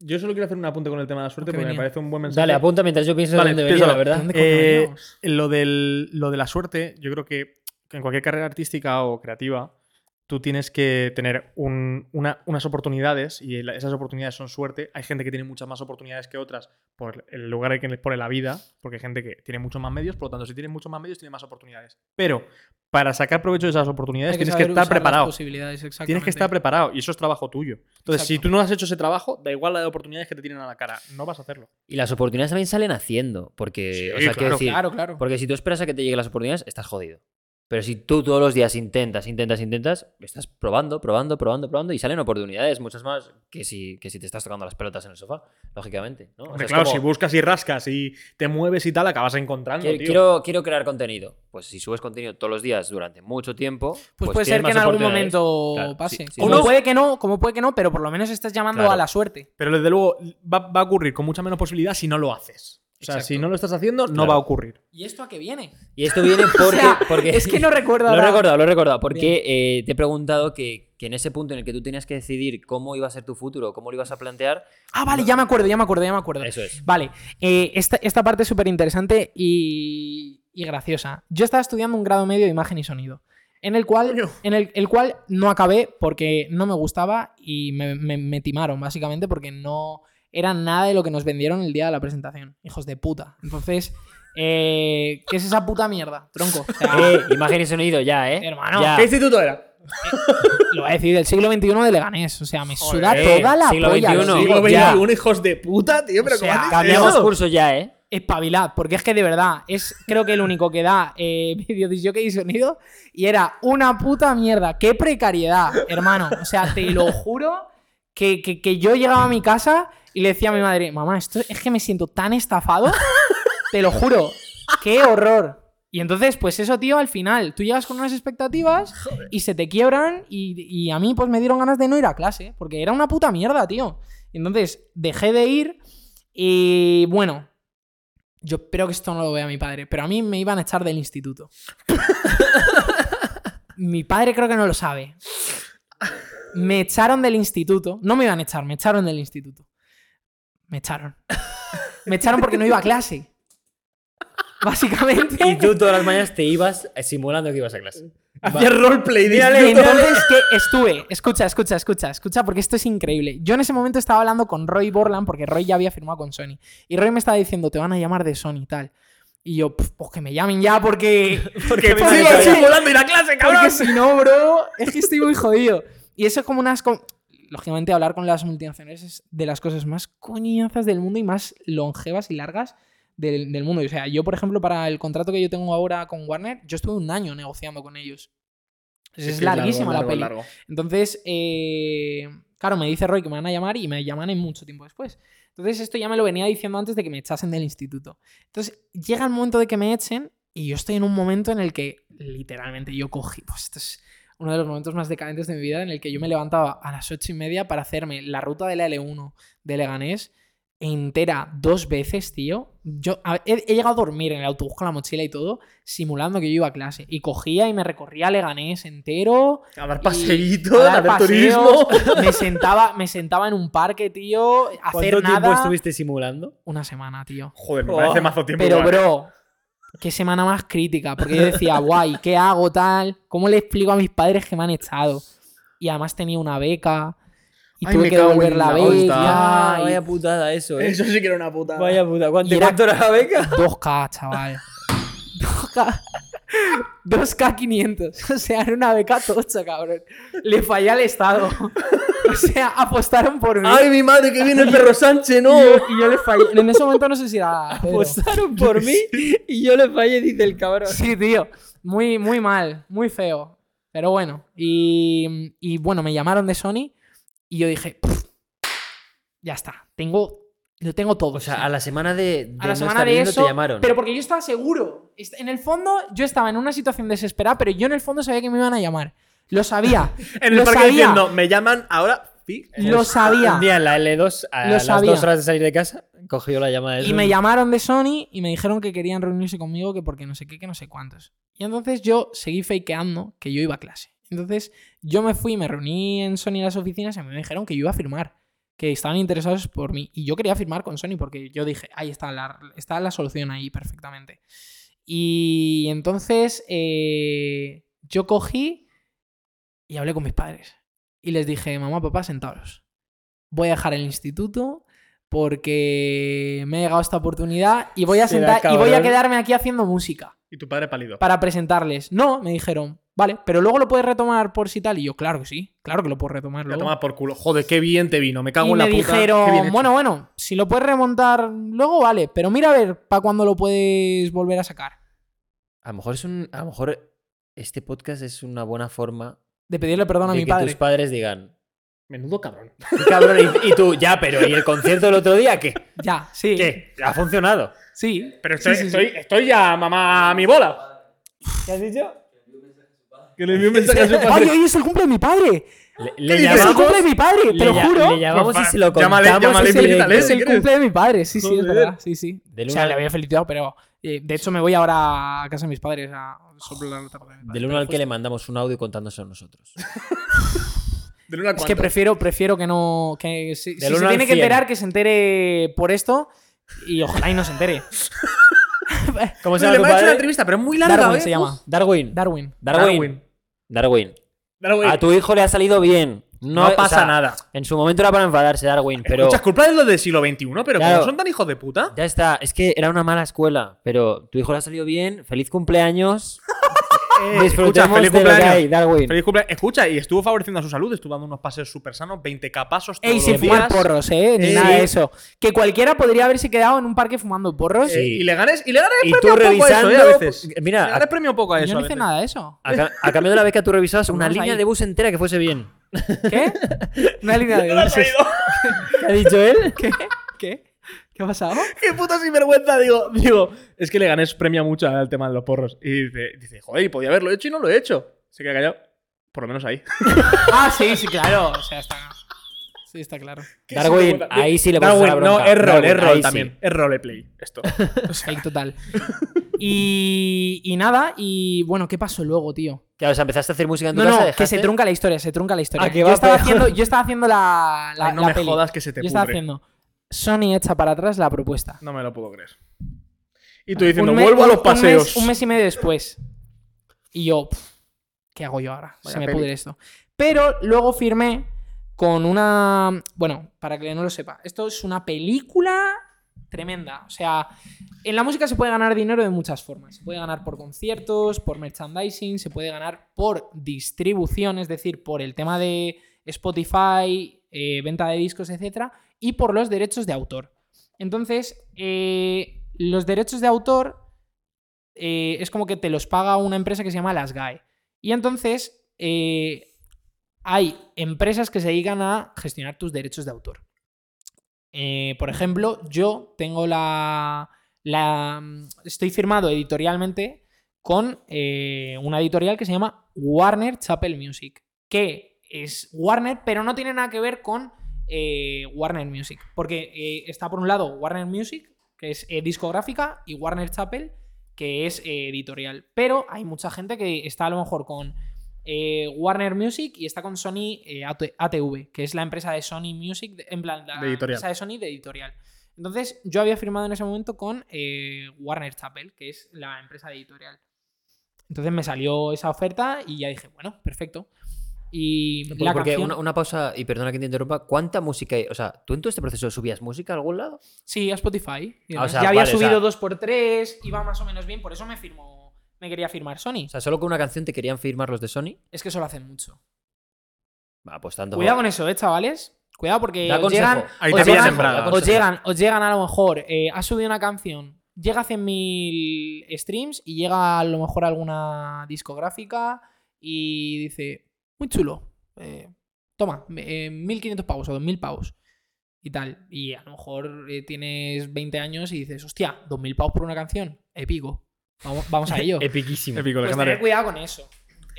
Yo solo quiero hacer un apunte con el tema de la suerte
¿Qué
porque
venía?
me parece un buen mensaje.
Dale, apunta mientras yo pienso
Vale,
dónde venía,
piénsalo.
la verdad.
¿Dónde coño
Eh,
veníamos?
Lo, del- lo de la suerte, yo creo que en cualquier carrera artística o creativa, tú tienes que tener un- una- unas oportunidades y la- esas oportunidades son suerte. Hay gente que tiene muchas más oportunidades que otras por el lugar en que les pone la vida, porque hay gente que tiene muchos más medios, por lo tanto, si tiene muchos más medios, tiene más oportunidades. Pero para sacar provecho de esas oportunidades,
Hay
tienes que
saber
estar
usar las
preparado.
posibilidades,
Tienes que estar
exactamente.
preparado y eso es trabajo tuyo. Entonces, si
Exacto.
tú no has hecho ese trabajo, da igual la de oportunidades que te tienen a la cara, no vas a hacerlo.
Y las oportunidades también salen haciendo. Porque,
Sí,
o sea, quiero
claro,
decir,
Claro, claro.
Porque si tú esperas a que te lleguen las oportunidades, estás jodido. Pero si tú todos los días intentas, intentas, intentas, estás probando, probando, probando, probando y salen oportunidades, muchas más que si, que si te estás tocando las pelotas en el sofá, lógicamente. ¿no? O
Hombre,
sea, es
claro,
como,
si buscas y rascas y te mueves y tal, acabas encontrando,
"Quiero-
tío.
quiero, quiero crear contenido. Pues si subes contenido todos los días durante mucho tiempo,
Pues, puede ser que
tienes
en
más
algún
oportunidades.
momento
Claro,
pase.
sí, sí,
como
sí.
puede que no, como puede que no, pero por lo menos estás llamando
Claro.
a la suerte.
Pero desde luego va, va a ocurrir con mucha menos posibilidad si no lo haces. O sea,
Exacto.
si no lo estás haciendo, no
Claro.
va a ocurrir.
¿Y esto a qué viene?
Y esto viene
O
porque...
sea,
porque-
es que no recuerdo
Lo he
ahora-
recordado, lo he recordado, porque eh, te he preguntado que, que en ese punto en el que tú tenías que decidir cómo iba a ser tu futuro, cómo lo ibas a plantear,
Ah, vale, ya me acuerdo, ya me acuerdo, ya me acuerdo.
eso es.
Vale, eh, esta, esta parte es súper interesante y, y graciosa. Yo estaba estudiando un grado medio de imagen y sonido, en el cual,
Coño.
en el, el cual no acabé porque no me gustaba y me, me- me timaron, básicamente, porque no era nada de lo que nos vendieron el día de la presentación. Hijos de puta. Entonces, eh, ¿qué es esa puta mierda, tronco? O sea,
Eh, imagen y sonido ya, ¿eh?
Hermano.
Ya.
instituto era?
lo voy a decir, del siglo XXI de Leganés. O sea, me
Joder,
suda toda la
siglo
polla. lo
XXI.
digo
Siglo
ya.
hijos de puta, tío,
O sea,
haces
Cambiamos
eso?
curso ya, ¿eh?
espabilad, porque es que de verdad es creo que el único que da eh, vídeo de jockey y sonido y era una puta mierda, qué precariedad, hermano, o sea, te lo juro que, que- que yo llegaba a mi casa y le decía a mi madre, mamá, esto es que me siento tan estafado, te lo juro, qué horror, Y entonces, pues eso, tío, al final, tú llegas con unas expectativas y se te quiebran y, y a mí pues me dieron ganas de no ir a clase, porque era una puta mierda, tío. Entonces, dejé de ir y bueno, yo espero que esto no lo vea mi padre, pero a mí me iban a echar del instituto. mi padre creo que no lo sabe. Me echaron del instituto, no me iban a echar, me echaron del instituto. Me echaron. Me echaron porque no iba a clase. Básicamente.
Y tú todas las mañanas te ibas eh, simulando que ibas a clase.
Hacía roleplay,
Y
dígale.
entonces que estuve, escucha, escucha, escucha, escucha, porque esto es increíble. Yo en ese momento estaba hablando con Roy Borland, porque Roy ya había firmado con Sony. Y Roy me estaba diciendo, te van a llamar de Sony y tal. Y yo, "Pf, pues que me llamen ya porque...
Porque
Porque
me
sí,
sigo simulando ir a clase,
Porque
cabrón.
si no, bro, es que estoy muy jodido. Y eso es como unas... co- Lógicamente hablar con las multinacionales es de las cosas más coñazas del mundo y más longevas y largas del, del mundo. Y, O sea, yo, por ejemplo, para el contrato que yo tengo ahora con Warner, yo estuve un año negociando con ellos. Entonces, es, larguísima la peli. Entonces, eh, claro, me dice Roy que me van a llamar y me llaman en mucho tiempo después. Entonces, esto ya me lo venía diciendo antes de que me echasen del instituto. Entonces, llega el momento de que me echen y yo estoy en un momento en el que literalmente yo cogí, pues esto es uno de los momentos más decadentes de mi vida, en el que yo me levantaba a las ocho y media para hacerme la ruta de la L1 de Leganés entera dos veces, tío. Yo a- he, he llegado a dormir en el autobús con la mochila y todo, simulando que yo iba a clase. Y cogía y me recorría Leganés entero,
A dar
y
paseíto,
a
a
dar
dar
paseos.
turismo.
Me sentaba, me sentaba en un parque, tío, a
¿Cuánto
hacer
tiempo
nada.
estuviste simulando?
Una semana, tío.
Joder, me
Oh.
parece mazo tiempo.
Pero,
igual.
bro, qué semana más crítica. Porque yo decía, guay, ¿qué hago tal? ¿Cómo le explico a mis padres que me han echado? Y además tenía una beca. Y
Ay, me
tuve que
cago en
devolver la
la
beca.
hostia.
y-
Ah, vaya putada eso, eh.
Eso sí que era una puta.
Vaya putada. ¿Cuánto,
Y era-
¿Cuánto era la beca?
2K, chaval. 2K. 2K 500. O sea, era una beca tocha, cabrón. Le fallé al Estado. O sea, apostaron por mí.
mi madre, que viene el perro Sánchez,
Y yo, y yo le fallé. En ese momento no sé si era. Pedro.
Apostaron por mí y yo le fallé, dice el cabrón.
pues, Sí, tío. Muy, muy mal. Muy feo. Pero bueno. Y, y bueno, me llamaron de Sony y yo dije. "Pff, Ya está. Tengo. Lo tengo todo.
O sea, a la semana de, de
A la
no
semana
estar
de
viendo
eso.
te llamaron.
Pero porque yo estaba seguro. Est- En el fondo, yo estaba en una situación desesperada, pero yo en el fondo sabía que me iban a llamar. Lo sabía.
En el
lo
parque
sabía.
diciendo, me llaman ahora. Sí.
Lo sabía.
Pues, Un día en la L2, a
Lo
las
sabía.
dos horas de salir de casa, cogió la llamada de
Y
Sony.
me llamaron de Sony y me dijeron que querían reunirse conmigo, que porque no sé qué, que no sé cuántos. Y entonces yo seguí fakeando que yo iba a clase. Entonces yo me fui, me reuní en Sony en las oficinas y a mí me dijeron que yo iba a firmar, que estaban interesados por mí. Y yo quería firmar con Sony porque yo dije, ahí está la, está la solución ahí perfectamente. Y entonces eh, yo cogí y hablé con mis padres. Y les dije, mamá, papá, sentaros. Voy a dejar el instituto porque me ha llegado esta oportunidad y voy a
Será
sentar y voy a
cabrón.
quedarme aquí haciendo música
Y tu padre pálido.
para presentarles. No, me dijeron, vale, pero luego lo puedes retomar por si tal. Y yo, claro que sí, claro que lo puedo retomar.
La
luego".
toma por culo. Joder, qué bien te vino. Me cago
y
en la
me
puta. Qué bien
dijeron,
hecho.
bueno, bueno, si lo puedes remontar luego, vale, pero mira a ver para cuándo lo puedes volver a sacar.
A lo mejor es un. A lo mejor este podcast es una buena forma
De pedirle perdón a
de
mi
que tus
padre.
padres digan.
Menudo cabrón.
"Sí, Cabrón, y, y tú, ya, pero ¿y el concierto del otro día qué?
Ya, sí.
¿Qué? ¿Ha funcionado?
Sí.
Pero estoy,
Sí, sí, sí.
estoy, estoy ya, mamá, a mi bola.
¿Qué has dicho?
Que le envío un mensaje a su
Oye, hoy es el cumple de mi padre.
Le,
¿Qué
le
dices?
Es el
llamamos,
cumple de mi padre, te
le
lo
lla-
juro.
le llamamos y
Por
se lo
favor, llámale,
contamos.
llámale,
en directo.
invítale,
Es
si
el
quieres.
cumple de mi padre, sí, sí, es
Joder.
verdad, sí, sí.
Del
O sea,
uno
le
al-
había felicitado, pero eh, de hecho me voy ahora a casa de mis padres a soplar la tarde.
Del uno al que le mandamos un audio contándose a nosotros.
Del uno al
Es que
cuatro.
prefiero, prefiero que no. Que si, si
Del uno
se
al
tiene que
cien.
enterar, que se entere por esto. Y ojalá y no se entere.
¿Cómo se
Le hemos
llama tu
hecho una
padre?
entrevista, pero es muy larga,
Darwin
¿eh?
se llama.
Darwin.
Darwin.
Darwin. Darwin.
Darwin.
A tu hijo le ha salido bien. No,
No,
o
pasa
sea,
nada.
En su momento era para enfadarse, Darwin, pero.
Muchas culpas de los del siglo XXI, pero
Claro.
como son tan hijos de puta.
Ya está, es que era una mala escuela, pero tu hijo le ha salido bien. Feliz cumpleaños.
Eh, escucha,
Disfrutemos
feliz
de lo que hay,
cumpleaños.
Darwin.
Feliz cumpleaños. Escucha, y estuvo favoreciendo a su salud, estuvo dando unos paseos súper sanos, 20k pasos todos
Ey, sin
los días.
fumar porros, ¿eh? Ni
Eh,
nada de
sí.
eso. Que cualquiera podría haberse quedado en un parque fumando porros.
Eh, y le ganes, y le ganes
Y tú
premio un poco a eso,
revisando.
eh, a veces.
Mira,
Le
a-
ganes premio un poco a eso.
Yo
a
no hice
veces.
nada de eso.
A, ca- a cambio de la beca, tú revisabas una
Vamos
línea
ahí.
de bus entera que fuese bien.
¿Qué? Una línea de versos.
¿Qué ha dicho él?
¿Qué? ¿Qué? ¿Qué ha pasado?
¡Qué puta sinvergüenza! Digo, digo, es que le gané premia mucho al tema de los porros. Y dice, dice joder, y podía haberlo hecho y no lo he hecho. Se queda callado. Por lo menos ahí.
ah, sí, sí, claro. O sea, está. Sí, está claro.
Darwin, ahí sí le vamos a
Darwin,
la
no,
bronca.
es rol,
Darwin,
es
ahí
rol
sí.
también. Es roleplay. Esto.
Fake total. Y, y nada, y bueno, ¿qué pasó luego, tío?
Claro, o sea, empezaste a hacer música en tu
No,
casa.
no, que
dejaste-
se trunca la historia, se trunca la historia.
Ah, que
yo,
va
estaba
peor.
haciendo, yo estaba haciendo la, la,
Ay, no
la
me
peli.
jodas que se te
yo estaba
pudre.
haciendo. Sony echa para atrás la propuesta.
No me lo puedo creer. Y tú diciendo,
Un mes-
vuelvo a
un-
los
un mes-
paseos.
Un mes, y medio después. Y yo, pf, ¿qué hago yo ahora?
Vaya
Se me
peli.
pudre esto. Pero luego firmé con una. Bueno, para que no lo sepa, esto es una película tremenda. O sea, en la música se puede ganar dinero de muchas formas. Se puede ganar por conciertos, por merchandising, se puede ganar por distribución, es decir, por el tema de Spotify, eh, venta de discos, etcétera, y por los derechos de autor. Entonces, eh, los derechos de autor eh, es como que te los paga una empresa que se llama Las GAE. Y entonces eh, hay empresas que se dedican a gestionar tus derechos de autor. Eh, por ejemplo, yo tengo la, la- mm, Estoy firmado editorialmente con eh, una editorial que se llama Warner Chapel Music, que es Warner, pero no tiene nada que ver con eh, Warner Music, porque eh, está por un lado Warner Music, que es eh, discográfica, y Warner Chapel, que es eh, editorial. Pero hay mucha gente que está a lo mejor con eh, Warner Music y está con Sony eh, AT- ATV, que es la empresa de Sony Music, de- en plan, la
De editorial.
empresa de Sony de editorial. Entonces, yo había firmado en ese momento con eh, Warner Chapel, que es la empresa de editorial. Entonces me salió esa oferta y ya dije, bueno, perfecto. Y la
Porque
canción...
una, una pausa, y perdona que te interrumpa, ¿cuánta música hay? O sea, ¿tú en todo este proceso subías música a algún lado?
Sí, a Spotify. y
Ah, o
demás.
sea,
ya había
vale, o sea-
subido 2x3, iba más o menos bien, por eso me firmó, me quería firmar Sony.
O sea, solo con una canción te querían firmar los de Sony.
es que eso lo hacen mucho.
Va, pues tanto.
Cuidado con eso, eh, chavales. Cuidado porque
Da
os
consejo.
llegan,
Ahí
os
te pillan
llegan-
en Braga.
Da
os
consejo.
llegan, os llegan a lo mejor, eh, has subido una canción, llega a 100.000 streams y llega a lo mejor alguna discográfica y dice, muy chulo, eh, toma, eh, 1.500 pavos o 2.000 pavos y tal. Y a lo mejor eh, tienes 20 años y dices, hostia, 2.000 pavos por una canción, épico, vamos, vamos a ello.
Epiquísimo.
Épico,
Pues
legendario.
tener cuidado con eso.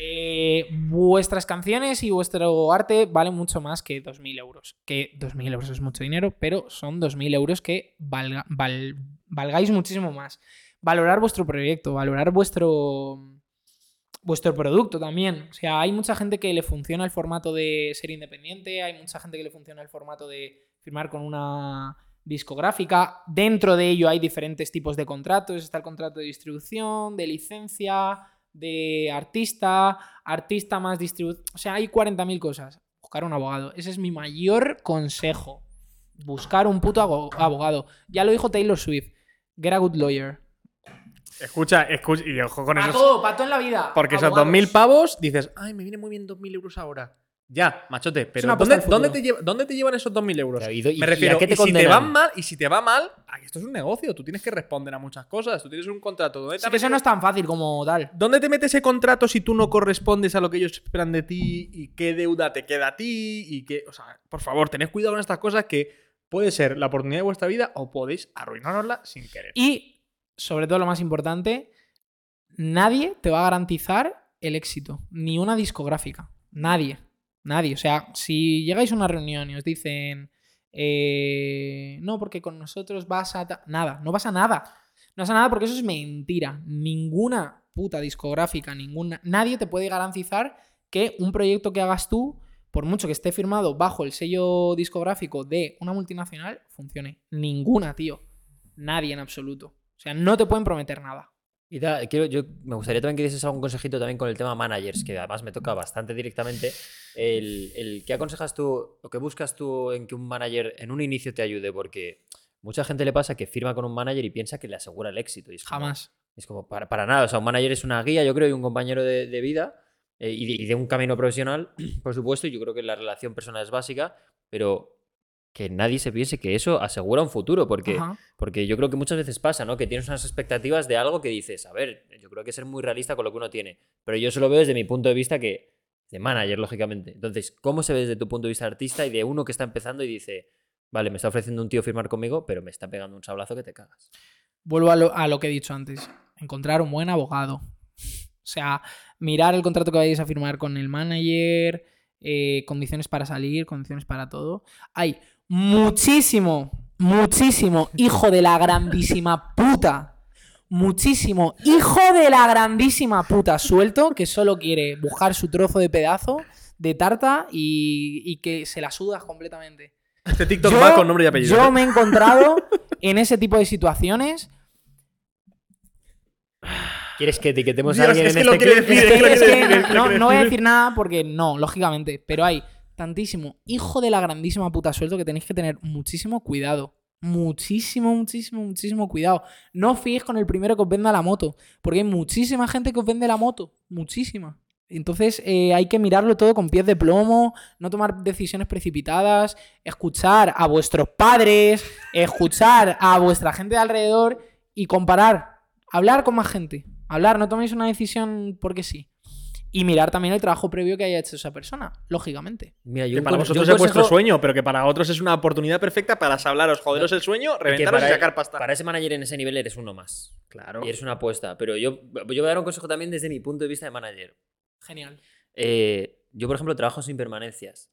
Eh, vuestras canciones y vuestro arte valen mucho más que 2.000 euros. Que 2.000 euros es mucho dinero, pero son 2.000 euros que valga- val- valgáis muchísimo más. Valorar vuestro proyecto, valorar vuestro, vuestro producto también. O sea, hay mucha gente que le funciona el formato de ser independiente, hay mucha gente que le funciona el formato de firmar con una discográfica. Dentro de ello hay diferentes tipos de contratos. Está el contrato de distribución, de licencia, de artista, artista más distribución. O sea, hay 40.000 cosas. Buscar un abogado. Ese es mi mayor consejo. Buscar un puto abo- abogado. Ya lo dijo Taylor Swift. Get a good lawyer.
Escucha, escucha. Y ojo con
Para
eso.
todo, para todo en la vida.
Porque esos
Abogados.
2.000 pavos dices, ay, me viene muy bien 2.000 euros ahora. Ya, machote, pero
una
¿dónde,
apuesta al
¿dónde,
futuro.
te lleva- ¿dónde te llevan esos 2.000 euros?
Claro, y do-
Me
y- ¿y a
refiero,
qué te
y si te
condenan?
van mal, y si te va mal, ay, esto es un negocio, tú tienes que responder a muchas cosas, tú tienes un contrato. ¿Dónde te,
Sí
ha
que eso
metido-
no es tan fácil como tal.
¿Dónde te mete ese contrato si tú no correspondes a lo que ellos esperan de ti y qué deuda te queda a ti y qué, o sea, por favor, tened cuidado con estas cosas que puede ser la oportunidad de vuestra vida o podéis arruinárnosla sin querer.
Y, sobre todo lo más importante, nadie te va a garantizar el éxito. Ni una discográfica. Nadie. Nadie. O sea, si llegáis a una reunión y os dicen, eh, no, porque con nosotros vas a... ta-". Nada, no vas a nada. No pasa nada porque eso es mentira. Ninguna puta discográfica, ninguna. Nadie te puede garantizar que un proyecto que hagas tú, por mucho que esté firmado bajo el sello discográfico de una multinacional, funcione. Ninguna, tío. Nadie en absoluto. O sea, no te pueden prometer nada.
Y da- quiero, yo, me gustaría también que dieses algún consejito también con el tema managers, que además me toca bastante directamente. El, el- ¿Qué aconsejas tú o qué buscas tú en que un manager en un inicio te ayude? Porque mucha gente le pasa que firma con un manager y piensa que le asegura el éxito. y es como-
Jamás.
Es como para, para nada. O sea, un manager es una guía, yo creo, y un compañero de, de vida eh, y, de, y de un camino profesional, por supuesto. y Yo creo que la relación personal es básica, pero que nadie se piense que eso asegura un futuro, porque,
Ajá.
porque yo creo que muchas veces pasa, ¿no? Que tienes unas expectativas de algo que dices, a ver, yo creo que ser muy realista con lo que uno tiene. Pero yo solo veo desde mi punto de vista que de manager, lógicamente. Entonces, ¿cómo se ve desde tu punto de vista artista y de uno que está empezando y dice, Vale, me está ofreciendo un tío firmar conmigo, pero me está pegando un sablazo que te cagas.
Vuelvo a lo, a lo que he dicho antes. Encontrar un buen abogado. O sea, mirar el contrato que vayáis a firmar con el manager, eh, condiciones para salir, condiciones para todo. Hay muchísimo, muchísimo hijo de la grandísima puta. Muchísimo hijo de la grandísima puta suelto que solo quiere buscar su trozo de pedazo de tarta y, y que se la sudas completamente.
Este TikTok va con nombre y apellido.
Yo me he encontrado en ese tipo de situaciones.
¿Quieres que etiquetemos
Dios,
a alguien
es
en
que lo
este
quiere
clip?
decir,
Es que-
lo
es
quiere
que
decir, es lo
no,
quiere
no voy a
decir.
decir nada porque no, lógicamente, pero hay tantísimo hijo de la grandísima puta suelto que tenéis que tener muchísimo cuidado. Muchísimo, muchísimo, muchísimo cuidado. No os fiéis con el primero que os venda la moto, porque hay muchísima gente que os vende la moto, muchísima. Entonces eh, hay que mirarlo todo con pies de plomo, no tomar decisiones precipitadas, escuchar a vuestros padres, escuchar a vuestra gente de alrededor y comparar. Hablar con más gente. Hablar, no toméis una decisión porque sí. Y mirar también el trabajo previo que haya hecho esa persona, lógicamente.
Mira, yo
Que
un
para
conse- yo
vosotros
un
es vuestro
consejo-
sueño, pero que para otros es una oportunidad perfecta para hablaros, joderos el sueño,
que
reventaros y
para-
sacar pasta.
Para ese manager en ese nivel eres uno más.
Claro.
Y eres una apuesta. Pero yo, yo voy a dar un consejo también desde mi punto de vista de manager.
Genial.
Eh, yo, por ejemplo, trabajo sin permanencias.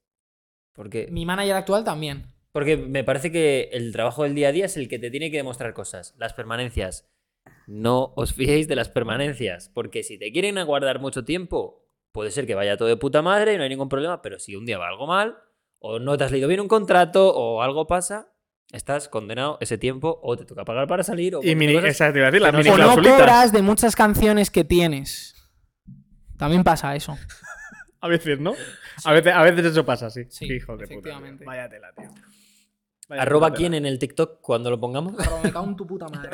Porque,
Mi manager actual también.
porque me parece que el trabajo del día a día es el que te tiene que demostrar cosas. Las permanencias. No os fiéis de las permanencias. Porque si te quieren aguardar mucho tiempo, puede ser que vaya todo de puta madre y no hay ningún problema. Pero si un día va algo mal, o no te has leído bien un contrato, o algo pasa, estás condenado ese tiempo, o te toca pagar para salir,
Y
o cualquier
mini,
cosa.
esa te iba a decir, las
no
mini
son-
o no
clausulitas.
cobras de muchas canciones que tienes. También pasa eso.
A veces, ¿no? A veces, a veces eso pasa, sí.
Sí,
Hijo de puta.
efectivamente.
tío. Vaya tela, tío. Vaya
Arroba
puta
quién
tela.
en el TikTok cuando lo pongamos.
Pero me cago en tu puta madre.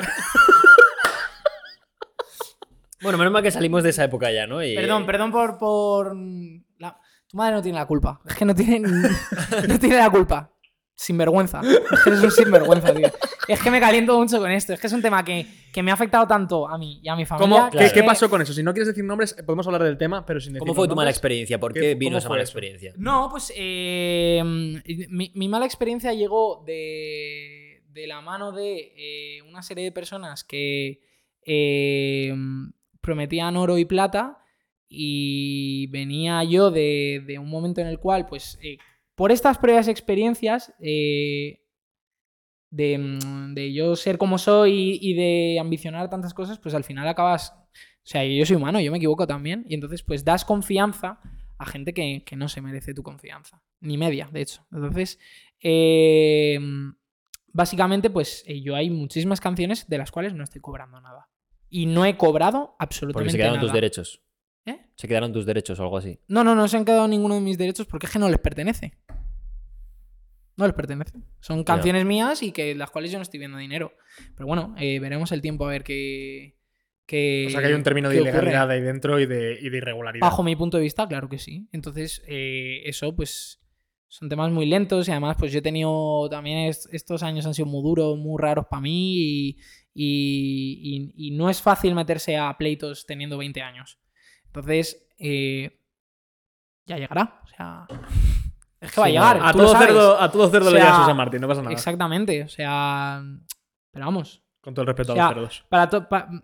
Bueno, menos mal que salimos de esa época ya, ¿no? Y-
Perdón, perdón por. por mm, la- Tu madre no tiene la culpa. Es que no tiene, no tiene la culpa. Sinvergüenza. Es que eres un sinvergüenza, tío. Es que me caliento mucho con esto. Es que es un tema que, que me ha afectado tanto a mí y a mi familia.
¿Cómo?
que
¿Qué,
es
qué
que-
pasó con eso? Si no quieres decir nombres, podemos hablar del tema, pero sin decir
¿Cómo fue tu mala
nombres.
experiencia? ¿Por
¿Qué-
qué, vino
cómo
esa
fue
mala
eso?
experiencia?
No, pues eh, mi, mi mala experiencia llegó de, de la mano de eh, una serie de personas que eh, prometían oro y plata y venía yo de, de un momento en el cual, pues, eh, por estas previas experiencias, eh, de, mm, de yo ser como soy y, y de ambicionar tantas cosas, pues al final acabas... O sea, yo soy humano, yo me equivoco también. Y entonces, pues, das confianza a gente que, que no se merece tu confianza. Ni media, de hecho. Entonces, eh, básicamente, pues eh, yo hay muchísimas canciones de las cuales no estoy cobrando nada. Y no he cobrado
Porque
absolutamente
se quedaron
nada.
tus derechos.
¿Eh?
Se quedaron tus derechos o algo así.
No, no, no se han quedado ninguno de mis derechos porque es que no les pertenece. No les pertenece. Son canciones mías y que las cuales yo no estoy viendo dinero. Pero bueno, eh, veremos el tiempo a ver qué. qué
O sea, que hay un término de
qué ocurre.
ilegalidad ahí dentro y de, y de irregularidad.
Bajo mi punto de vista, claro que sí. Entonces, eh, eso, pues, son temas muy lentos y además, pues yo he tenido también es- estos años han sido muy duros, muy raros para mí y, y- y- y no es fácil meterse a pleitos teniendo 20 años. Entonces, eh, ya llegará. O sea, es que va a
Sí,
llegar.
no.
A
tú lo
todo,
sabes.
cerdo, a todo cerdo
O
le
sea,
llamas a San Martín, no pasa nada.
Exactamente. O sea, pero vamos.
Con todo el respeto
O sea,
a los cerdos.
Para, to- pa- mm,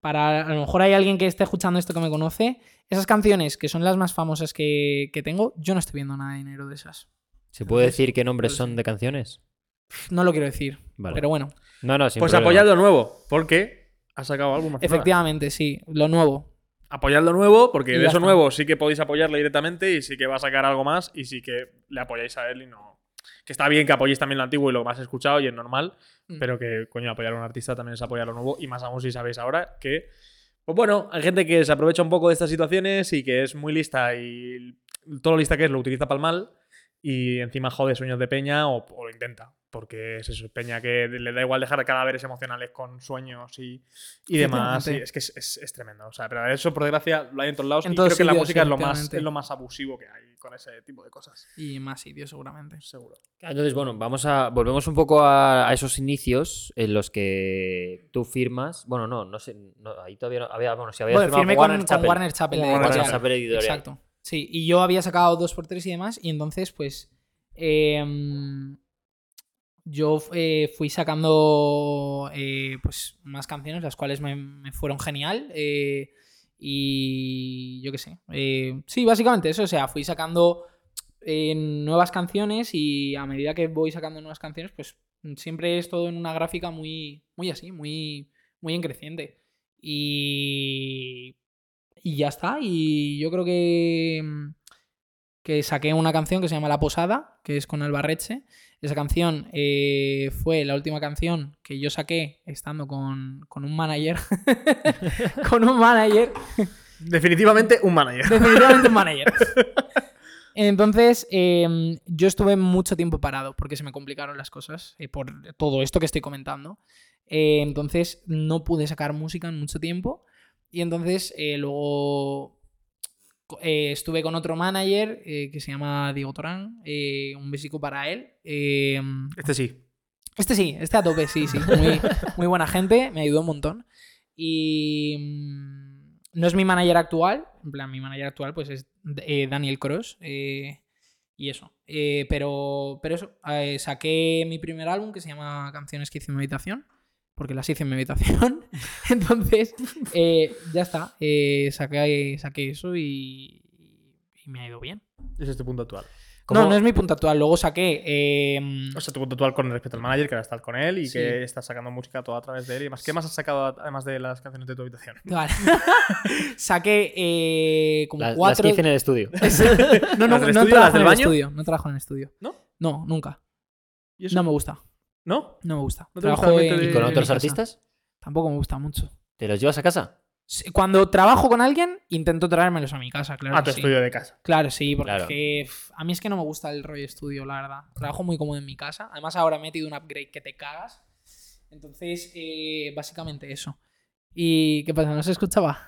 para a lo mejor hay alguien que esté escuchando esto que me conoce, esas canciones que son las más famosas que, que tengo, yo no estoy viendo nada de dinero de esas.
¿Se puede
Entonces,
decir qué nombres
pues-
son de canciones?
No lo quiero decir,
Vale.
pero bueno,
No, no, sin
Pues
problema.
apoyad lo nuevo, porque ha sacado álbum. Barcelona.
efectivamente, sí, lo nuevo.
Apoyad lo nuevo, porque
Y
de
ya
eso
está.
nuevo sí que podéis apoyarle directamente y sí que va a sacar algo más y sí que le apoyáis a él y no. Que está bien que apoyéis también lo antiguo y lo más escuchado y es normal,
Mm.
pero que, coño, apoyar a un artista también es apoyar lo nuevo y más aún si sabéis ahora que. Pues bueno, hay gente que se aprovecha un poco de estas situaciones y que es muy lista y todo lo lista que es lo utiliza para el mal y encima jode sueños de Peña o, o lo intenta. Porque es eso, Peña que le da igual dejar cadáveres emocionales con sueños y, y demás.
Efectivamente.
y es que es, es- es tremendo. O sea, pero eso, por desgracia, lo hay en todos lados.
En
y
todos
creo que la
sitios,
música es lo, más,
efectivamente.
es lo más abusivo que hay con ese tipo de cosas.
Y más sitios seguramente.
Seguro.
Entonces, bueno, vamos a. Volvemos un poco a, a esos inicios en los que tú firmas. Bueno, no, no sé. no, ahí todavía no- había. Bueno, si había
Bueno,
firmado
firmé
con
con
Warner
con
Chappell.
Warner Chappell de
Con Warner
Editorial.
Chappell.
Chappell Editorial.
Exacto. Sí, y yo había sacado 2x3 y demás, y entonces, pues. eh, yo eh, fui sacando eh, pues más canciones, las cuales me, me fueron genial. eh, y yo qué sé. eh, sí, básicamente eso. O sea, fui sacando eh, nuevas canciones y a medida que voy sacando nuevas canciones, pues siempre es todo en una gráfica muy, muy así, muy, muy en creciente. Y, y ya está. Y yo creo que, mm, que saqué una canción que se llama La Posada, que es con Albarreche. Esa canción eh, fue la última canción que yo saqué estando con, con un manager. con un manager.
Definitivamente un manager.
Definitivamente un manager. Entonces, eh, yo estuve mucho tiempo parado porque se me complicaron las cosas eh, por todo esto que estoy comentando. Eh, entonces, no pude sacar música en mucho tiempo. Y entonces, eh, luego co- eh, estuve con otro manager eh, que se llama Diego Torán. eh, un besico para él. Eh,
Este sí.
este sí, este a tope, sí, sí. Muy, muy buena gente, me ayudó un montón. Y mm, no es mi manager actual, en plan, mi manager actual pues es eh, Daniel Cross eh, y eso. Eh, pero, pero eso, eh, saqué mi primer álbum que se llama Canciones que hice en mi habitación, porque las hice en mi habitación. Entonces, eh, ya está, eh, saqué, saqué eso y- y me ha ido bien.
Ese es tu punto actual.
¿Cómo-
No, no es mi punto actual, luego saqué... eh,
O sea, tu punto actual con respecto al manager, que ahora estás con él y
Sí.
que estás sacando música toda a través de él. Y más. ¿Qué más has sacado a- además de las canciones de tu habitación?
Vale. Saqué eh, como
Las- las
cuatro.
que hice en el estudio.
No, no,
¿Las del
no
estudio,
trabajo
las
en
del
el
baño?
estudio. No trabajo en el estudio.
¿No?
No, nunca.
¿Y eso?
No me gusta.
¿No?
No me gusta.
¿No te gusta
trabajo
el ambiente
en-
de-
¿Y con
Eh,
en mi
otros
casa.
artistas?
Tampoco me gusta mucho.
¿Te los llevas a casa?
Sí, Cuando trabajo con alguien, intento traérmelos a mi casa, claro.
a Ah, tu
que sí.
estudio de casa.
Claro, sí, porque
Claro.
es que pff, a mí es que no me gusta el rollo estudio, la verdad. Trabajo muy cómodo en mi casa. Además, ahora he metido un upgrade que te cagas. Entonces, eh, básicamente eso. ¿Y qué pasa? ¿No se escuchaba?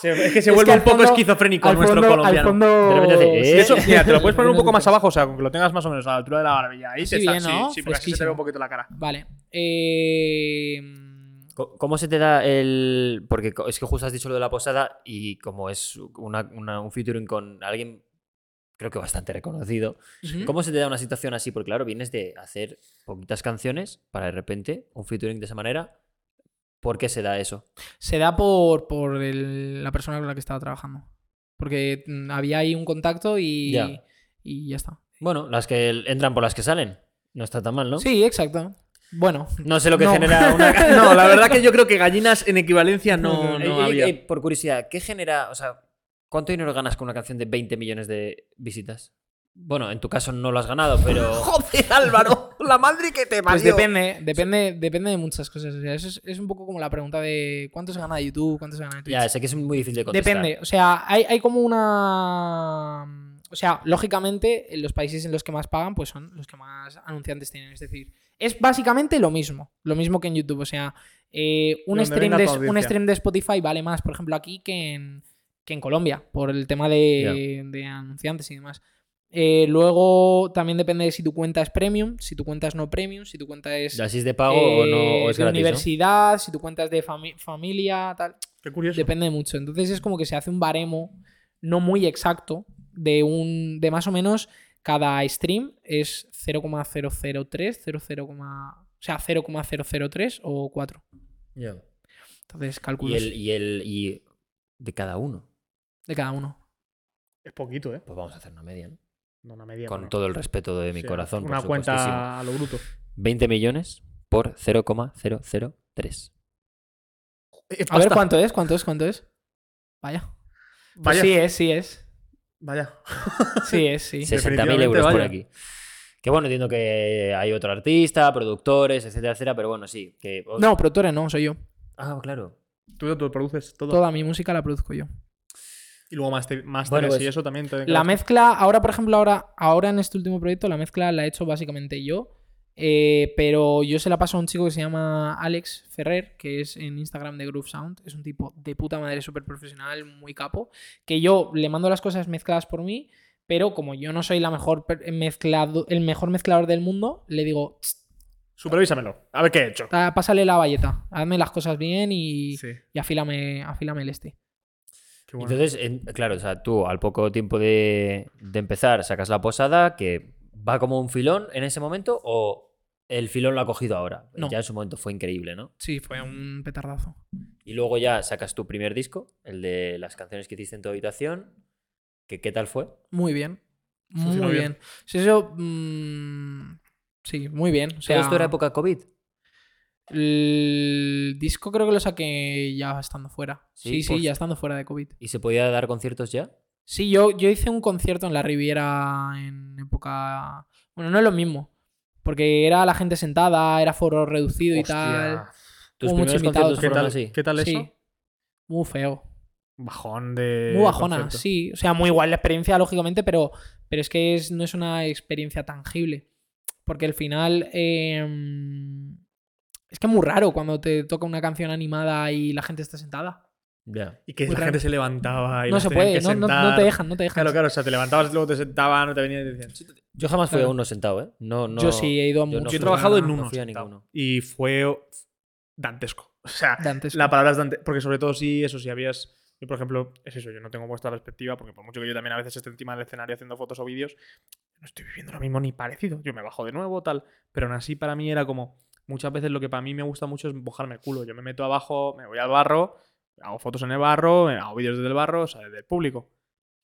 Se- es que se
Es
vuelve
que al
un poco
fondo-
esquizofrénico
al
nuestro
fondo-
colombiano.
Al fondo...
De repente hace,
Sí,
"Eh".
Eso,
sí,
mira, te lo
sí,
puedes
sí,
poner un
sí,
poco
sí.
más abajo, o sea, con que lo tengas más o menos a la altura de la barbilla. Ahí
Así
te está,
bien,
sí,
¿no?
sí, porque así se te ve
Fresquísimo.
un poquito la cara.
Vale. Eh,
Co- ¿Cómo se te da el...? Porque co- es que justo has dicho lo de la posada y como es una- una- un featuring con alguien creo que bastante reconocido,
ujú.
¿cómo se te da una situación así? Porque claro, vienes de hacer poquitas canciones para de repente un featuring de esa manera. ¿Por qué se da eso?
Se da por, por el- la persona con la que estaba trabajando. Porque mm, había ahí un contacto y
Ya.
y ya está.
Bueno, las que el- entran por las que salen. No está tan mal, ¿no?
Sí, exacto. Bueno, pues
No sé lo que
No.
genera una...
No, la verdad que yo creo que gallinas en equivalencia
no-
no,
Eh, eh, eh, por curiosidad, ¿qué genera? O sea, ¿cuánto dinero ganas con una canción de 20 millones de visitas? Bueno, en tu caso no lo has ganado, pero.
Joder, Álvaro, la madre que te
pues
parió.
depende, depende, depende de muchas cosas. O sea, eso es, es un poco como la pregunta de cuánto se gana de YouTube, cuánto se gana de Twitch.
ya, sé que es muy difícil de contestar.
Depende, o sea, hay, hay como una... O sea, lógicamente, eh, los países en los que más pagan, pues son los que más anunciantes tienen. Es decir, es básicamente lo mismo, lo mismo que en YouTube. O sea, eh, un,
Donde
stream
venga
de,
tu
un
audiencia.
stream de Spotify vale más, por ejemplo, aquí que en, que en Colombia, por el tema de, de anunciantes y demás. Eh, luego, también depende de si tu cuenta es premium, si tu cuenta es no premium, si tu cuenta es...
Ya, si es de pago o
eh,
no o es gratis.
de
¿no?
universidad, si tu cuenta es de fami- familia, tal
Qué curioso.
depende mucho. Entonces es como que se hace un baremo no muy exacto de un de más o menos cada stream es 0,003, 00, o sea, 0,003 o 4.
Ya.
Entonces
Y
cálculos
el, y el. Y de cada uno.
de cada uno.
Es poquito, ¿eh?
Pues vamos a hacer una media, ¿no?
No, una media.
Con
bueno.
todo el respeto de mi
Sí,
corazón.
Una
por supuestísimo.
cuenta a lo bruto.
20 millones por 0,003.
Eh,
A ver cuánto es, cuánto es, cuánto es. Vaya. Pues
Vaya.
sí es, sí es.
Vaya.
Sí es, sí.
60.000 euros por
vaya.
aquí. Que bueno, entiendo que hay otro artista, productores, etcétera, etcétera, pero bueno, sí. Que...
No, productores no, soy yo.
Ah, claro.
Tú, tú produces todo.
Toda mi música la produzco yo.
Y luego más, te, más
Bueno,
teles
pues,
y eso también. Te
La mezcla, ahora por ejemplo, ahora, ahora en este último proyecto, la mezcla la he hecho básicamente yo. eh, pero yo se la paso a un chico que se llama Alex Ferrer, que es en Instagram de Groove Sound. Es un tipo de puta madre súper profesional, muy capo. Que yo le mando las cosas mezcladas por mí, pero como yo no soy la mejor per- mezclado, el mejor mezclador del mundo, le digo, "Tss,
Supervísamelo. A ver qué he hecho.
ta- pásale la valleta, hazme las cosas bien y,
Sí.
y afílame, afílame el este.
Qué bueno.
Entonces, en- claro, o sea, tú al poco tiempo de, de empezar sacas la posada, que va como un filón en ese momento, o el filón lo ha cogido ahora.
No.
Ya en su momento fue increíble, ¿no?
Sí, fue un petardazo.
Y luego ya sacas tu primer disco, el de las canciones que hiciste en tu habitación. que ¿Qué tal fue?
Muy bien. Muy
Funcionó bien.
bien. Sí, eso. mm, sí, muy bien. O
O sea,
sea,
esto era época COVID.
El disco creo que lo saqué ya estando fuera.
Sí,
Sí, sí,
pues-
ya estando fuera de COVID.
¿Y se podía dar conciertos ya?
Sí, yo, yo hice un concierto en la Riviera en época. Bueno, no es lo mismo. Porque era la gente sentada, era foro reducido y tal.
Hostia,
Tus
Hubo muchos
primeros
invitados.
conciertos
¿Qué
fueron
tal,
así.
¿Qué tal eso?
Sí. Muy feo.
Bajón de.
Muy bajona,
Eh, concepto.
sí. O sea, muy igual la experiencia, lógicamente, pero, pero es que es, no es una experiencia tangible. Porque al final. eh, es que es muy raro cuando te toca una canción animada y la gente está sentada.
Ya.
Y que
Muy
la
raro.
gente se levantaba y
no
las
se
tenían
puede,
que
no, no- no
sentar.
te dejan, no te dejan.
Claro, claro, o sea, te levantabas, luego te sentaban, no te venían y te decían.
Yo jamás fui
Claro.
a uno sentado, ¿eh? No, no,
Yo sí he ido a
yo no
muchos.
Yo he
fui
trabajado
a-
en
no
uno.
fui a
sentado,
ninguno.
Y fue dantesco. O sea,
Dantesco.
la palabra es dantesco. Porque sobre todo si eso, si habías. Yo, por ejemplo, es eso, yo no tengo vuestra perspectiva, porque por mucho que yo también a veces esté encima del escenario haciendo fotos o vídeos, no estoy viviendo lo mismo ni parecido. Yo me bajo de nuevo, tal. Pero aún así, para mí era como. Muchas veces lo que para mí me gusta mucho es mojarme el culo. Yo me meto abajo, me voy al barro, hago fotos en el barro, hago vídeos desde el barro, o sea, desde el público.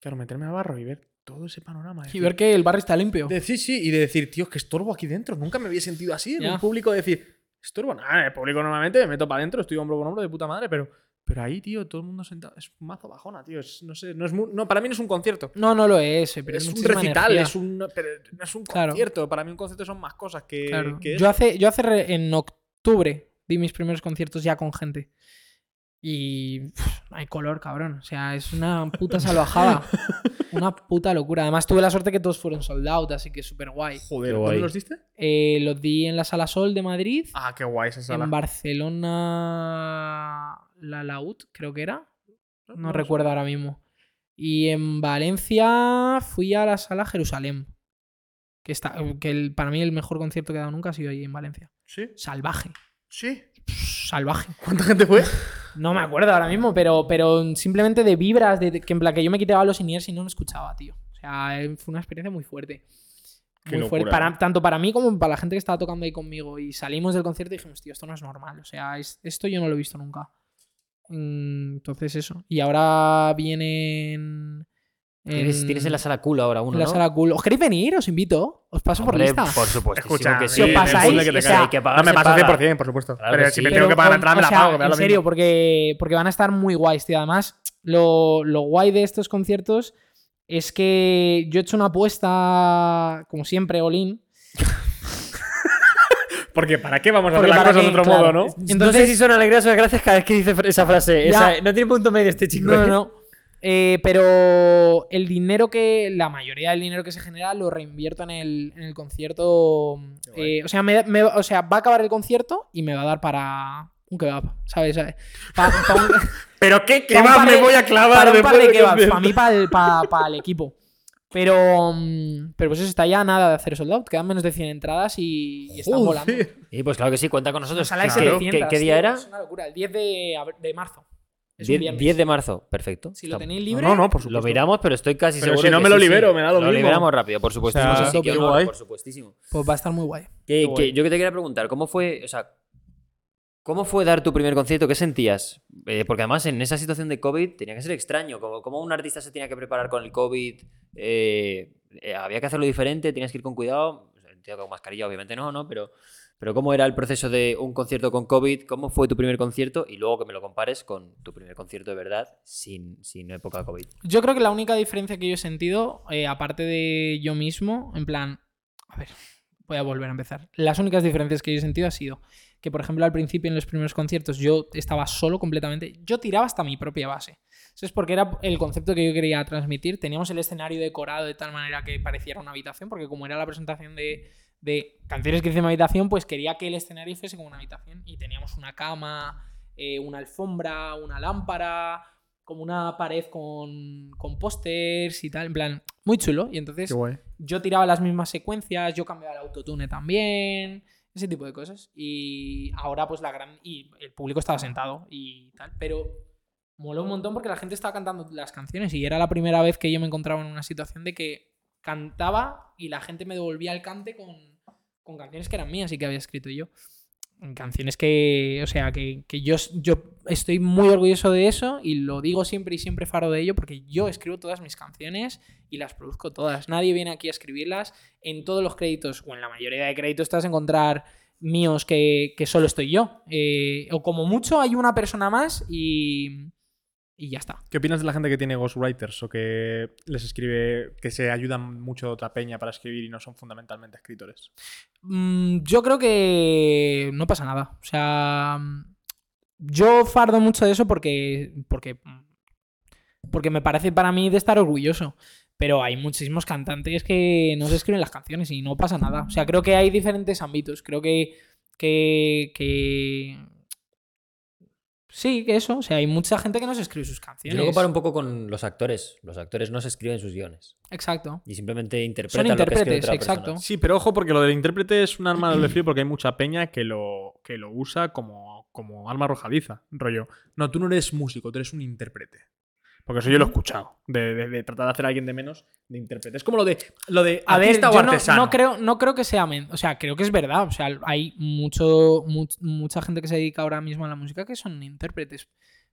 Claro, meterme al barro y ver todo ese panorama.
Y
decir,
ver que el barrio está limpio.
de decir sí y de decir, tío, que estorbo aquí dentro. Nunca me había sentido así. En
Ya.
un público decir, estorbo. Nada, en el público normalmente me meto para adentro, estoy hombro con hombro de puta madre, pero, pero ahí, tío, todo el mundo sentado. Es un mazo bajona, tío. Es- no sé, no es mu- no, para mí no es un concierto.
No, no lo es, eh, pero
es
es
un
muchísima
recital,
energía.
es un, pero no es un
Claro.
concierto. Para mí un concierto son más cosas que,
Claro.
que
Yo
eso.
hace, yo hace re- en octubre di mis primeros conciertos ya con gente. Y pf, no hay color, cabrón. O sea, es una puta salvajada. una puta locura. Además, tuve la suerte que todos fueron sold out, así que súper guay.
Joder,
Qué
¿dónde
guay.
los diste?
los di en la Sala Sol de Madrid.
Ah, qué guay esa sala.
en Barcelona, la Laud, creo
Ah,
que era. No,
no lo sé.
recuerdo ahora mismo. Y en Valencia fui a la Sala Jerusalén. Que, está, que el- para mí el mejor concierto que he dado nunca ha sido allí en Valencia.
Sí,
Salvaje.
sí.
Salvaje.
¿Cuánta gente fue?
Pues
No me acuerdo ahora mismo, pero, pero simplemente de vibras, de, de- que en plan que yo me quitaba los in-ears y no me escuchaba, tío. O sea, eh, fue una experiencia muy fuerte.
Qué
Muy
locura, ¿eh?
fuerte,
¿no?
para, tanto para mí como para la gente que estaba tocando ahí conmigo. Y salimos del concierto y dijimos, tío, esto no es normal. O sea, es- esto yo no lo he visto nunca. Mm, Entonces, eso. Y ahora vienen.
Tienes, tienes en la sala cool ahora uno,
en la
¿no?
sala cool. ¿Os queréis venir? Os invito. Os paso por
Hombre,
lista.
Por supuesto.
Escucha,
que
sí,
sí,
os pasáis,
imposible que te
o sea,
caiga, hay que pagar,
no, me
se
paso
paga.
100%, por supuesto.
Claro
pero
que
si
sí.
me tengo que
Pero
pagar
con-
la entrada, me
o
la
sea,
pago. que me da
en
lo mismo.
serio, porque, porque van a estar muy guays, tío. Además, lo, lo guay de estos conciertos es que yo he hecho una apuesta, como siempre, Olin.
Porque ¿para qué vamos a
Porque
hacer las
para
cosas de
qué,
otro
claro.
modo, no?
Entonces, no sé si son alegrías o desgracias cada vez que dice esa frase.
Ya.
Esa- no tiene punto medio este chico.
No,
¿eh?
no, no. Eh, pero el dinero que. La mayoría del dinero que se genera lo reinvierto en el, en el concierto.
guay.
Eh, o, sea, me- me- o sea, va a acabar el concierto y me va a dar para un kebab, ¿sabes? ¿Sabes? Pa- pa un-
¿Pero qué
Para un
kebab
par
me
de-
voy a clavar
para un par
después
de
del
kebabs,
concierto?
para mí, para el, pa- pa el equipo. Pero, mm, pero pues eso está ya nada de hacer sold out. Quedan menos de 100 entradas y, y están volando.
Joder.
Y pues claro que sí, cuenta con nosotros.
Ojalá y
¿Qué,
Claro.
se
qué-
descienda,
qué día
tío,
era?
Es una locura, el 10 de, abr- de marzo. Es un
10,
viernes.
de marzo, perfecto.
Si lo
Está-
tenéis
No,
libre,
no, no, por
Lo
supuesto.
miramos, pero estoy casi
Pero
seguro.
si no
que
me lo
sí, sí.
libero, me da lo mismo.
liberamos rápido, por supuestísimo.
sea,
sí, sí,
qué
que no,
guay.
por supuestísimo.
pues va a estar muy guay.
Que-
Qué
que
guay.
yo que te quería preguntar, ¿cómo fue, o sea, cómo fue dar tu primer concierto? ¿Qué sentías? Eh, porque además en esa situación de COVID tenía que ser extraño. Como, como un artista se tenía que preparar con el COVID, Eh, eh, había que hacerlo diferente, tenías que ir con cuidado. O sea, Entiendo que con mascarilla, obviamente no, ¿no? Pero, pero ¿cómo era el proceso de un concierto con COVID? ¿Cómo fue tu primer concierto? Y luego que me lo compares con tu primer concierto de verdad sin, sin época COVID.
Yo creo que la única diferencia que yo he sentido, eh, aparte de yo mismo, en plan, a ver, voy a volver a empezar. Las únicas diferencias que yo he sentido ha sido que, por ejemplo, al principio en los primeros conciertos yo estaba solo completamente, yo tiraba hasta mi propia base. Eso es porque era el concepto que yo quería transmitir. Teníamos el escenario decorado de tal manera que pareciera una habitación, porque como era la presentación de, de canciones que hice en mi habitación, pues quería que el escenario fuese como una habitación y teníamos una cama, eh, una alfombra, una lámpara, como una pared con, con pósters y tal, en plan, muy chulo. Y entonces
Qué guay.
yo tiraba las mismas secuencias, yo cambiaba el autotune también, ese tipo de cosas. Y ahora pues la gran... Y el público estaba sentado y tal, pero moló un montón porque la gente estaba cantando las canciones y era la primera vez que yo me encontraba en una situación de que cantaba y la gente me devolvía el cante con, con canciones que eran mías y que había escrito yo. Canciones que, o sea, que, que yo, s- yo estoy muy orgulloso de eso y lo digo siempre y siempre faro de ello porque yo escribo todas mis canciones y las produzco todas. Nadie viene aquí a escribirlas. En todos los créditos o en la mayoría de créditos te vas a encontrar míos que, que solo estoy yo. Eh, o como mucho hay una persona más y, y ya está.
¿Qué opinas de la gente que tiene ghostwriters o que les escribe, que se ayudan mucho de otra peña para escribir y no son fundamentalmente escritores?
Mm, yo creo que no pasa nada. O sea, mm, yo fardo mucho de eso porque, porque, porque me parece para mí de estar orgulloso. Pero hay muchísimos cantantes que no se escriben las canciones y no pasa nada. O sea, creo que hay diferentes ámbitos. Creo que. que, que... Sí, que eso. O sea, hay mucha gente que no se escribe sus
Yo
canciones.
lo comparo un poco con los actores. Los actores no se escriben sus guiones
Exacto.
y simplemente interpretan
Son
lo que escribe
intérpretes,
otra persona.
exacto.
Sí, pero ojo, porque lo del intérprete es un arma de doble filo porque hay mucha peña que lo, que lo usa como, como arma arrojadiza. Rollo, no, tú no eres músico, tú eres un intérprete. Porque eso yo lo he escuchado, de, de- de tratar de hacer a alguien de menos de intérprete. Es como lo de, lo de
A ver,
artista
yo
o
no-
artesano.
No, creo, no creo que sea men- O sea, creo que es verdad. O sea, hay mucho, mu- mucha gente que se dedica ahora mismo a la música que son intérpretes.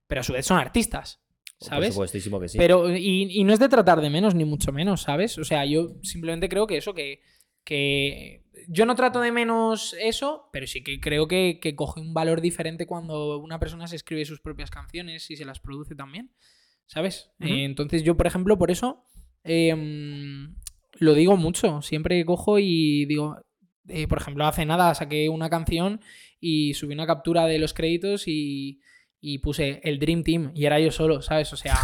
Pero a su vez son artistas.
Por
¿Sabes?
supuestísimo que sí.
Pero, y, y no es de tratar de menos, ni mucho menos, ¿sabes? O sea, yo simplemente creo que eso, que. que yo no trato de menos eso, pero sí que creo que, que coge un valor diferente cuando una persona se escribe sus propias canciones y se las produce también, ¿sabes?
Ujú.
Eh, entonces yo, por ejemplo, por eso eh, mm, lo digo mucho. Siempre cojo y digo, eh, por ejemplo, hace nada saqué una canción y subí una captura de los créditos y, y puse el Dream Team y era yo solo, ¿sabes? O sea,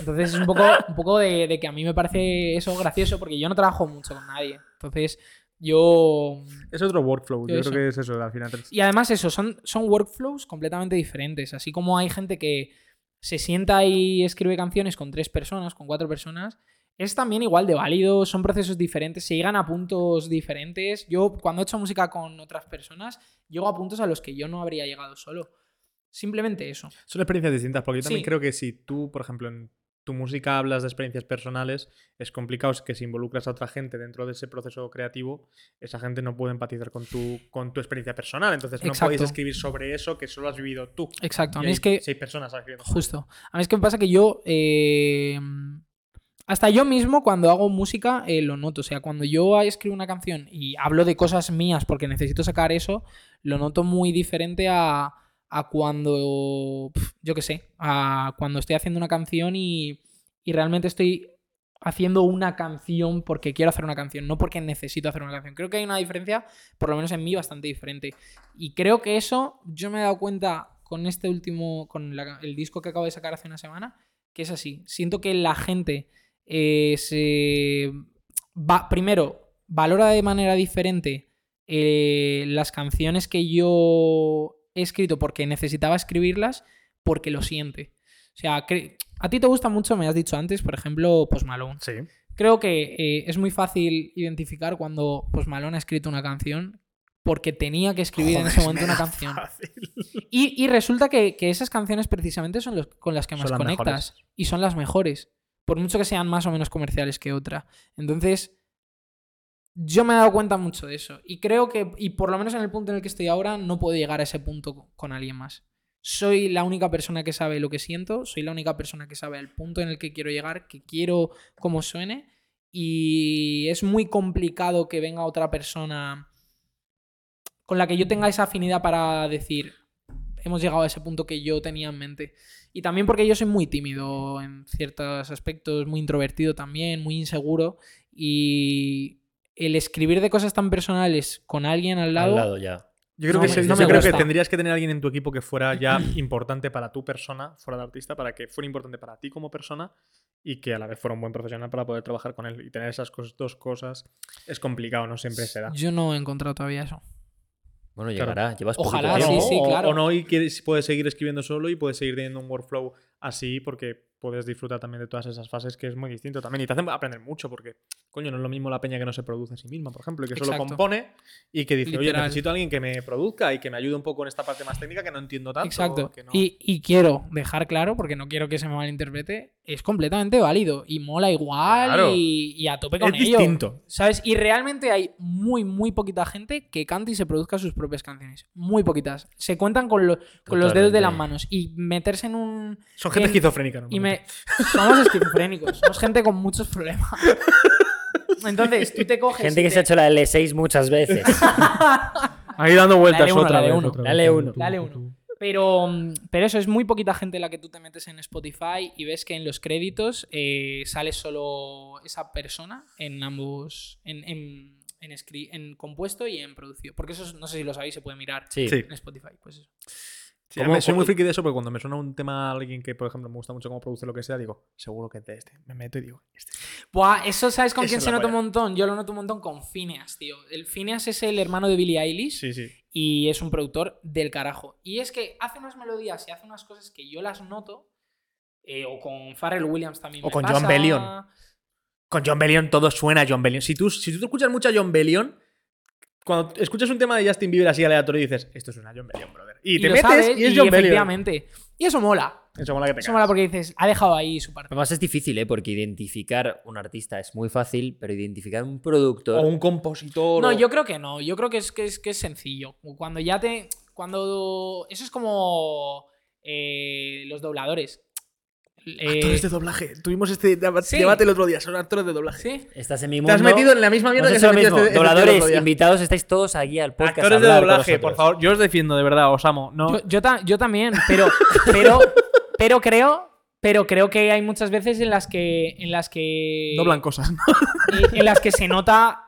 entonces es un poco, un poco de, de que a mí me parece eso gracioso porque yo no trabajo mucho con nadie. Entonces yo...
Es otro workflow,
Yo
yo,
eso.
creo que es eso, al final.
Y además eso, son, son workflows completamente diferentes. Así como hay gente que se sienta y escribe canciones con tres personas, con cuatro personas, es también igual de válido, son procesos diferentes, se llegan a puntos diferentes. Yo cuando he hecho música con otras personas, llego a puntos a los que yo no habría llegado solo. Simplemente eso.
Son experiencias distintas, porque yo también
Sí.
creo que si tú, por ejemplo, en tu música hablas de experiencias personales, es complicado es que si involucras a otra gente dentro de ese proceso creativo, esa gente no puede empatizar con tu, con tu experiencia personal. Entonces no
Exacto.
podéis escribir sobre eso que solo has vivido tú.
Exacto. A
Y
mí
hay
es que...
Seis personas escribiendo.
Justo. A mí es que me pasa que yo. eh, hasta yo mismo, cuando hago música, eh, lo noto. O sea, cuando yo escribo una canción y hablo de cosas mías porque necesito sacar eso, lo noto muy diferente a, a cuando. pf, Yo qué sé. A cuando estoy haciendo una canción y, y realmente estoy haciendo una canción porque quiero hacer una canción, no porque necesito hacer una canción. Creo que hay una diferencia, por lo menos en mí, bastante diferente. Y creo que eso yo me he dado cuenta con este último, con la- el disco que acabo de sacar hace una semana, que es así. Siento que la gente eh, se. va- primero, valora de manera diferente eh, las canciones que yo he escrito porque necesitaba escribirlas, porque lo siente. O sea, cre- a ti te gusta mucho, me has dicho antes, por ejemplo, Post Malone.
Sí.
Creo que eh, es muy fácil identificar cuando Post Malone ha escrito una canción porque tenía que escribir en ese momento una canción. Y, y resulta que, que esas canciones precisamente son los- con las que
Son
más
las
conectas
mejores.
y son las mejores, por mucho que sean más o menos comerciales que otra. Entonces, yo me he dado cuenta mucho de eso y creo que, y por lo menos en el punto en el que estoy ahora, no puedo llegar a ese punto co- con alguien más. Soy la única persona que sabe lo que siento, soy la única persona que sabe el punto en el que quiero llegar, que quiero cómo suene y es muy complicado que venga otra persona con la que yo tenga esa afinidad para decir, hemos llegado a ese punto que yo tenía en mente. Y también porque yo soy muy tímido en ciertos aspectos, muy introvertido también, muy inseguro. Y el escribir de cosas tan personales con alguien al lado,
Al lado ya.
Yo creo,
No,
que,
pues,
se-
no
yo
me
creo que
gusta.
tendrías que tener a alguien en tu equipo que fuera ya importante para tu persona, fuera de artista, para que fuera importante para ti como persona y que a la vez fuera un buen profesional para poder trabajar con él. Y tener esas cos- dos cosas es complicado, no siempre se da.
yo no he encontrado todavía eso.
Bueno,
Claro.
llegará. Llevas poquito
Ojalá, Ah,
tiempo.
sí, sí,
o,
claro.
o no, y quieres- puedes seguir escribiendo solo y puedes seguir teniendo un workflow así porque puedes disfrutar también de todas esas fases que es muy distinto también. Y te hacen aprender mucho porque, coño, no es lo mismo la peña que no se produce a sí misma, por ejemplo, y que solo
Exacto.
compone y que dice, oye,
Literal.
necesito a alguien que me produzca y que me ayude un poco en esta parte más técnica que no entiendo tanto.
Exacto.
que no-".
Y, y quiero dejar claro, porque no quiero que se me malinterprete, es completamente válido y mola igual
Claro.
y, y a tope
Es
con ello.
distinto.
¿Sabes? Y realmente hay muy, muy poquita gente que cante y se produzca sus propias canciones. Muy poquitas. Se cuentan con, lo- con los dedos de las
Totalmente.
manos. Y meterse en un.
Son gente
en-
esquizofrénica, ¿no?
Y me... Somos esquizofrénicos. Somos gente con muchos problemas. Entonces, tú te coges.
Gente
y
que se ha
te-
hecho la L6 muchas veces.
Ahí dando vueltas
Dale uno,
otra
dale
vez.
uno,
otra vez,
dale
tú,
uno.
tú,
Dale
tú,
uno.
tú.
Pero, mm, pero eso, es muy poquita gente la que tú te metes en Spotify y ves que en los créditos eh, sale solo esa persona en ambos. En, en, en, escri- en compuesto y en producido. Porque eso, es- no sé si lo sabéis, se puede mirar
Sí.
Sí.
en Spotify. Pues eso.
Sí, a
¿Cómo-
mí- soy muy
cómo-
friki de eso porque cuando me suena un tema a alguien que, por ejemplo, me gusta mucho cómo produce lo que sea, digo, seguro que es de este. Me meto y digo, este.
Buah, eso sabes con
Esa
quién
es
se
la
nota un
polla.
montón. Yo lo noto un montón con Phineas, tío. El Phineas es el hermano de Billie Eilish.
Sí, sí.
y es un productor del carajo. Y es que hace unas melodías y hace unas cosas que yo las noto, eh, o con Pharrell Williams también.
O
me
con
pasa.
John Bellion. Con John Bellion todo suena a John Bellion. Si tú, si tú escuchas mucho a John Bellion, cuando escuchas un tema de Justin Bieber así aleatorio y dices, esto suena a John Bellion, brother. Y, te
lo
metes
sabes,
y es John Bellion.
efectivamente. Y eso mola.
Eso mola que te
Eso mola
cagas.
porque dices, ha dejado ahí su parte.
Además es difícil, ¿eh? Porque identificar un artista es muy fácil, pero identificar un productor...
O un compositor.
No,
o-
yo creo que no. Yo creo que es, que es, que es sencillo. Cuando ya te. Cuando. Eso es como. eh, los dobladores. Eh,
Actores de doblaje. Tuvimos este deba-
sí.
debate el otro día. Son actores de doblaje.
sí.
Estás en mi mundo...
Te has metido en la misma mierda
No
que
sé si
se
lo
metió
mismo.
este- este
Dobladores,
otro día.
invitados, estáis todos aquí al podcast. a
Actores de
hablar con
doblaje, por
nosotros.
favor. Yo os defiendo, de verdad. Os amo. No,
Yo, yo ta- yo también, pero, pero, pero creo. Pero creo que hay muchas veces en las que. En las que.
doblan cosas.
en- en las que se nota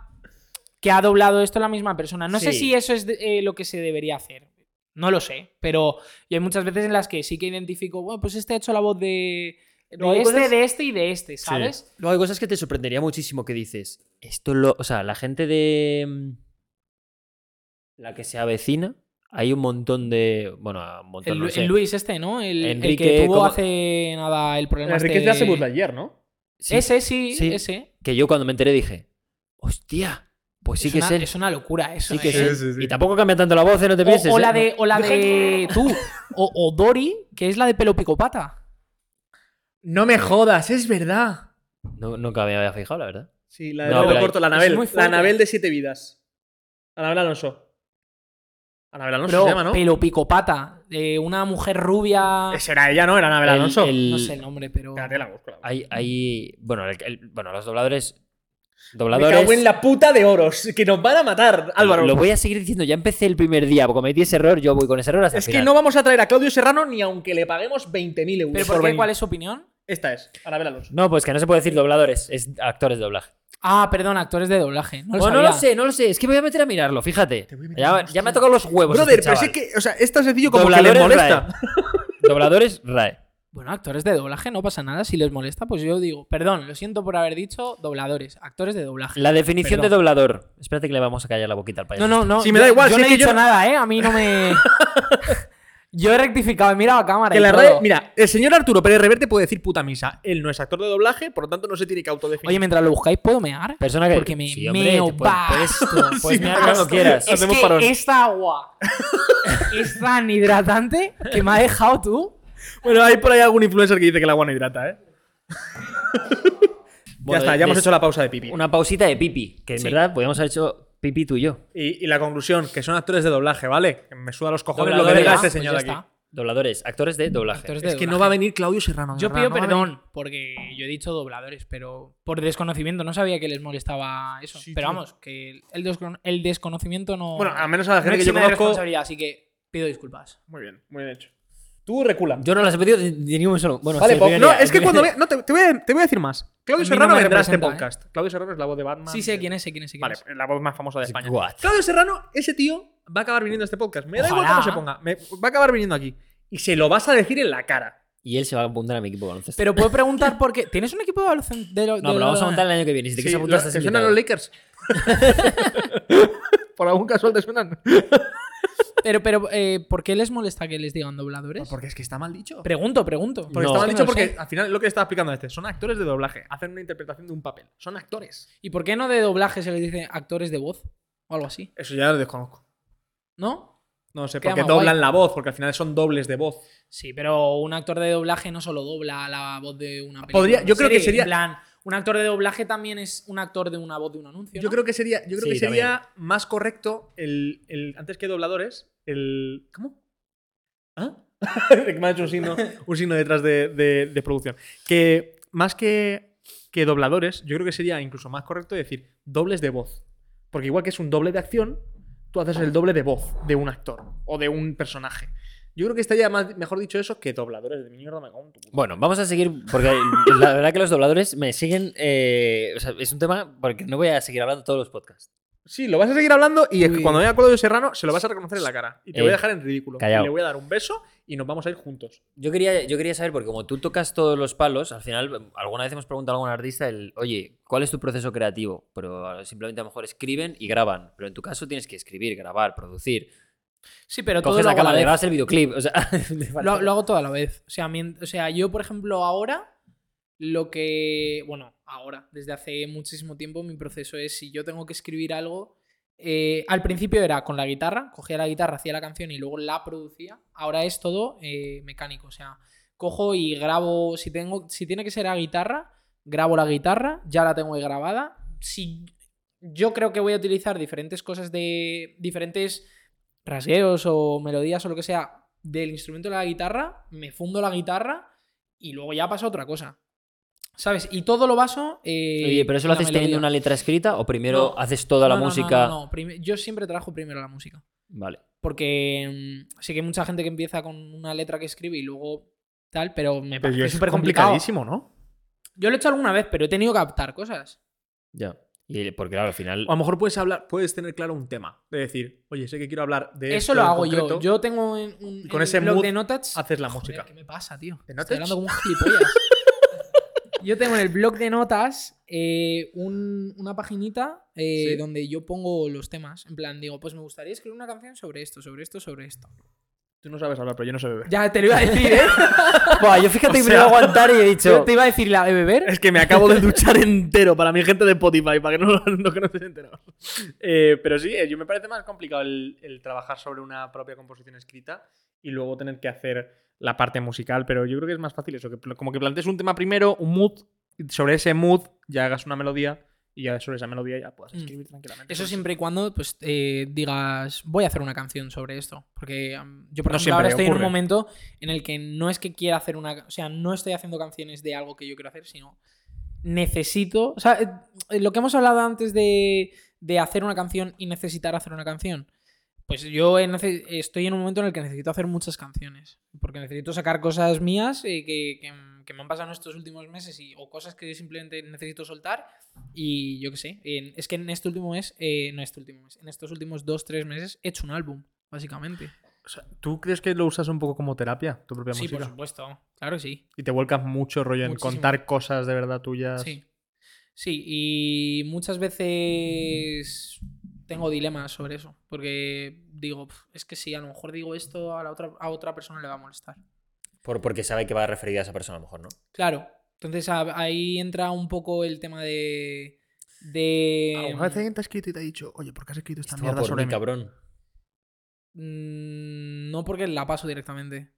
que ha doblado esto la misma persona. No sé
Sí.
si eso es de- eh, lo que se debería hacer. No lo sé, pero y hay muchas veces en las que sí que identifico, bueno, pues este ha hecho la voz de, de
No, hay
este,
cosas-
de este y de este, ¿sabes?
Luego hay cosas que te sorprendería muchísimo que dices. Esto lo. O sea, la gente de. mm, La que se avecina. Hay un montón de. Bueno, un montón
El,
no
Lu-
sé.
el Luis este, ¿no? El, el
Enrique,
que tuvo
¿cómo?
hace nada el problema
Enrique
este-
ya se burla ayer, ¿no?
Sí,
Ese sí,
Sí.
ese.
Que yo cuando me enteré dije. ¡Hostia! Pues sí
es,
que
una,
es él.
es una locura eso.
Sí que
¿eh?
es
Sí,
él.
sí, sí.
Y tampoco cambia tanto la voz, ¿eh? no te pienses.
O, o la
¿eh?
de, o la de tú. O, o Dori, que es la de pelo picopata.
No me jodas, es verdad.
No, nunca me había fijado, la verdad.
Sí, la
de No, pelo pero hay-
corto,
corto,
la
Anabel.
Anabel.
muy fuerte.
La
La Anabel
Anabel de siete vidas. Anabel Alonso. Anabel Alonso
Bro,
se llama, ¿no?
pelo picopata. eh, una mujer rubia.
Esa era ella, ¿no? Era Anabel
El-
Alonso.
el-
No sé el nombre, pero.
Espérate, la busco. la busco.
Hay. hay bueno, el- el- bueno, los dobladores.
Me
Dobladores.
cago en la puta de oros, que nos van a matar, Álvaro.
Lo voy a seguir diciendo. Ya empecé el primer día. Cometí ese error. Yo voy con ese error hasta el
Es que
final.
no vamos a traer a Claudio Serrano ni aunque le paguemos 20.000 euros.
¿Pero por qué?
venir.
¿Cuál es su opinión?
Esta es, Anabel Alonso.
No, pues que no se puede decir dobladores, es actores de doblaje.
Ah, perdón, actores de doblaje. No lo,
Bueno, no lo
sabía.
sé, no lo sé. Es que me voy a meter a mirarlo, fíjate.
Te voy a meter
Ya,
unos
ya me ha tocado los huevos.
Brother,
este
pero si
chaval.
es que, o sea, es tan sencillo como que le
Dobladores
molesta.
RAE. Dobladores RAE.
Bueno, actores de doblaje, no pasa nada. Si les molesta, pues yo digo, perdón, lo siento por haber dicho dobladores, actores de doblaje.
La definición
Perdón.
de doblador. Espérate que le vamos a callar la boquita al payaso. este.
No, no, no.
Sí, me da
yo-
igual,
Yo
si
no
es
he
que
dicho
yo-
nada, ¿eh? A mí no me. yo he rectificado, he mirado a cámara.
Que
y
la
todo.
RAE- mira, el señor Arturo Pérez Reverte puede decir puta misa. Él no es actor de doblaje, por lo tanto no se tiene que autodefinir.
Oye, mientras lo buscáis, ¿puedo mear?
Persona que.
Porque me
Sí, hombre,
meo
te puedes-
basto.
Puedes, puedes
Sí,
mear cuando
basto.
quieras.
Es
Hacemos
que
parón.
esta agua es tan hidratante que me ha dejado tú.
Bueno, hay por ahí algún influencer que dice que el agua no hidrata, ¿eh?
Bueno,
ya está, ya hemos
des-
hecho la pausa de pipi.
Una pausita de pipi, que en
Sí.
verdad podríamos haber hecho pipi tú y yo.
Y, y la conclusión, que son actores de doblaje, ¿vale? Que Me suda los cojones
Dobladores,
lo que diga
¿no?
este
Pues
señor
ya
aquí.
está.
Dobladores, actores de doblaje.
Actores de
Es que no
doblaje.
va a venir Claudio Serrano. de
Yo
verdad,
pido
no va a
perdón, porque yo he dicho dobladores, pero por desconocimiento no sabía que les molestaba eso.
Sí,
pero
tío.
vamos, que el, descon- el desconocimiento
venir.
no.
Bueno, al menos a la
no
gente que yo
exime de
conozco.
responsabilidad, así que pido disculpas.
Muy bien, muy bien hecho. Tú recula.
Yo no las he pedido ni ni ningún solo. Bueno,
vale,
sí, el
po-
primer
no,
día,
es
el
que
primer
cuando
día.
ve- no, te, te voy a, te voy a decir más. Claudio
A mí no
Serrano
me
vendrá a este
representa, ¿eh?
podcast. Claudio Serrano es la voz de Batman.
Sí sé
de-
quién es, sé quién es, sé quién
Vale,
es.
la voz más famosa de España.
What?
Claudio Serrano, ese tío va a acabar viniendo a este podcast. Me da igual
Ojalá.
cómo se ponga. me- va a acabar viniendo aquí. Y se lo vas a decir en la cara.
Y él se va a apuntar a mi equipo de baloncesto.
Pero puedo preguntar por qué. ¿Tienes un equipo de baloncesto? de lo-
No,
de
pero vamos a
lo-
montar el año que viene. Si te
Sí,
quieres apuntar, estás
¿Te suenan
invitado.
los Lakers? Por algún casual te suenan.
Pero, pero eh, ¿por qué les molesta que les digan dobladores?
Porque es que está mal dicho.
Pregunto, pregunto.
Porque
No.
está mal
Es que
dicho
no lo
porque
sé.
al final lo que estaba explicando este, son actores de doblaje, hacen una interpretación de un papel, son actores.
¿Y por qué no de doblaje se les dice actores de voz? O algo así.
Eso ya lo desconozco.
¿No?
No sé,
Queda
porque
más guay.
doblan la voz, porque al final son dobles de voz.
Sí, pero un actor de doblaje no solo dobla la voz de una película.
Podría- yo
una
creo que
serie.
sería-
En plan, un actor de doblaje también es un actor de una voz de un anuncio.
Yo creo que sería, yo creo
Sí,
que sería más correcto el, el- Antes que dobladores, el. ¿Cómo? ¿Ah? que me ha hecho un signo, un signo detrás de, de- de producción. Que más que, que dobladores, yo creo que sería incluso más correcto decir dobles de voz. Porque igual que es un doble de acción, tú haces el doble de voz de un actor o de un personaje. Yo creo que estaría más, mejor dicho eso que dobladores de mierda me cago en tu puta.
Bueno, vamos a seguir porque la verdad que los dobladores me siguen. eh, o sea, es un tema porque no voy a seguir hablando todos los podcasts.
Sí, lo vas a seguir hablando y es que
Uy.
cuando me acuerdo de Serrano se lo vas a reconocer en la cara. Y te voy
Eh,
a dejar en ridículo. Y
callao.
le voy a dar un beso y nos vamos a ir juntos.
Yo quería, yo quería saber, porque como tú tocas todos los palos, al final alguna vez hemos preguntado a algún artista el, oye, ¿cuál es tu proceso creativo? Pero simplemente a lo mejor escriben y graban. Pero en tu caso tienes que escribir, grabar, producir.
Sí, pero todo
Coges la
lo hago a la
cámara,
vez.
grabas el videoclip. O sea,
Lo, lo hago todo a la vez. O sea, mien- o sea, yo, por ejemplo, ahora, lo que. Bueno, ahora, desde hace muchísimo tiempo, mi proceso es si yo tengo que escribir algo. eh, al principio era con la guitarra, cogía la guitarra, hacía la canción y luego la producía. Ahora es todo eh, mecánico. O sea, cojo y grabo. Si, tengo, si tiene que ser a guitarra, grabo la guitarra, ya la tengo ahí grabada. Si yo creo que voy a utilizar diferentes cosas de. diferentes rasgueos o melodías o lo que sea del instrumento de la guitarra, me fundo la guitarra y luego ya pasa otra cosa. ¿Sabes? Y todo lo baso. eh,
Oye, pero eso lo
en la
haces teniendo
melodía.
una letra escrita o primero
No.
haces toda la
No, no, no,
música.
no, no. Prime- Yo siempre trabajo primero la música.
Vale.
Porque mm, sí que hay mucha gente que empieza con una letra que escribe y luego tal, pero me
Pero
parece
es
súper complicado.
complicadísimo, ¿no?
Yo lo he hecho alguna vez, pero he tenido que adaptar cosas.
Ya. Y porque claro, al final.
O a lo mejor puedes hablar, puedes tener claro un tema. De decir, oye, sé que quiero hablar de
Eso
esto
lo
en
hago yo.
concreto,
Yo tengo un, un-
con
en
ese
el blog
mood
de notas.
Haces la
Joder,
música.
¿Qué me pasa, tío?
¿De
Estoy
notas?
hablando como un gilipollas. yo tengo en el blog de notas eh, un- una paginita eh,
Sí.
donde yo pongo los temas. En plan, digo, pues me gustaría escribir una canción sobre esto, sobre esto, sobre esto.
Tú no sabes hablar, pero yo no sé beber.
Ya te lo iba a decir, ¿eh?
Buah, yo fíjate
O
que me iba a
sea-
aguantar y he dicho.
Yo te iba a decir la de beber.
Es que me acabo de duchar entero para mi gente de Spotify, para que no, no, que no estés enterado. Eh, pero sí, eh, yo me parece más complicado el, el trabajar sobre una propia composición escrita y luego tener que hacer la parte musical, pero yo creo que es más fácil eso, que pl- como que plantees un tema primero, un mood, y sobre ese mood ya hagas una melodía y ya sobre esa melodía ya puedas
Mm.
escribir tranquilamente.
Eso siempre y cuando pues, eh, digas, voy a hacer una canción sobre esto. Porque am, yo, por
No
ejemplo,
siempre
ahora estoy en un
ocurre.
momento en el que no es que quiera hacer una. O sea, no estoy haciendo canciones de algo que yo quiero hacer, sino necesito. O sea, eh, lo que hemos hablado antes de, de hacer una canción y necesitar hacer una canción. Pues yo he nece- estoy en un momento en el que necesito hacer muchas canciones. Porque necesito sacar cosas mías eh, que, que m- que me han pasado en estos últimos meses y, o cosas que simplemente necesito soltar. Y yo qué sé. en- es que en este último mes, eh, no este último mes, en estos últimos dos, tres meses he hecho un álbum, básicamente.
O sea, ¿Tú crees que lo usas un poco como terapia, tu propia
Sí,
música?
por supuesto. Claro que sí.
Y te vuelcas mucho rollo en
Muchísimo.
contar cosas de verdad tuyas.
Sí. Sí, y muchas veces tengo dilemas sobre eso, porque digo, "Pf, es que si a lo mejor digo esto a la otra a otra persona le va a molestar.
Por- porque sabe que va referida a esa persona a lo mejor, ¿no?
Claro. Entonces a- ahí entra un poco el tema de de
¿Alguna vez alguien te ha escrito y te ha dicho, oye, ¿por qué has escrito esta
Esto va
mierda
por
sobre
mí,
mí?
cabrón.
mm, no porque la paso directamente.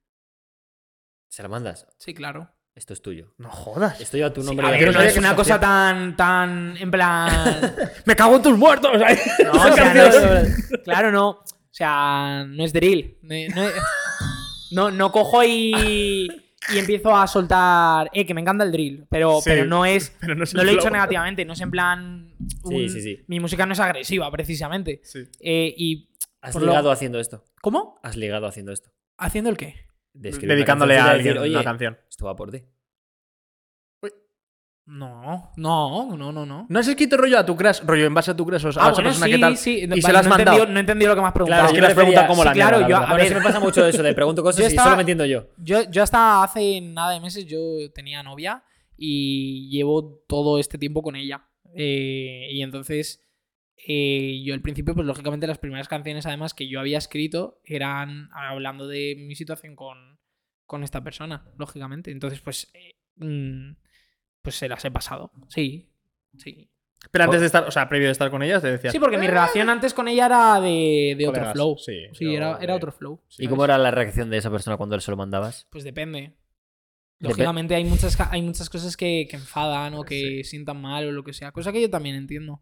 Se la mandas.
Sí, claro.
Esto es tuyo.
No jodas.
Esto lleva tu nombre.
a
y
ver,
apellido.
no es una cosa
tan tan en plan
¡Me cago en tus muertos!
No, o sea, no es- claro, no. O sea, no es drill. No, no- no- no cojo y, y empiezo a soltar. Eh, que me encanta el drill. Pero,
Sí.
pero no es.
Pero no, es
No
el
lo he dicho
clavo.
negativamente. No es en plan. un-
sí, sí.
Mi música no es agresiva, precisamente.
Sí.
Eh, y.
Has
por lo-
ligado haciendo esto.
¿Cómo?
Has ligado haciendo esto.
¿Haciendo el qué?
De escribir una
Dedicándole a
cancioncita y
alguien
decir,
una
"Oye,
canción.
Esto va por ti.
No, no, no, no, no.
¿No has escrito rollo a tu crush? Rollo en base a tu crush o sea,
Ah,
a esa
bueno,
persona
sí,
que tal.
sí.
y
Vale,
se la has
no he
mandado.
entendido- no he entendido lo que me has preguntado.
es que
yo
le has
prefería-
preguntado cómo
sí,
la
claro,
mierda,
yo-
la verdad.
a
A
ver.
ver, me pasa mucho eso. Le pregunto cosas
Yo
y
estaba-
solo me entiendo yo.
Yo, yo hasta hace nada de meses yo tenía novia y llevo todo este tiempo con ella. Eh, y entonces eh, yo al principio, pues lógicamente las primeras canciones además que yo había escrito eran hablando de mi situación con, con esta persona, lógicamente. Entonces pues, eh, mm, pues se las he pasado. Sí, sí.
Pero antes de estar, o sea, previo de estar con ellas, te decías.
Sí, porque mi relación antes con ella era de, de otro
"Colegas".
flow. Sí,
Sí, yo-
era, era
eh,
otro flow.
sí.
¿Y cómo era la reacción de esa persona cuando él se lo mandabas?
Pues depende.
Depe-
Lógicamente hay muchas, ca- hay muchas cosas que, que enfadan o que
Sí.
sientan mal o lo que sea, cosa que yo también entiendo.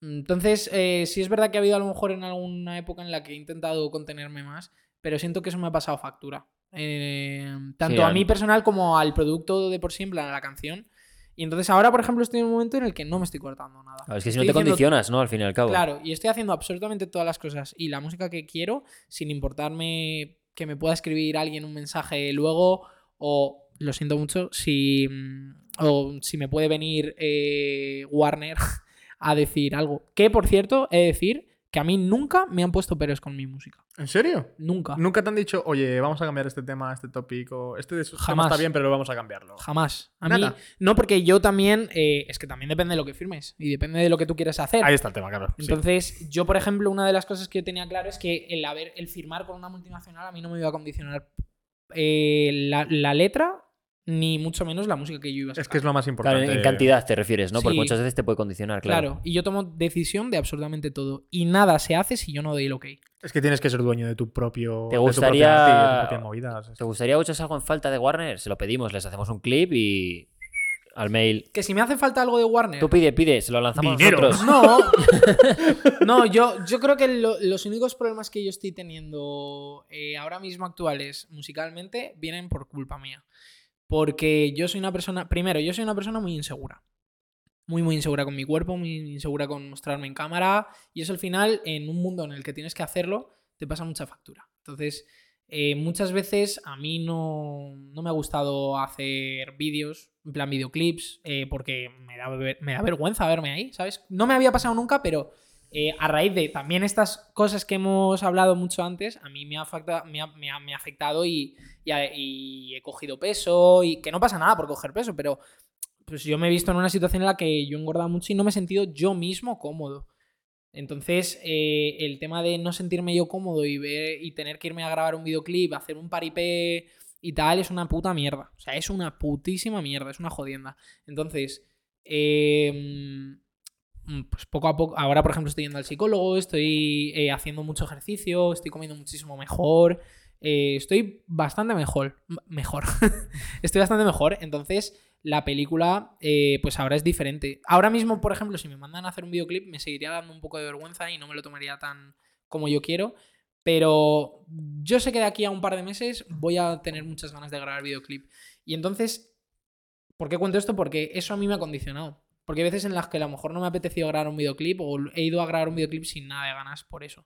Entonces, eh, sí es verdad que ha habido a lo mejor en alguna época en la que he intentado contenerme más, pero siento que eso me ha pasado factura. Eh, tanto
Sí,
a
al-
mí personal como al producto de por sí, en plan, a la canción. Y entonces ahora, por ejemplo, estoy en un momento en el que no me estoy cortando nada.
Claro, es que si no
Estoy
te
diciendo
condicionas, ¿no? Al fin y al cabo.
Claro, y estoy haciendo absolutamente todas las cosas y la música que quiero, sin importarme que me pueda escribir alguien un mensaje luego o, lo siento mucho, si, mm, o si me puede venir eh, Warner a decir algo. Que, por cierto, he de decir que a mí nunca me han puesto peros con mi música.
¿En serio?
Nunca.
Nunca te han dicho, oye, vamos a cambiar este tema, este tópico. Este de sus
Jamás.
temas está bien, pero vamos a cambiarlo.
Jamás. A
Nada.
mí, no, porque yo también, eh, es que también depende de lo que firmes y depende de lo que tú quieras hacer.
Ahí está el tema, claro. sí.
Entonces, yo, por ejemplo, una de las cosas que yo tenía claro es que el, haber, el firmar con una multinacional a mí no me iba a condicionar eh, la, la letra, ni mucho menos la música que yo iba a sacar.
Es que es lo más
Claro,
importante.
en- en cantidad te refieres, ¿no? Porque
Sí.
muchas veces te puede condicionar,
claro.
claro.
y yo tomo decisión de absolutamente todo. Y nada se hace si yo no doy el ok.
Es que tienes que ser dueño de tu propio.
¿Te
de tu propia
gustaría-
arte y de tu propia movida, o sea,
¿Te gustaría que echas algo en falta de Warner? Se lo pedimos, les hacemos un clip y al mail.
Que si me hace falta algo de Warner.
Tú pide, pide, se lo lanzamos
Dinero.
nosotros.
No, no yo, yo creo que lo- los únicos problemas que yo estoy teniendo eh, ahora mismo actuales musicalmente vienen por culpa mía. Porque yo soy una persona, primero, yo soy una persona muy insegura. Muy, muy insegura con mi cuerpo, muy insegura con mostrarme en cámara. Y eso al final, en un mundo en el que tienes que hacerlo, te pasa mucha factura. Entonces, eh, muchas veces a mí no, no me ha gustado hacer vídeos, en plan videoclips, eh, porque me da, ver- me da vergüenza verme ahí, ¿sabes? No me había pasado nunca, pero eh, a raíz de también estas cosas que hemos hablado mucho antes, a mí me ha, afecta- me ha- me ha- me ha afectado y, y ha- y he cogido peso, y que no pasa nada por coger peso, pero pues yo me he visto en una situación en la que yo he engordado mucho y no me he sentido yo mismo cómodo. Entonces, eh, el tema de no sentirme yo cómodo y ver y tener que irme a grabar un videoclip, hacer un paripé y tal, es una puta mierda. O sea, es una putísima mierda, es una jodienda. Entonces, eh, mm, pues poco a poco, ahora por ejemplo estoy yendo al psicólogo, estoy eh, haciendo mucho ejercicio, estoy comiendo muchísimo mejor, eh, estoy bastante mejor, m- mejor, estoy bastante mejor, entonces la película eh, pues ahora es diferente. Ahora mismo, por ejemplo, si me mandan a hacer un videoclip, me seguiría dando un poco de vergüenza y no me lo tomaría tan como yo quiero, pero yo sé que de aquí a un par de meses voy a tener muchas ganas de grabar videoclip. Y entonces, ¿por qué cuento esto? Porque eso a mí me ha condicionado. Porque hay veces en las que a lo mejor no me ha apetecido grabar un videoclip o he ido a grabar un videoclip sin nada de ganas por eso.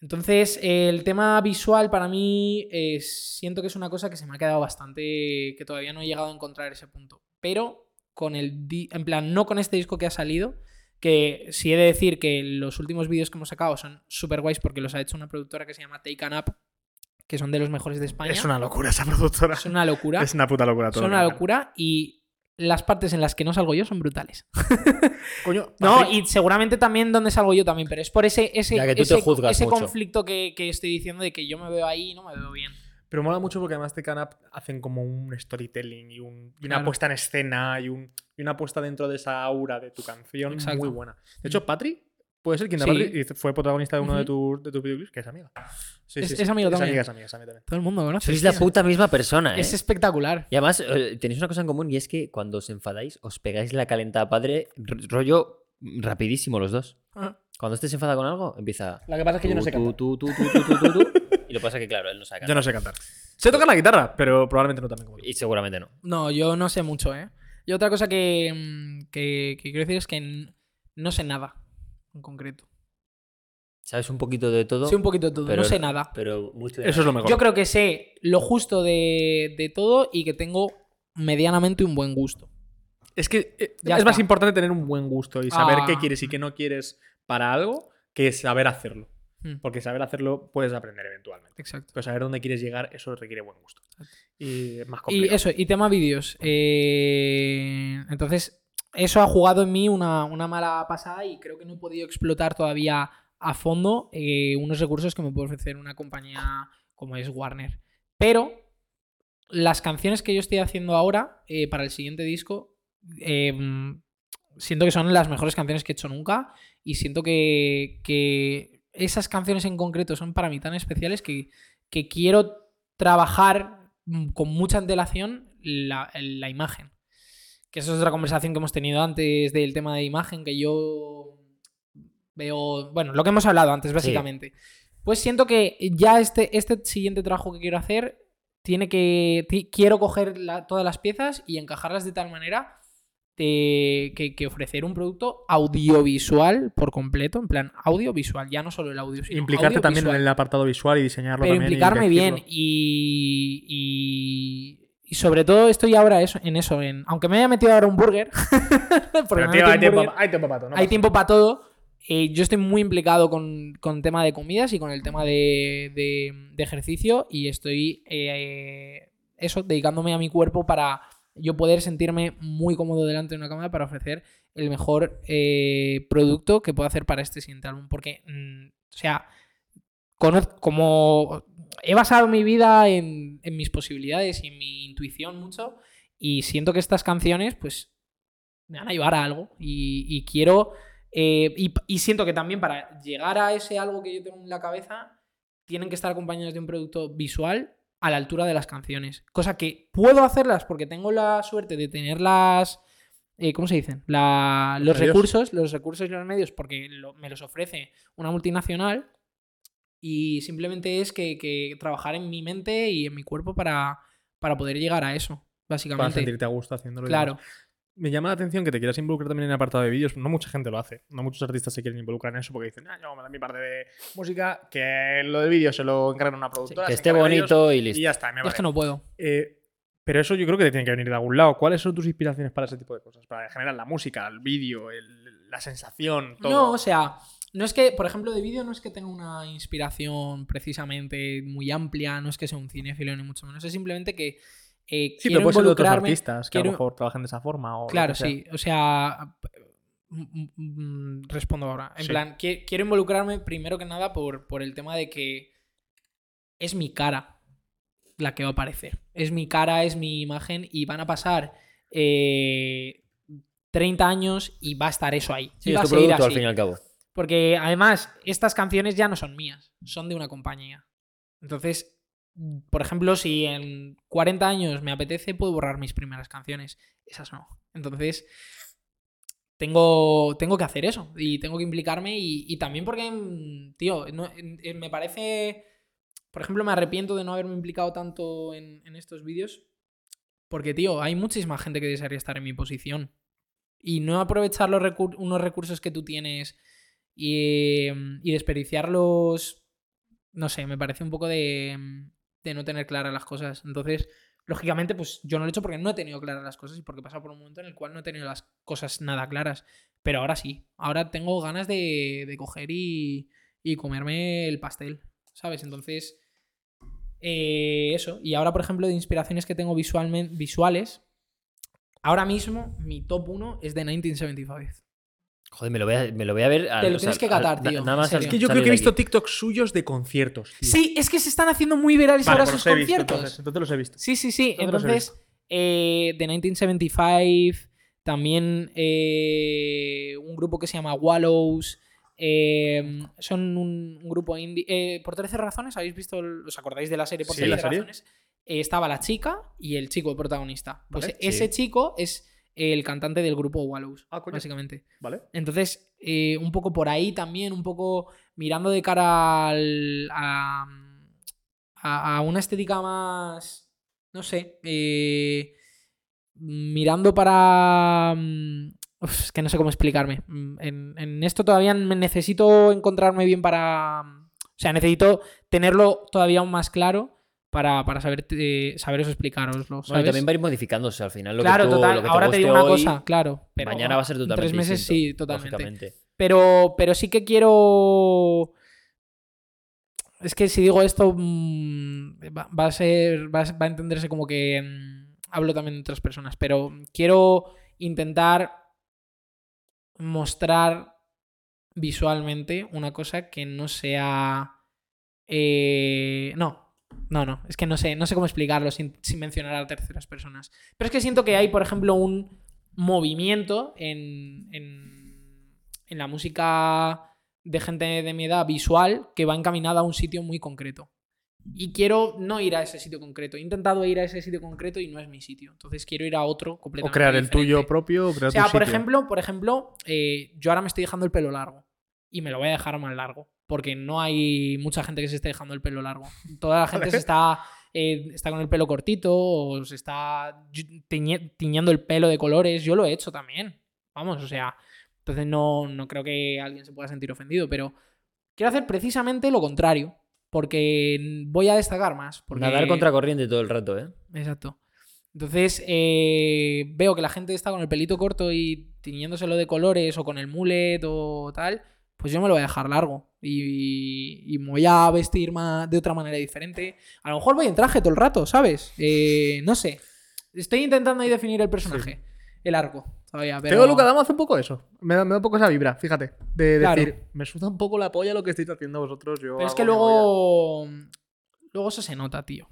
Entonces, eh, el tema visual para mí eh, siento que es una cosa que se me ha quedado bastante, que todavía no he llegado a encontrar ese punto. Pero con el, di- en plan, no con este disco que ha salido, que sí he de decir que los últimos vídeos que hemos sacado son súper guays porque los ha hecho una productora que se llama Take An Up, que son de los mejores de España.
Es una locura esa productora.
Es una locura.
Es una puta locura todo.
son
lo que
una
hagan.
locura y las partes en las que no salgo yo son brutales.
Coño,
No,
Patrick,
y seguramente también donde salgo yo también, pero es por ese, ese,
Ya que tú te
ese-
juzgas
ese
mucho.
conflicto que, que estoy diciendo de que yo me veo ahí y no me veo bien.
Pero mola mucho porque además de Canap hacen como un storytelling y, un- y una
Claro.
puesta en escena y, un- y una puesta dentro de esa aura de tu canción
Exacto.
muy buena. De hecho, Patri puede ser quien
Sí.
Patri fue protagonista de uno de,
Ujú.
tus, de tus videoclips, que es amiga. Sí,
Es- es amigo también.
amiga, es amiga, es amiga también.
Todo el mundo conoce.
Sois la puta misma persona, ¿eh?
Es espectacular.
Y además, eh, tenéis una cosa en común y es que cuando os enfadáis, os pegáis la calentada padre, r- rollo mm, rapidísimo los dos.
Ah.
Cuando estés enfadado con algo, empieza.
Lo que pasa es que yo no
tú,
sé
tú,
cantar.
tú, tú, tú, tú, tú, tú, tú. Y lo que pasa es que, claro, él no sabe
Yo
cantar.
no sé cantar. Sé tocar la guitarra, pero probablemente no también como tú.
Y seguramente no.
No, yo no sé mucho, ¿eh? Y otra cosa que, mm, que- que quiero decir es que n- no sé nada en concreto.
Sabes un poquito de todo,
Sé un poquito de todo,
Pero-
no sé nada.
pero mucho de
Eso es lo mejor.
Yo creo que sé lo justo de, de todo y que tengo medianamente un buen gusto.
Es que eh,
Ya
es más
está.
importante tener un buen gusto y saber
Ah.
qué quieres y qué no quieres para algo que saber hacerlo.
Mm,
Porque saber hacerlo puedes aprender eventualmente.
Exacto.
Pero saber dónde quieres llegar, eso requiere buen gusto. Y es más
Y
complicado.
eso, y tema vídeos. Eh, entonces, eso ha jugado en mí una, una mala pasada y creo que no he podido explotar todavía a fondo eh, unos recursos que me puede ofrecer una compañía como es Warner. Pero las canciones que yo estoy haciendo ahora eh, para el siguiente disco, eh, siento que son las mejores canciones que he hecho nunca y siento que, que esas canciones en concreto son para mí tan especiales que, que quiero trabajar mm, con mucha antelación la, la imagen. Que eso es otra conversación que hemos tenido antes del tema de imagen, que yo veo, bueno, lo que hemos hablado antes básicamente. Pues siento que ya este, este siguiente trabajo que quiero hacer tiene que. ti- Quiero coger la- todas las piezas y encajarlas de tal manera de- que, que ofrecer un producto audiovisual por completo, en plan audiovisual, ya no solo el audio. sino
Implicarte también en
audiovisual.
el apartado visual y diseñarlo
Pero
también. y
implicarme
dirigirlo.
bien y, y. y sobre todo estoy ahora eso, en eso, en, aunque me haya metido ahora un burger. porque
Pero, tío,
me he metido
hay
un
tiempo,
burger
hay tiempo para todo, no
hay
pasa
tiempo para todo. Eh, yo estoy muy implicado con, con tema de comidas y con el tema de, de- de ejercicio y estoy eh, eso, dedicándome a mi cuerpo para yo poder sentirme muy cómodo delante de una cámara para ofrecer el mejor eh, producto que pueda hacer para este siguiente álbum. Porque, mm, o sea, conozco como he basado mi vida en, en mis posibilidades y en mi intuición mucho y siento que estas canciones pues me van a llevar a algo y, y quiero eh, y, y siento que también para llegar a ese algo que yo tengo en la cabeza tienen que estar acompañados de un producto visual a la altura de las canciones cosa que puedo hacerlas porque tengo la suerte de tenerlas eh, ¿Cómo se dicen? La- los
medios.
recursos, los recursos y los medios, porque lo- me los ofrece una multinacional, y simplemente es que, que trabajar en mi mente y en mi cuerpo para, para poder llegar a eso,
Para
básicamente.
sentirte a gusto haciéndolo. y
Claro.
Me llama la atención que te quieras involucrar también en el apartado de vídeos. No mucha gente lo hace. No muchos artistas se quieren involucrar en eso porque dicen, ah, yo me da mi parte de música, que lo del vídeo se lo encargan a una productora.
Que
se
esté
encarga de ellos,
bonito y
Y
listo.
ya está, me
Yo es
vale.
que no puedo.
Eh, pero eso yo creo que te tiene que venir de algún lado. ¿Cuáles son tus inspiraciones para ese tipo de cosas? Para generar la música, el vídeo, el- la sensación, todo.
No, o sea, no es que, por ejemplo, de vídeo no es que tenga una inspiración precisamente muy amplia, no es que sea un cinéfilo ni mucho menos, es simplemente que eh,
sí, pero
quiero
puede ser de otros
involucrarme.
artistas que a lo
quiero-
mejor trabajan de esa forma. O lo
Claro,
que sea.
sí. O sea, mm, mm, mm, respondo ahora. En
Sí.
plan, qui- quiero involucrarme primero que nada por, por el tema de que es mi cara la que va a aparecer. Es mi cara, es mi imagen y van a pasar eh, 30 años y va a estar eso ahí.
Sí,
y
es
va a
tu
seguir
producto al
así.
fin y al cabo.
Porque además, estas canciones ya no son mías, son de una compañía. Entonces, mm, por ejemplo, si en 40 años me apetece, puedo borrar mis primeras canciones. Esas no. Entonces, tengo, tengo que hacer eso y tengo que implicarme. Y, y también porque, mm, tío, no- en- en- me parece. Por ejemplo, me arrepiento de no haberme implicado tanto en, en estos vídeos. Porque, tío, hay muchísima gente que desearía estar en mi posición. Y no aprovechar los recur- unos recursos que tú tienes y, em, y desperdiciarlos, no sé, me parece un poco de, em, de no tener claras las cosas. Entonces, lógicamente, pues yo no lo he hecho porque no he tenido claras las cosas y porque he pasado por un momento en el cual no he tenido las cosas nada claras. Pero ahora sí, ahora tengo ganas de, de coger y, y comerme el pastel, ¿sabes? Entonces, eh, eso. Y ahora, por ejemplo, de inspiraciones que tengo visualmente, visuales, ahora mismo mi top 1 es de 1975.
Joder, me lo voy a, me lo voy a ver. al-
Te lo
o sea,
tienes que
al-
catar,
na-
tío,
Nada
en
más
serio.
Es que yo creo que he visto TikToks suyos de conciertos. tío.
Sí, es que se están haciendo muy virales
Vale,
ahora
pues
sus
los he visto,
conciertos.
entonces, entonces los he visto.
Sí, sí, sí.
Entonces los he
Entonces, eh, The 1975, también eh, un grupo que se llama Wallows. eh, son un, un grupo indie. eh, por 13 razones, ¿habéis visto? el- ¿Os acordáis de la serie por
Sí,
13
la serie.
razones? Eh, estaba la chica y el chico protagonista. Pues
Vale,
ese chico es el cantante del grupo Wallows,
Ah, coño.
básicamente.
¿Vale?
Entonces, eh, un poco por ahí también, un poco mirando de cara al- a, a- a una estética más, no sé, eh, mirando para... mm, uf, es que no sé cómo explicarme. Mm, En, en esto todavía me necesito encontrarme bien para... mm, O sea, necesito tenerlo todavía aún más claro para, para saber, eh, saberos
Bueno,
explicaroslo.
y
¿sabes?
también va a ir modificándose al final. Lo
claro,
que tú-
total.
lo que
Ahora te digo
guste
una
hoy,
cosa, claro. Pero
mañana va a ser
en
totalmente
Tres meses
distinto,
sí, totalmente.
lógicamente.
Pero, pero sí que quiero. Es que si digo esto, mm, va, va a ser. Va a, va a entenderse como que mm, hablo también de otras personas. Pero quiero intentar mostrar visualmente una cosa que no sea. eh, no. No, no, es que no sé, no sé cómo explicarlo sin, sin mencionar a terceras personas. Pero es que siento que hay, por ejemplo, un movimiento en, en- en la música de gente de mi edad visual que va encaminada a un sitio muy concreto. Y quiero no ir a ese sitio concreto. He intentado ir a ese sitio concreto y no es mi sitio. Entonces quiero ir a otro
O
completamente
crear el
diferente.
tuyo propio o crear
O sea,
tu
por
sitio.
ejemplo, por ejemplo eh, yo ahora me estoy dejando el pelo largo y me lo voy a dejar más largo porque no hay mucha gente que se esté dejando el pelo largo. Toda la gente se está, eh, está con el pelo cortito o se está yu- tiñe- tiñendo el pelo de colores. Yo lo he hecho también. Vamos, o sea, entonces no, no creo que alguien se pueda sentir ofendido, pero quiero hacer precisamente lo contrario porque voy a destacar más. Porque...
Nadar contracorriente todo el rato, ¿eh?
Exacto. Entonces, eh, veo que la gente está con el pelito corto y tiñéndoselo de colores o con el mullet o tal, pues yo me lo voy a dejar largo y, y me voy a vestir más, de otra manera diferente. A lo mejor voy en traje todo el rato, ¿sabes? Eh, no sé. Estoy intentando ahí definir el personaje, el arco, todavía. Pero...
Teo Luca Damo hace un poco eso. Me da, me da un poco esa vibra, fíjate. De
Claro.
decir, me suda un poco la polla lo que estáis haciendo vosotros. Yo
Pero es
hago
que
mi polla".
luego. Luego eso se nota, tío.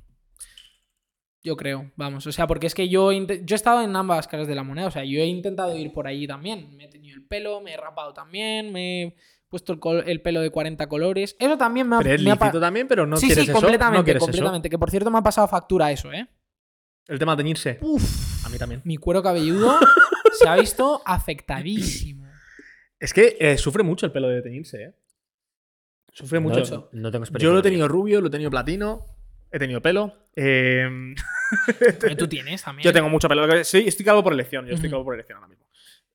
Yo creo, vamos. O sea, porque es que yo, inte- yo he estado en ambas caras de la moneda. O sea, yo he intentado ir por allí también. Me he teñido el pelo, me he rapado también, me he puesto el, col- el pelo de 40 colores. Eso también me ha,
Pero es
me ha pa-
lícito también, pero no
sí,
quieres
sí,
eso.
completamente,
no quieres eso.
completamente. Que por cierto me ha pasado factura eso, ¿eh?
El tema de teñirse.
Uf,
A mí también.
mi cuero cabelludo se ha visto afectadísimo.
Es que eh, sufre mucho el pelo de teñirse, ¿eh? Sufre
No-
mucho.
No, tengo experiencia.
Yo lo he
todavía.
tenido rubio, lo he tenido platino, he tenido pelo. eh,
Que Tú tienes también.
yo tengo mucho pelo. Sí, estoy calvo por elección. Yo estoy
Ujú.
calvo por elección ahora mismo.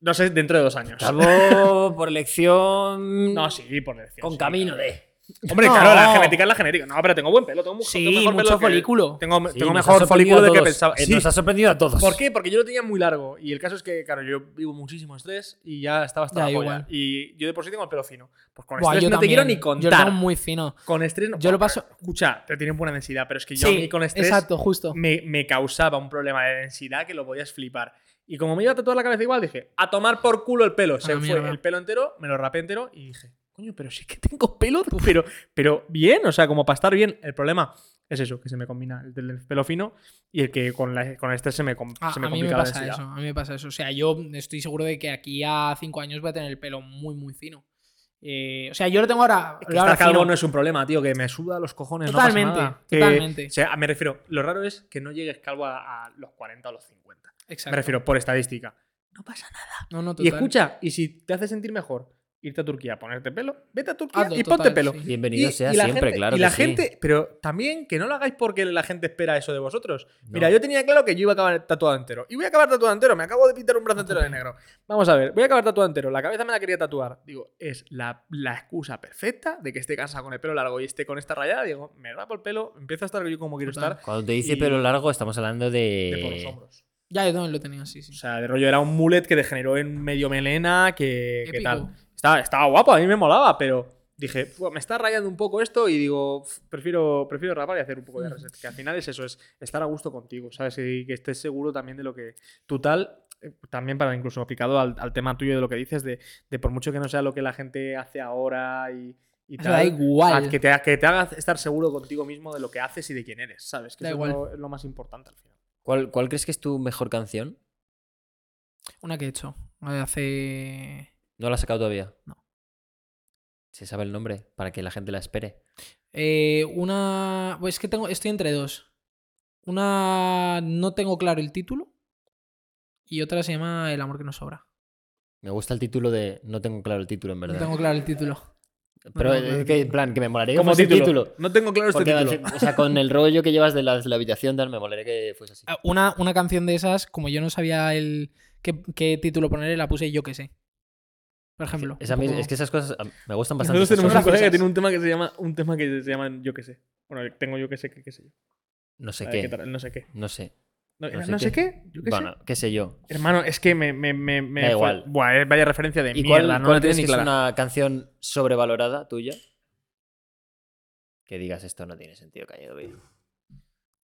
No sé, dentro de dos años.
Calvo por elección.
No, sí, por elección.
Con
sí,
camino
claro.
de.
Hombre,
No.
claro, la genética es la genética. No, pero tengo buen pelo. Tengo, mu- tengo
Sí,
mejor pelo
mucho
que-
folículo.
Tengo,
Sí,
tengo
nos
mejor
ha sorprendido
folículo de
a
que
todos.
pensaba.
Eh,
Sí.
Nos ha sorprendido a todos.
¿Por qué? Porque yo lo tenía muy largo. Y el caso es que, claro, yo vivo muchísimo estrés y ya estaba hasta
Ya,
la polla.
igual.
Y yo de por sí tengo el pelo fino. Pues con
Buah,
estrés
yo
no te quiero
también.
ni
Yo lo
contar.
tengo muy fino.
Con estrés no.
Yo lo paso-
Escucha, te tienen buena densidad, pero es que yo a mí con estrés
exacto, justo.
me, me causaba un problema de densidad que lo podías flipar. Y como me iba a tatuar la cabeza igual, dije, a tomar por culo el pelo. Se
Ah,
fue
mierda.
el pelo entero, me lo rapé entero y dije, coño, pero sí que tengo pelo, pero, pero bien, o sea, como para estar bien. El problema es eso, que se me combina el del pelo fino y el que con, la, con el estrés se me, com-
Ah, A,
se me
a mí me
complica la
pasa
densidad.
eso, a mí me pasa eso. O sea, yo estoy seguro de que aquí a cinco años voy a tener el pelo muy, muy fino. Eh, o sea, yo lo tengo ahora.
Que
lo ahora
estar calvo
fino.
no es un problema, tío, que me suda los cojones. no
Totalmente,
pasa nada. Que-
totalmente.
o sea, me refiero, lo raro es que no llegues calvo a, a los 40 o los 50.
Exacto.
Me refiero por estadística. No pasa nada.
No, no,
Y
total.
escucha, y si te hace sentir mejor irte a Turquía a ponerte pelo, vete a Turquía
Hazlo,
y ponte
total,
pelo.
sí.
Bienvenido
y,
sea
y la
siempre,
gente-
claro.
Y la
que sí.
gente, pero también que no lo hagáis porque la gente espera eso de vosotros.
No.
Mira, yo tenía claro que yo iba a acabar tatuado entero. Y voy a acabar tatuado entero, me acabo de pintar un brazo entero de negro. Vamos a ver, voy a acabar tatuado entero. La cabeza me la quería tatuar. Digo, es la, la excusa perfecta de que esté cansado con el pelo largo y esté con esta rayada. Digo, me rapo el pelo, empiezo a estar yo como quiero
Total.
estar.
Cuando te dice
Y-
pelo largo, estamos hablando de.
De por los hombros.
Ya, yo también lo tenía, sí, sí.
O sea, de rollo era un mullet que degeneró en medio melena, que, que
Épico.
tal. Estaba, estaba guapo, a mí me molaba, pero dije, "Fua, me está rayando un poco esto y digo, "Uf, prefiero, prefiero rapar y hacer un poco de
Ujú.
reset. Que al final es eso, es estar a gusto contigo, ¿sabes? Y que estés seguro también de lo que tu tal, eh, también para incluso aplicado al, al tema tuyo de lo que dices, de, de por mucho que no sea lo que la gente hace ahora y, y
Eso da
tal.
igual.
a- Que te, que te haga estar seguro contigo mismo de lo que haces y de quién eres, ¿sabes? Que
Da
eso
igual.
Es, lo, es lo más importante al final.
¿Cuál, ¿Cuál crees que es tu mejor canción?
Una que he hecho. eh, Hace.
No la has sacado todavía.
No.
Se sabe el nombre para que la gente la espere.
Eh, una. Pues es que tengo. Estoy entre dos. Una. No tengo claro el título. Y otra se llama El amor que nos sobra.
Me gusta el título de. No tengo claro el título, en verdad.
No tengo claro el título.
Pero
no tengo-
es que, en plan, que me molaría
Como
como título.
título. No tengo claro este
Porque,
título.
o sea, con el rollo que llevas de la, de la habitación, tal, me molaría que fuese así.
Ah, Una, una canción de esas, como yo no sabía el qué, qué título ponerle, la puse yo que sé. Por ejemplo.
Esa
un
mis-
poco-
es que esas cosas ah, me gustan bastante.
Nosotros
esas
tenemos
son
un
cosas.
colega que
graciosas.
tiene un tema que se llama un tema que se llama yo qué sé. Bueno, tengo yo qué sé, qué, qué sé yo.
No sé
Eh,
qué.
qué tal, no sé qué.
No sé.
No,
No
era
sé
no sé
qué.
qué. yo qué sé.
bueno, qué sé yo.
Hermano, es que me. me, me, me
Da
fue-
igual.
Buah, eh, vaya referencia de
¿Y
mierda,
cuál,
no
cuál
la
crees
tienes
que
ni
es
clara.
una canción sobrevalorada tuya? Que digas esto no tiene sentido, callado bien. O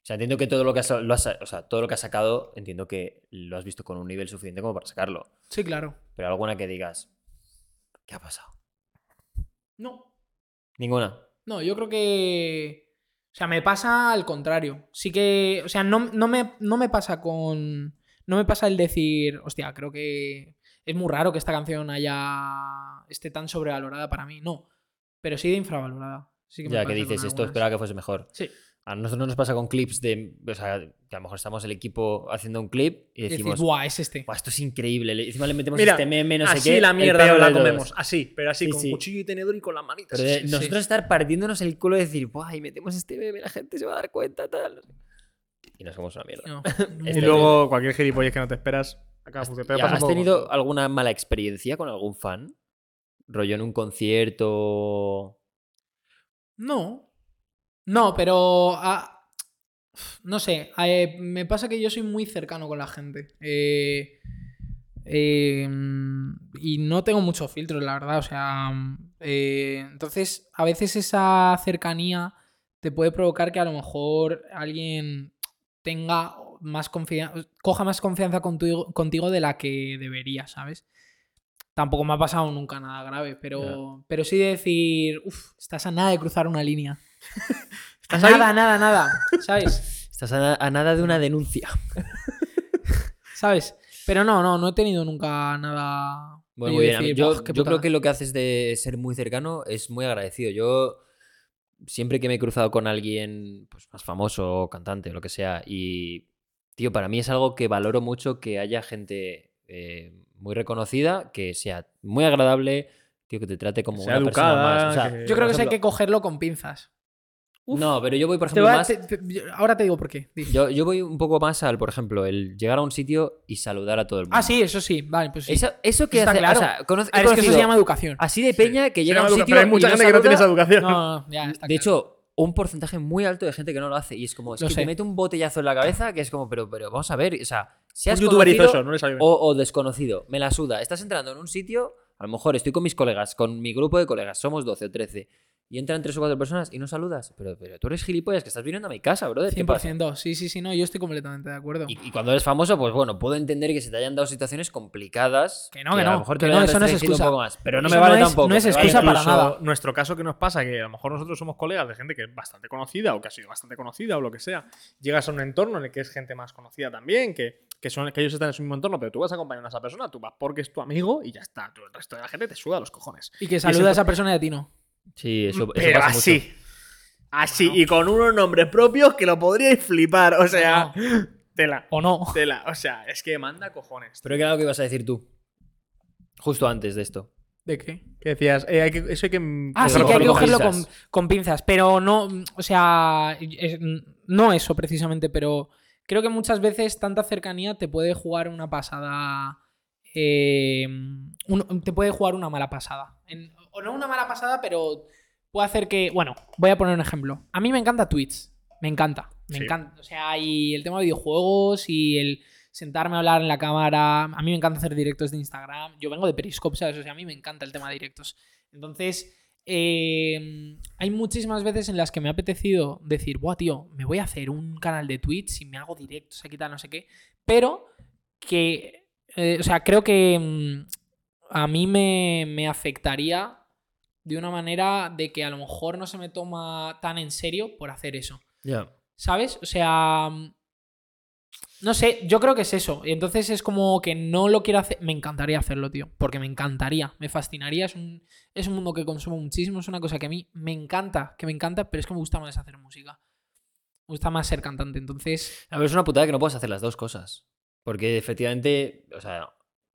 sea, entiendo que todo lo que has, lo has- o sea, todo lo que has sacado, entiendo que lo has visto con un nivel suficiente como para sacarlo.
Sí, claro.
Pero alguna que digas, ¿qué ha pasado?
No.
Ninguna.
No, yo creo que. O sea, me pasa al contrario. Sí que. O sea, no, no, me, no me pasa con. no me pasa el decir, hostia, creo que es muy raro que esta canción haya esté tan sobrevalorada para mí. No, pero sí de infravalorada. Sí que me
ya que
pasa con
dices, esto
algunas.
esperaba que fuese mejor.
Sí.
A nosotros nos pasa con clips de. O sea, que a lo mejor estamos el equipo haciendo un clip y
Y
decimos.
decís, buah, es este.
"Buah, esto es increíble. le- Encima le metemos
Mira,
este meme, no sé
así
qué.
la
el
mierda no
peor
la
de todos".
comemos. Así, pero así,
Sí,
con
sí.
cuchillo y tenedor y con la manita.
Pero de
Sí, sí,
nosotros
sí.
estar partiéndonos el culo y decir, buah, y metemos este meme, la gente se va a dar cuenta, tal. Y nos comemos una mierda.
No,
Y
Este
luego cualquier gilipollas que no te esperas, acaba funcionando.
Ya,
Pero pasa
¿Has
un poco-
tenido alguna mala experiencia con algún fan? Rollo en un concierto.
No. No, pero. ah, no sé. eh, me pasa que yo soy muy cercano con la gente. Eh, eh, mm, y no tengo mucho filtro, la verdad. O sea. mm, eh, entonces, a veces esa cercanía te puede provocar que a lo mejor alguien tenga más confianza. Coja más confianza contigo, contigo de la que debería, ¿sabes? Tampoco me ha pasado nunca nada grave, pero, pero sí de decir, uff, estás a nada de cruzar una línea.
¿Estás ahí?
nada, nada, nada, ¿sabes?
Estás a, a nada de una denuncia.
¿Sabes? Pero no, no, no he tenido nunca nada.
Bueno,
de
muy bien. a mí-
decir,
yo
"Buah,
yo
qué
creo
putada".
que lo que haces de ser muy cercano es muy agradecido. Yo siempre que me he cruzado con alguien pues, más famoso, cantante o lo que sea, y, tío, para mí es algo que valoro mucho que haya gente eh, muy reconocida, que sea muy agradable, tío, que te trate como
Sea
una persona
educada.
más. O sea,
que-
Yo creo
por
que sí hay
ejemplo-
que cogerlo con pinzas. Uf.
No, pero yo voy, por
Te
ejemplo,
va-
más...
te- te- yo- ahora te digo por qué. di.
Yo, yo voy un poco más al, por ejemplo, el llegar a un sitio y saludar a todo el mundo.
Ah, sí, eso sí. Vale, pues sí.
Eso, eso que
Está
hace.
claro.
O sea, conoz- he
Ah, es que eso
conocido
se llama educación.
Así de peña que
Se
llega a
llama
un
educa-
sitio.
pero hay mucha
y
gente que no tiene esa educación.
No, no, no, ya está
De
claro.
hecho, un porcentaje muy alto de gente que no lo hace. Y es como, es
Lo
que
sé.
te mete un botellazo en la cabeza que es como, pero, pero vamos a ver. O sea, si
Un
has
youtuber hizo
conocido
eso, no le salió bien.
o, o desconocido, me la suda. Estás entrando en un sitio, a lo mejor estoy con mis colegas, con mi grupo de colegas, somos 12 o 13. Y entran tres o cuatro personas y no saludas. Pero, pero tú eres gilipollas que estás viniendo a mi casa, brother. ¿Qué pasa?
100%. Sí, sí, sí, no, yo estoy completamente de acuerdo.
Y, y cuando eres famoso, pues bueno, puedo entender que se te hayan dado situaciones complicadas.
Que no, que
A
no,
lo mejor
que
te lo
no,
hayan
eso no es
restringido un
excusa.
poco más, pero no
Eso
me vale
no es-
tampoco.
no es
me vale
excusa para
incluso-
nada.
Nuestro caso que nos pasa, que a lo mejor nosotros somos colegas de gente que es bastante conocida o que ha sido bastante conocida o lo que sea. Llegas a un entorno en el que es gente más conocida también, que, que, son, que ellos están en su mismo entorno, pero tú vas acompañando a esa persona, tú vas porque es tu amigo y ya está. Tú, el resto de la gente te suda los cojones.
Y que saluda a esa persona y a ti no.
Sí, eso, eso
pero
pasa mucho.
así. Así, y con unos nombres propios que lo podríais flipar. O sea, tela,
O no.
tela. O sea, es que manda cojones.
Pero que era lo que ibas a decir tú. Justo antes de esto.
¿De qué?
¿Qué decías? Eh, hay que- eso hay que.
Ah, sí,
Cogerlo
que hay que
con
cogerlo con,
pinzas.
con pinzas, pero no, mm, o sea, es- n- no eso precisamente, pero creo que muchas veces tanta cercanía te puede jugar una pasada, eh, un- te puede jugar una mala pasada. En- o no una mala pasada, pero puede hacer que, bueno, voy a poner un ejemplo. A mí me encanta Twitch, me encanta, me
Sí.
encanta. O sea, y el tema de videojuegos y el sentarme a hablar en la cámara, a mí me encanta hacer directos de Instagram, yo vengo de Periscope, ¿sabes? O sea, a mí me encanta el tema de directos. Entonces, eh, hay muchísimas veces en las que me ha apetecido decir, buah, tío, me voy a hacer un canal de Twitch y me hago directos aquí, tal, no sé qué. Pero que, eh, o sea, creo que mm, a mí me, me afectaría de una manera de que a lo mejor no se me toma tan en serio por hacer eso.
Ya.
¿Sabes? O sea. mm, No sé, yo creo que es eso. Y entonces es como que no lo quiero hacer. Me encantaría hacerlo, tío. Porque me encantaría, me fascinaría. Es un, es un mundo que consumo muchísimo. Es una cosa que a mí me encanta, que me encanta, pero es que me gusta más hacer música. Me gusta más ser cantante. Entonces.
A ver, es una putada que no puedas hacer las dos cosas. Porque efectivamente, o sea,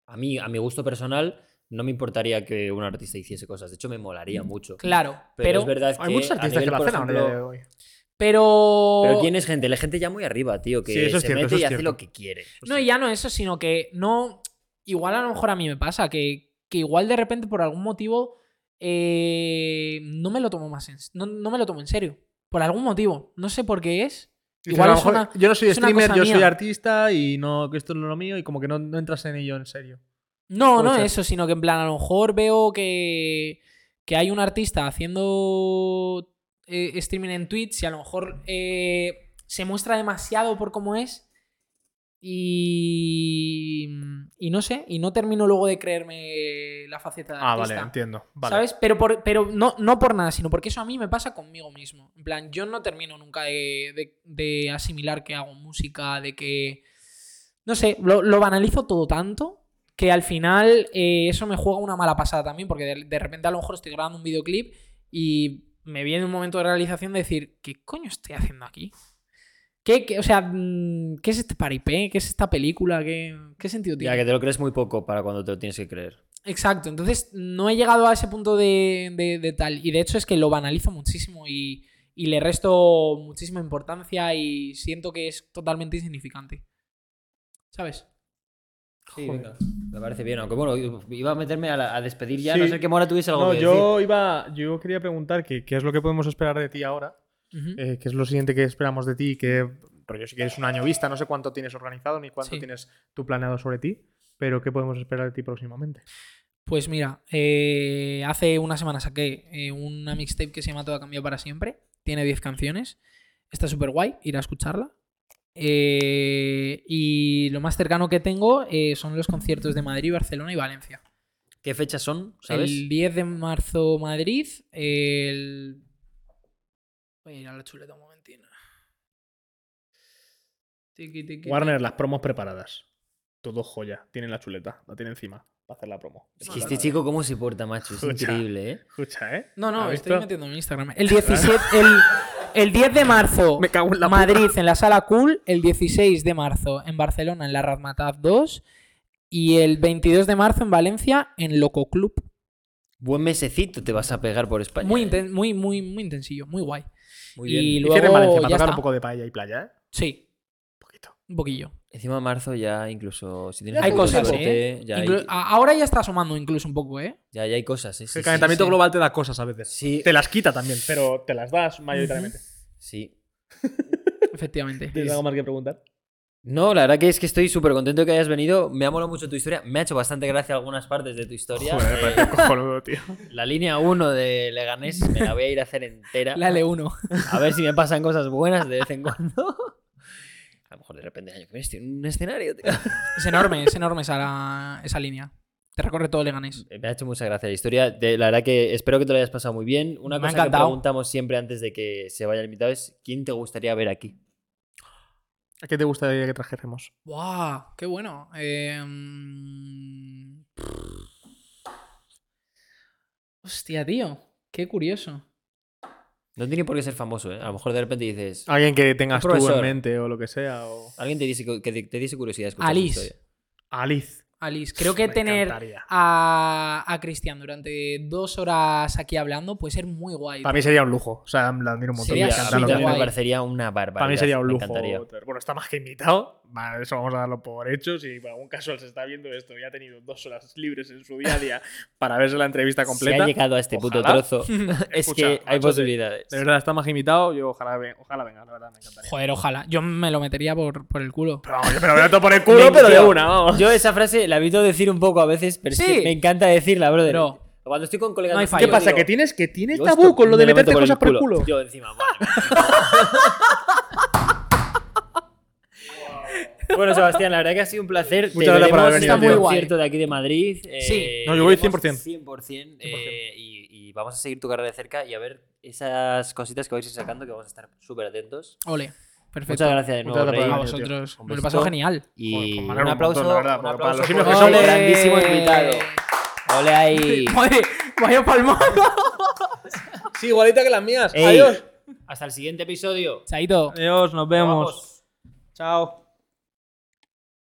a mí, a mi gusto personal, no me importaría que un artista hiciese cosas. De hecho, me molaría mucho.
Claro,
Pero,
pero.
es verdad que.
Mm, Hay muchos
a
artistas
nivel,
que lo
por
hacen ahora
ejemplo,
de hoy.
pero.
Pero ¿quién es gente? La gente ya muy arriba, tío, que
Sí, eso es
se
cierto,
mete
eso
y
es
hace
cierto.
lo que quiere.
Pues
No, y ya no eso, sino que no. Igual a lo mejor a mí me pasa que, que igual de repente por algún motivo eh, no me lo tomo más en, no, no me lo tomo en serio. Por algún motivo. No sé por qué es.
Dices,
Igual
a lo
es
mejor,
una-
yo no soy
es una
streamer,
cosa
yo soy
mía.
artista y no, que esto es lo mío y como que no, no entras en ello en serio.
No,
Puede
no
ser.
eso, sino que en plan a lo mejor veo que, que hay un artista haciendo eh, streaming en Twitch y a lo mejor eh, se muestra demasiado por cómo es y, y no sé, y no termino luego de creerme la faceta de
Ah, vale,
artista.
entiendo. Vale.
¿Sabes? Pero, por, pero no, no por nada, sino porque eso a mí me pasa conmigo mismo. En plan, yo no termino nunca de, de- de asimilar que hago música, de que. no sé, lo, lo banalizo todo tanto que al final eh, eso me juega una mala pasada también, porque de, de repente a lo mejor estoy grabando un videoclip y me viene un momento de realización de decir, ¿qué coño estoy haciendo aquí? ¿Qué, qué- o sea, mm, ¿qué es este paripé? ¿Qué es esta película? ¿Qué, qué sentido tiene?
Ya, que te lo crees muy poco para cuando te lo tienes que creer.
Exacto, entonces no he llegado a ese punto de, de- de tal. Y de hecho es que lo banalizo muchísimo y, y le resto muchísima importancia y siento que es totalmente insignificante. ¿Sabes?
Sí,
Joder.
venga. Me parece bien, aunque bueno, iba a meterme a, la- a despedir ya,
Sí.
no sé que Mora tuviese algo
No,
que
yo iba. Yo quería preguntar que- qué es lo que podemos esperar de ti ahora.
Ujú.
eh, qué es lo siguiente que esperamos de ti, que rollo, si quieres un año vista, no sé cuánto tienes organizado ni cuánto
Sí.
tienes tú planeado sobre ti, pero qué podemos esperar de ti próximamente.
Pues mira, eh, hace una semana saqué eh, una mixtape que se llama Todo ha cambiado para siempre. Tiene 10 canciones. Está súper guay, ir a escucharla. Eh, y lo más cercano que tengo eh, son los conciertos de Madrid, Barcelona y Valencia.
decir. ¿Qué fechas son? ¿Sabes?
El 10 de marzo Madrid, el... Voy a ir a la chuleta un momentito. Tiqui, tiqui, tiqui.
Warner, las promos preparadas. Todo joya. Tienen la chuleta, la tiene encima para hacer la promo.
Es que este chico cómo se porta, macho, es
Escucha.
increíble, ¿eh?
Escucha, ¿eh?
No, no,
¿Has
estoy
visto?
metiendo en Instagram. El 17, el, el 10 de marzo,
Me cago en la
Madrid en la Sala Cool. El 16 de marzo en Barcelona en la Razmataz 2. Y el 22 de marzo en Valencia en Loco Club.
Buen mesecito te vas a pegar por España.
Muy,
¿eh?
inten- muy, muy, muy intensillo, muy guay.
Muy
y
bien.
Y
luego
cierre en Valencia, para
ya
tocar
está.
un poco de paella y playa, ¿eh? Un
Sí,
poquito.
un poquillo.
Encima marzo ya incluso si tienes
Hay
un poco de
cosas,
suerte, ya, hay,
Inclu- a- Ahora ya está asomando incluso un poco, ¿eh?
ya, ya hay cosas, ¿eh? Sí,
el
sí,
calentamiento
sí.
global te da cosas a veces.
sí,
Te las quita también, pero te las das mayoritariamente.
sí.
Efectivamente.
¿Tienes algo más que preguntar?
No, la verdad que es que estoy súper contento de que hayas venido. Me ha molado mucho tu historia. Me ha hecho bastante gracia algunas partes de tu historia. Eh,
parece cojonudo, tío.
la línea 1 de Leganés me la voy a ir a hacer entera.
La L1.
A ver si me pasan cosas buenas de vez en cuando. A lo mejor de repente el año que viene estoy en un escenario. tío.
Es enorme, es enorme esa, la- esa línea. Te recorre todo Leganés.
Me ha hecho mucha gracia la historia. De- la verdad que espero que te lo hayas pasado muy bien. Una
Me ha
cosa que
encantado.
preguntamos siempre antes de que se vaya el invitado es ¿quién te gustaría ver aquí?
¿A qué te gustaría que trajéramos?
¡Buah! ¡Qué bueno! Eh, mm, Hostia, tío. Qué curioso.
No tiene por qué ser famoso, ¿eh? A lo mejor de repente dices...
Alguien que tengas
Un
tú en
profesor.
mente o lo que sea. O...
Alguien te dice cu- que te, te dice curiosidad. escuchar
Alice.
su historia.
Alice.
Alice, creo que
Me
tener
encantaría.
a, a Cristian durante dos horas aquí hablando puede ser muy guay.
Para mí sería un lujo. O sea, la admiro un montón.
Sí,
me
a-
Sería
encanta
a mí
lo que
superguay.
también me
hace.
parecería una barbaridad.
Para mí sería un
me
lujo.
encantaría.
traer- Bueno, está más que invitado. Vale, eso vamos a darlo por hecho. Si por algún caso él se está viendo esto y ha tenido dos horas libres en su día a día para verse la entrevista
Si ha
completa.
llegado a este puto
Ojalá.
trozo, es
Escucha,
que hay
macho,
posibilidades.
De verdad, está más que invitado. Yo ojalá, ve- ojalá venga, la verdad, me encantaría.
Joder, ojalá. Yo me lo metería por, por el culo.
Pero vamos, yo me lo voy a tomar por el culo, pero de
Tío,
una, vamos.
Yo esa frase la he visto decir un poco a veces, pero es
Sí.
que me encanta decirla, brother.
Pero-
Cuando estoy con colegas...
No hay
¿Qué
fallo,
pasa?
digo,
que tiene
tienes, que tienes
Yo esto me meto Yo encima, madre. bueno, Sebastián, la verdad que ha sido un placer.
Muchas gracias por haber
veremos
venido,
en
tío.
el
Muy guay.
concierto de aquí de Madrid. eh,
Sí.
No, yo voy
veremos
100%.
100%, eh, y, y vamos a seguir tu carrera de cerca y a ver esas cositas que vais a ir sacando que vamos a estar súper atentos.
Ole. Perfecto.
Muchas gracias de nuevo,
Muchas gracias por
Rey.
A
venir, tío.
vosotros.
Un
Me lo he
besito.
pasado genial.
Y
Joder, pues me
un
alegro un
aplauso,
montón, la verdad,
un
porque
aplauso
para los
porque
simios que
es un
somos-
grandísimo invitado. Ole ahí.
Joder, vaya palmón.
Sí, igualita que las mías.
Ey,
Adiós.
Hasta el siguiente episodio.
Chaito.
Adiós, nos vemos.
Vamos.
Chao.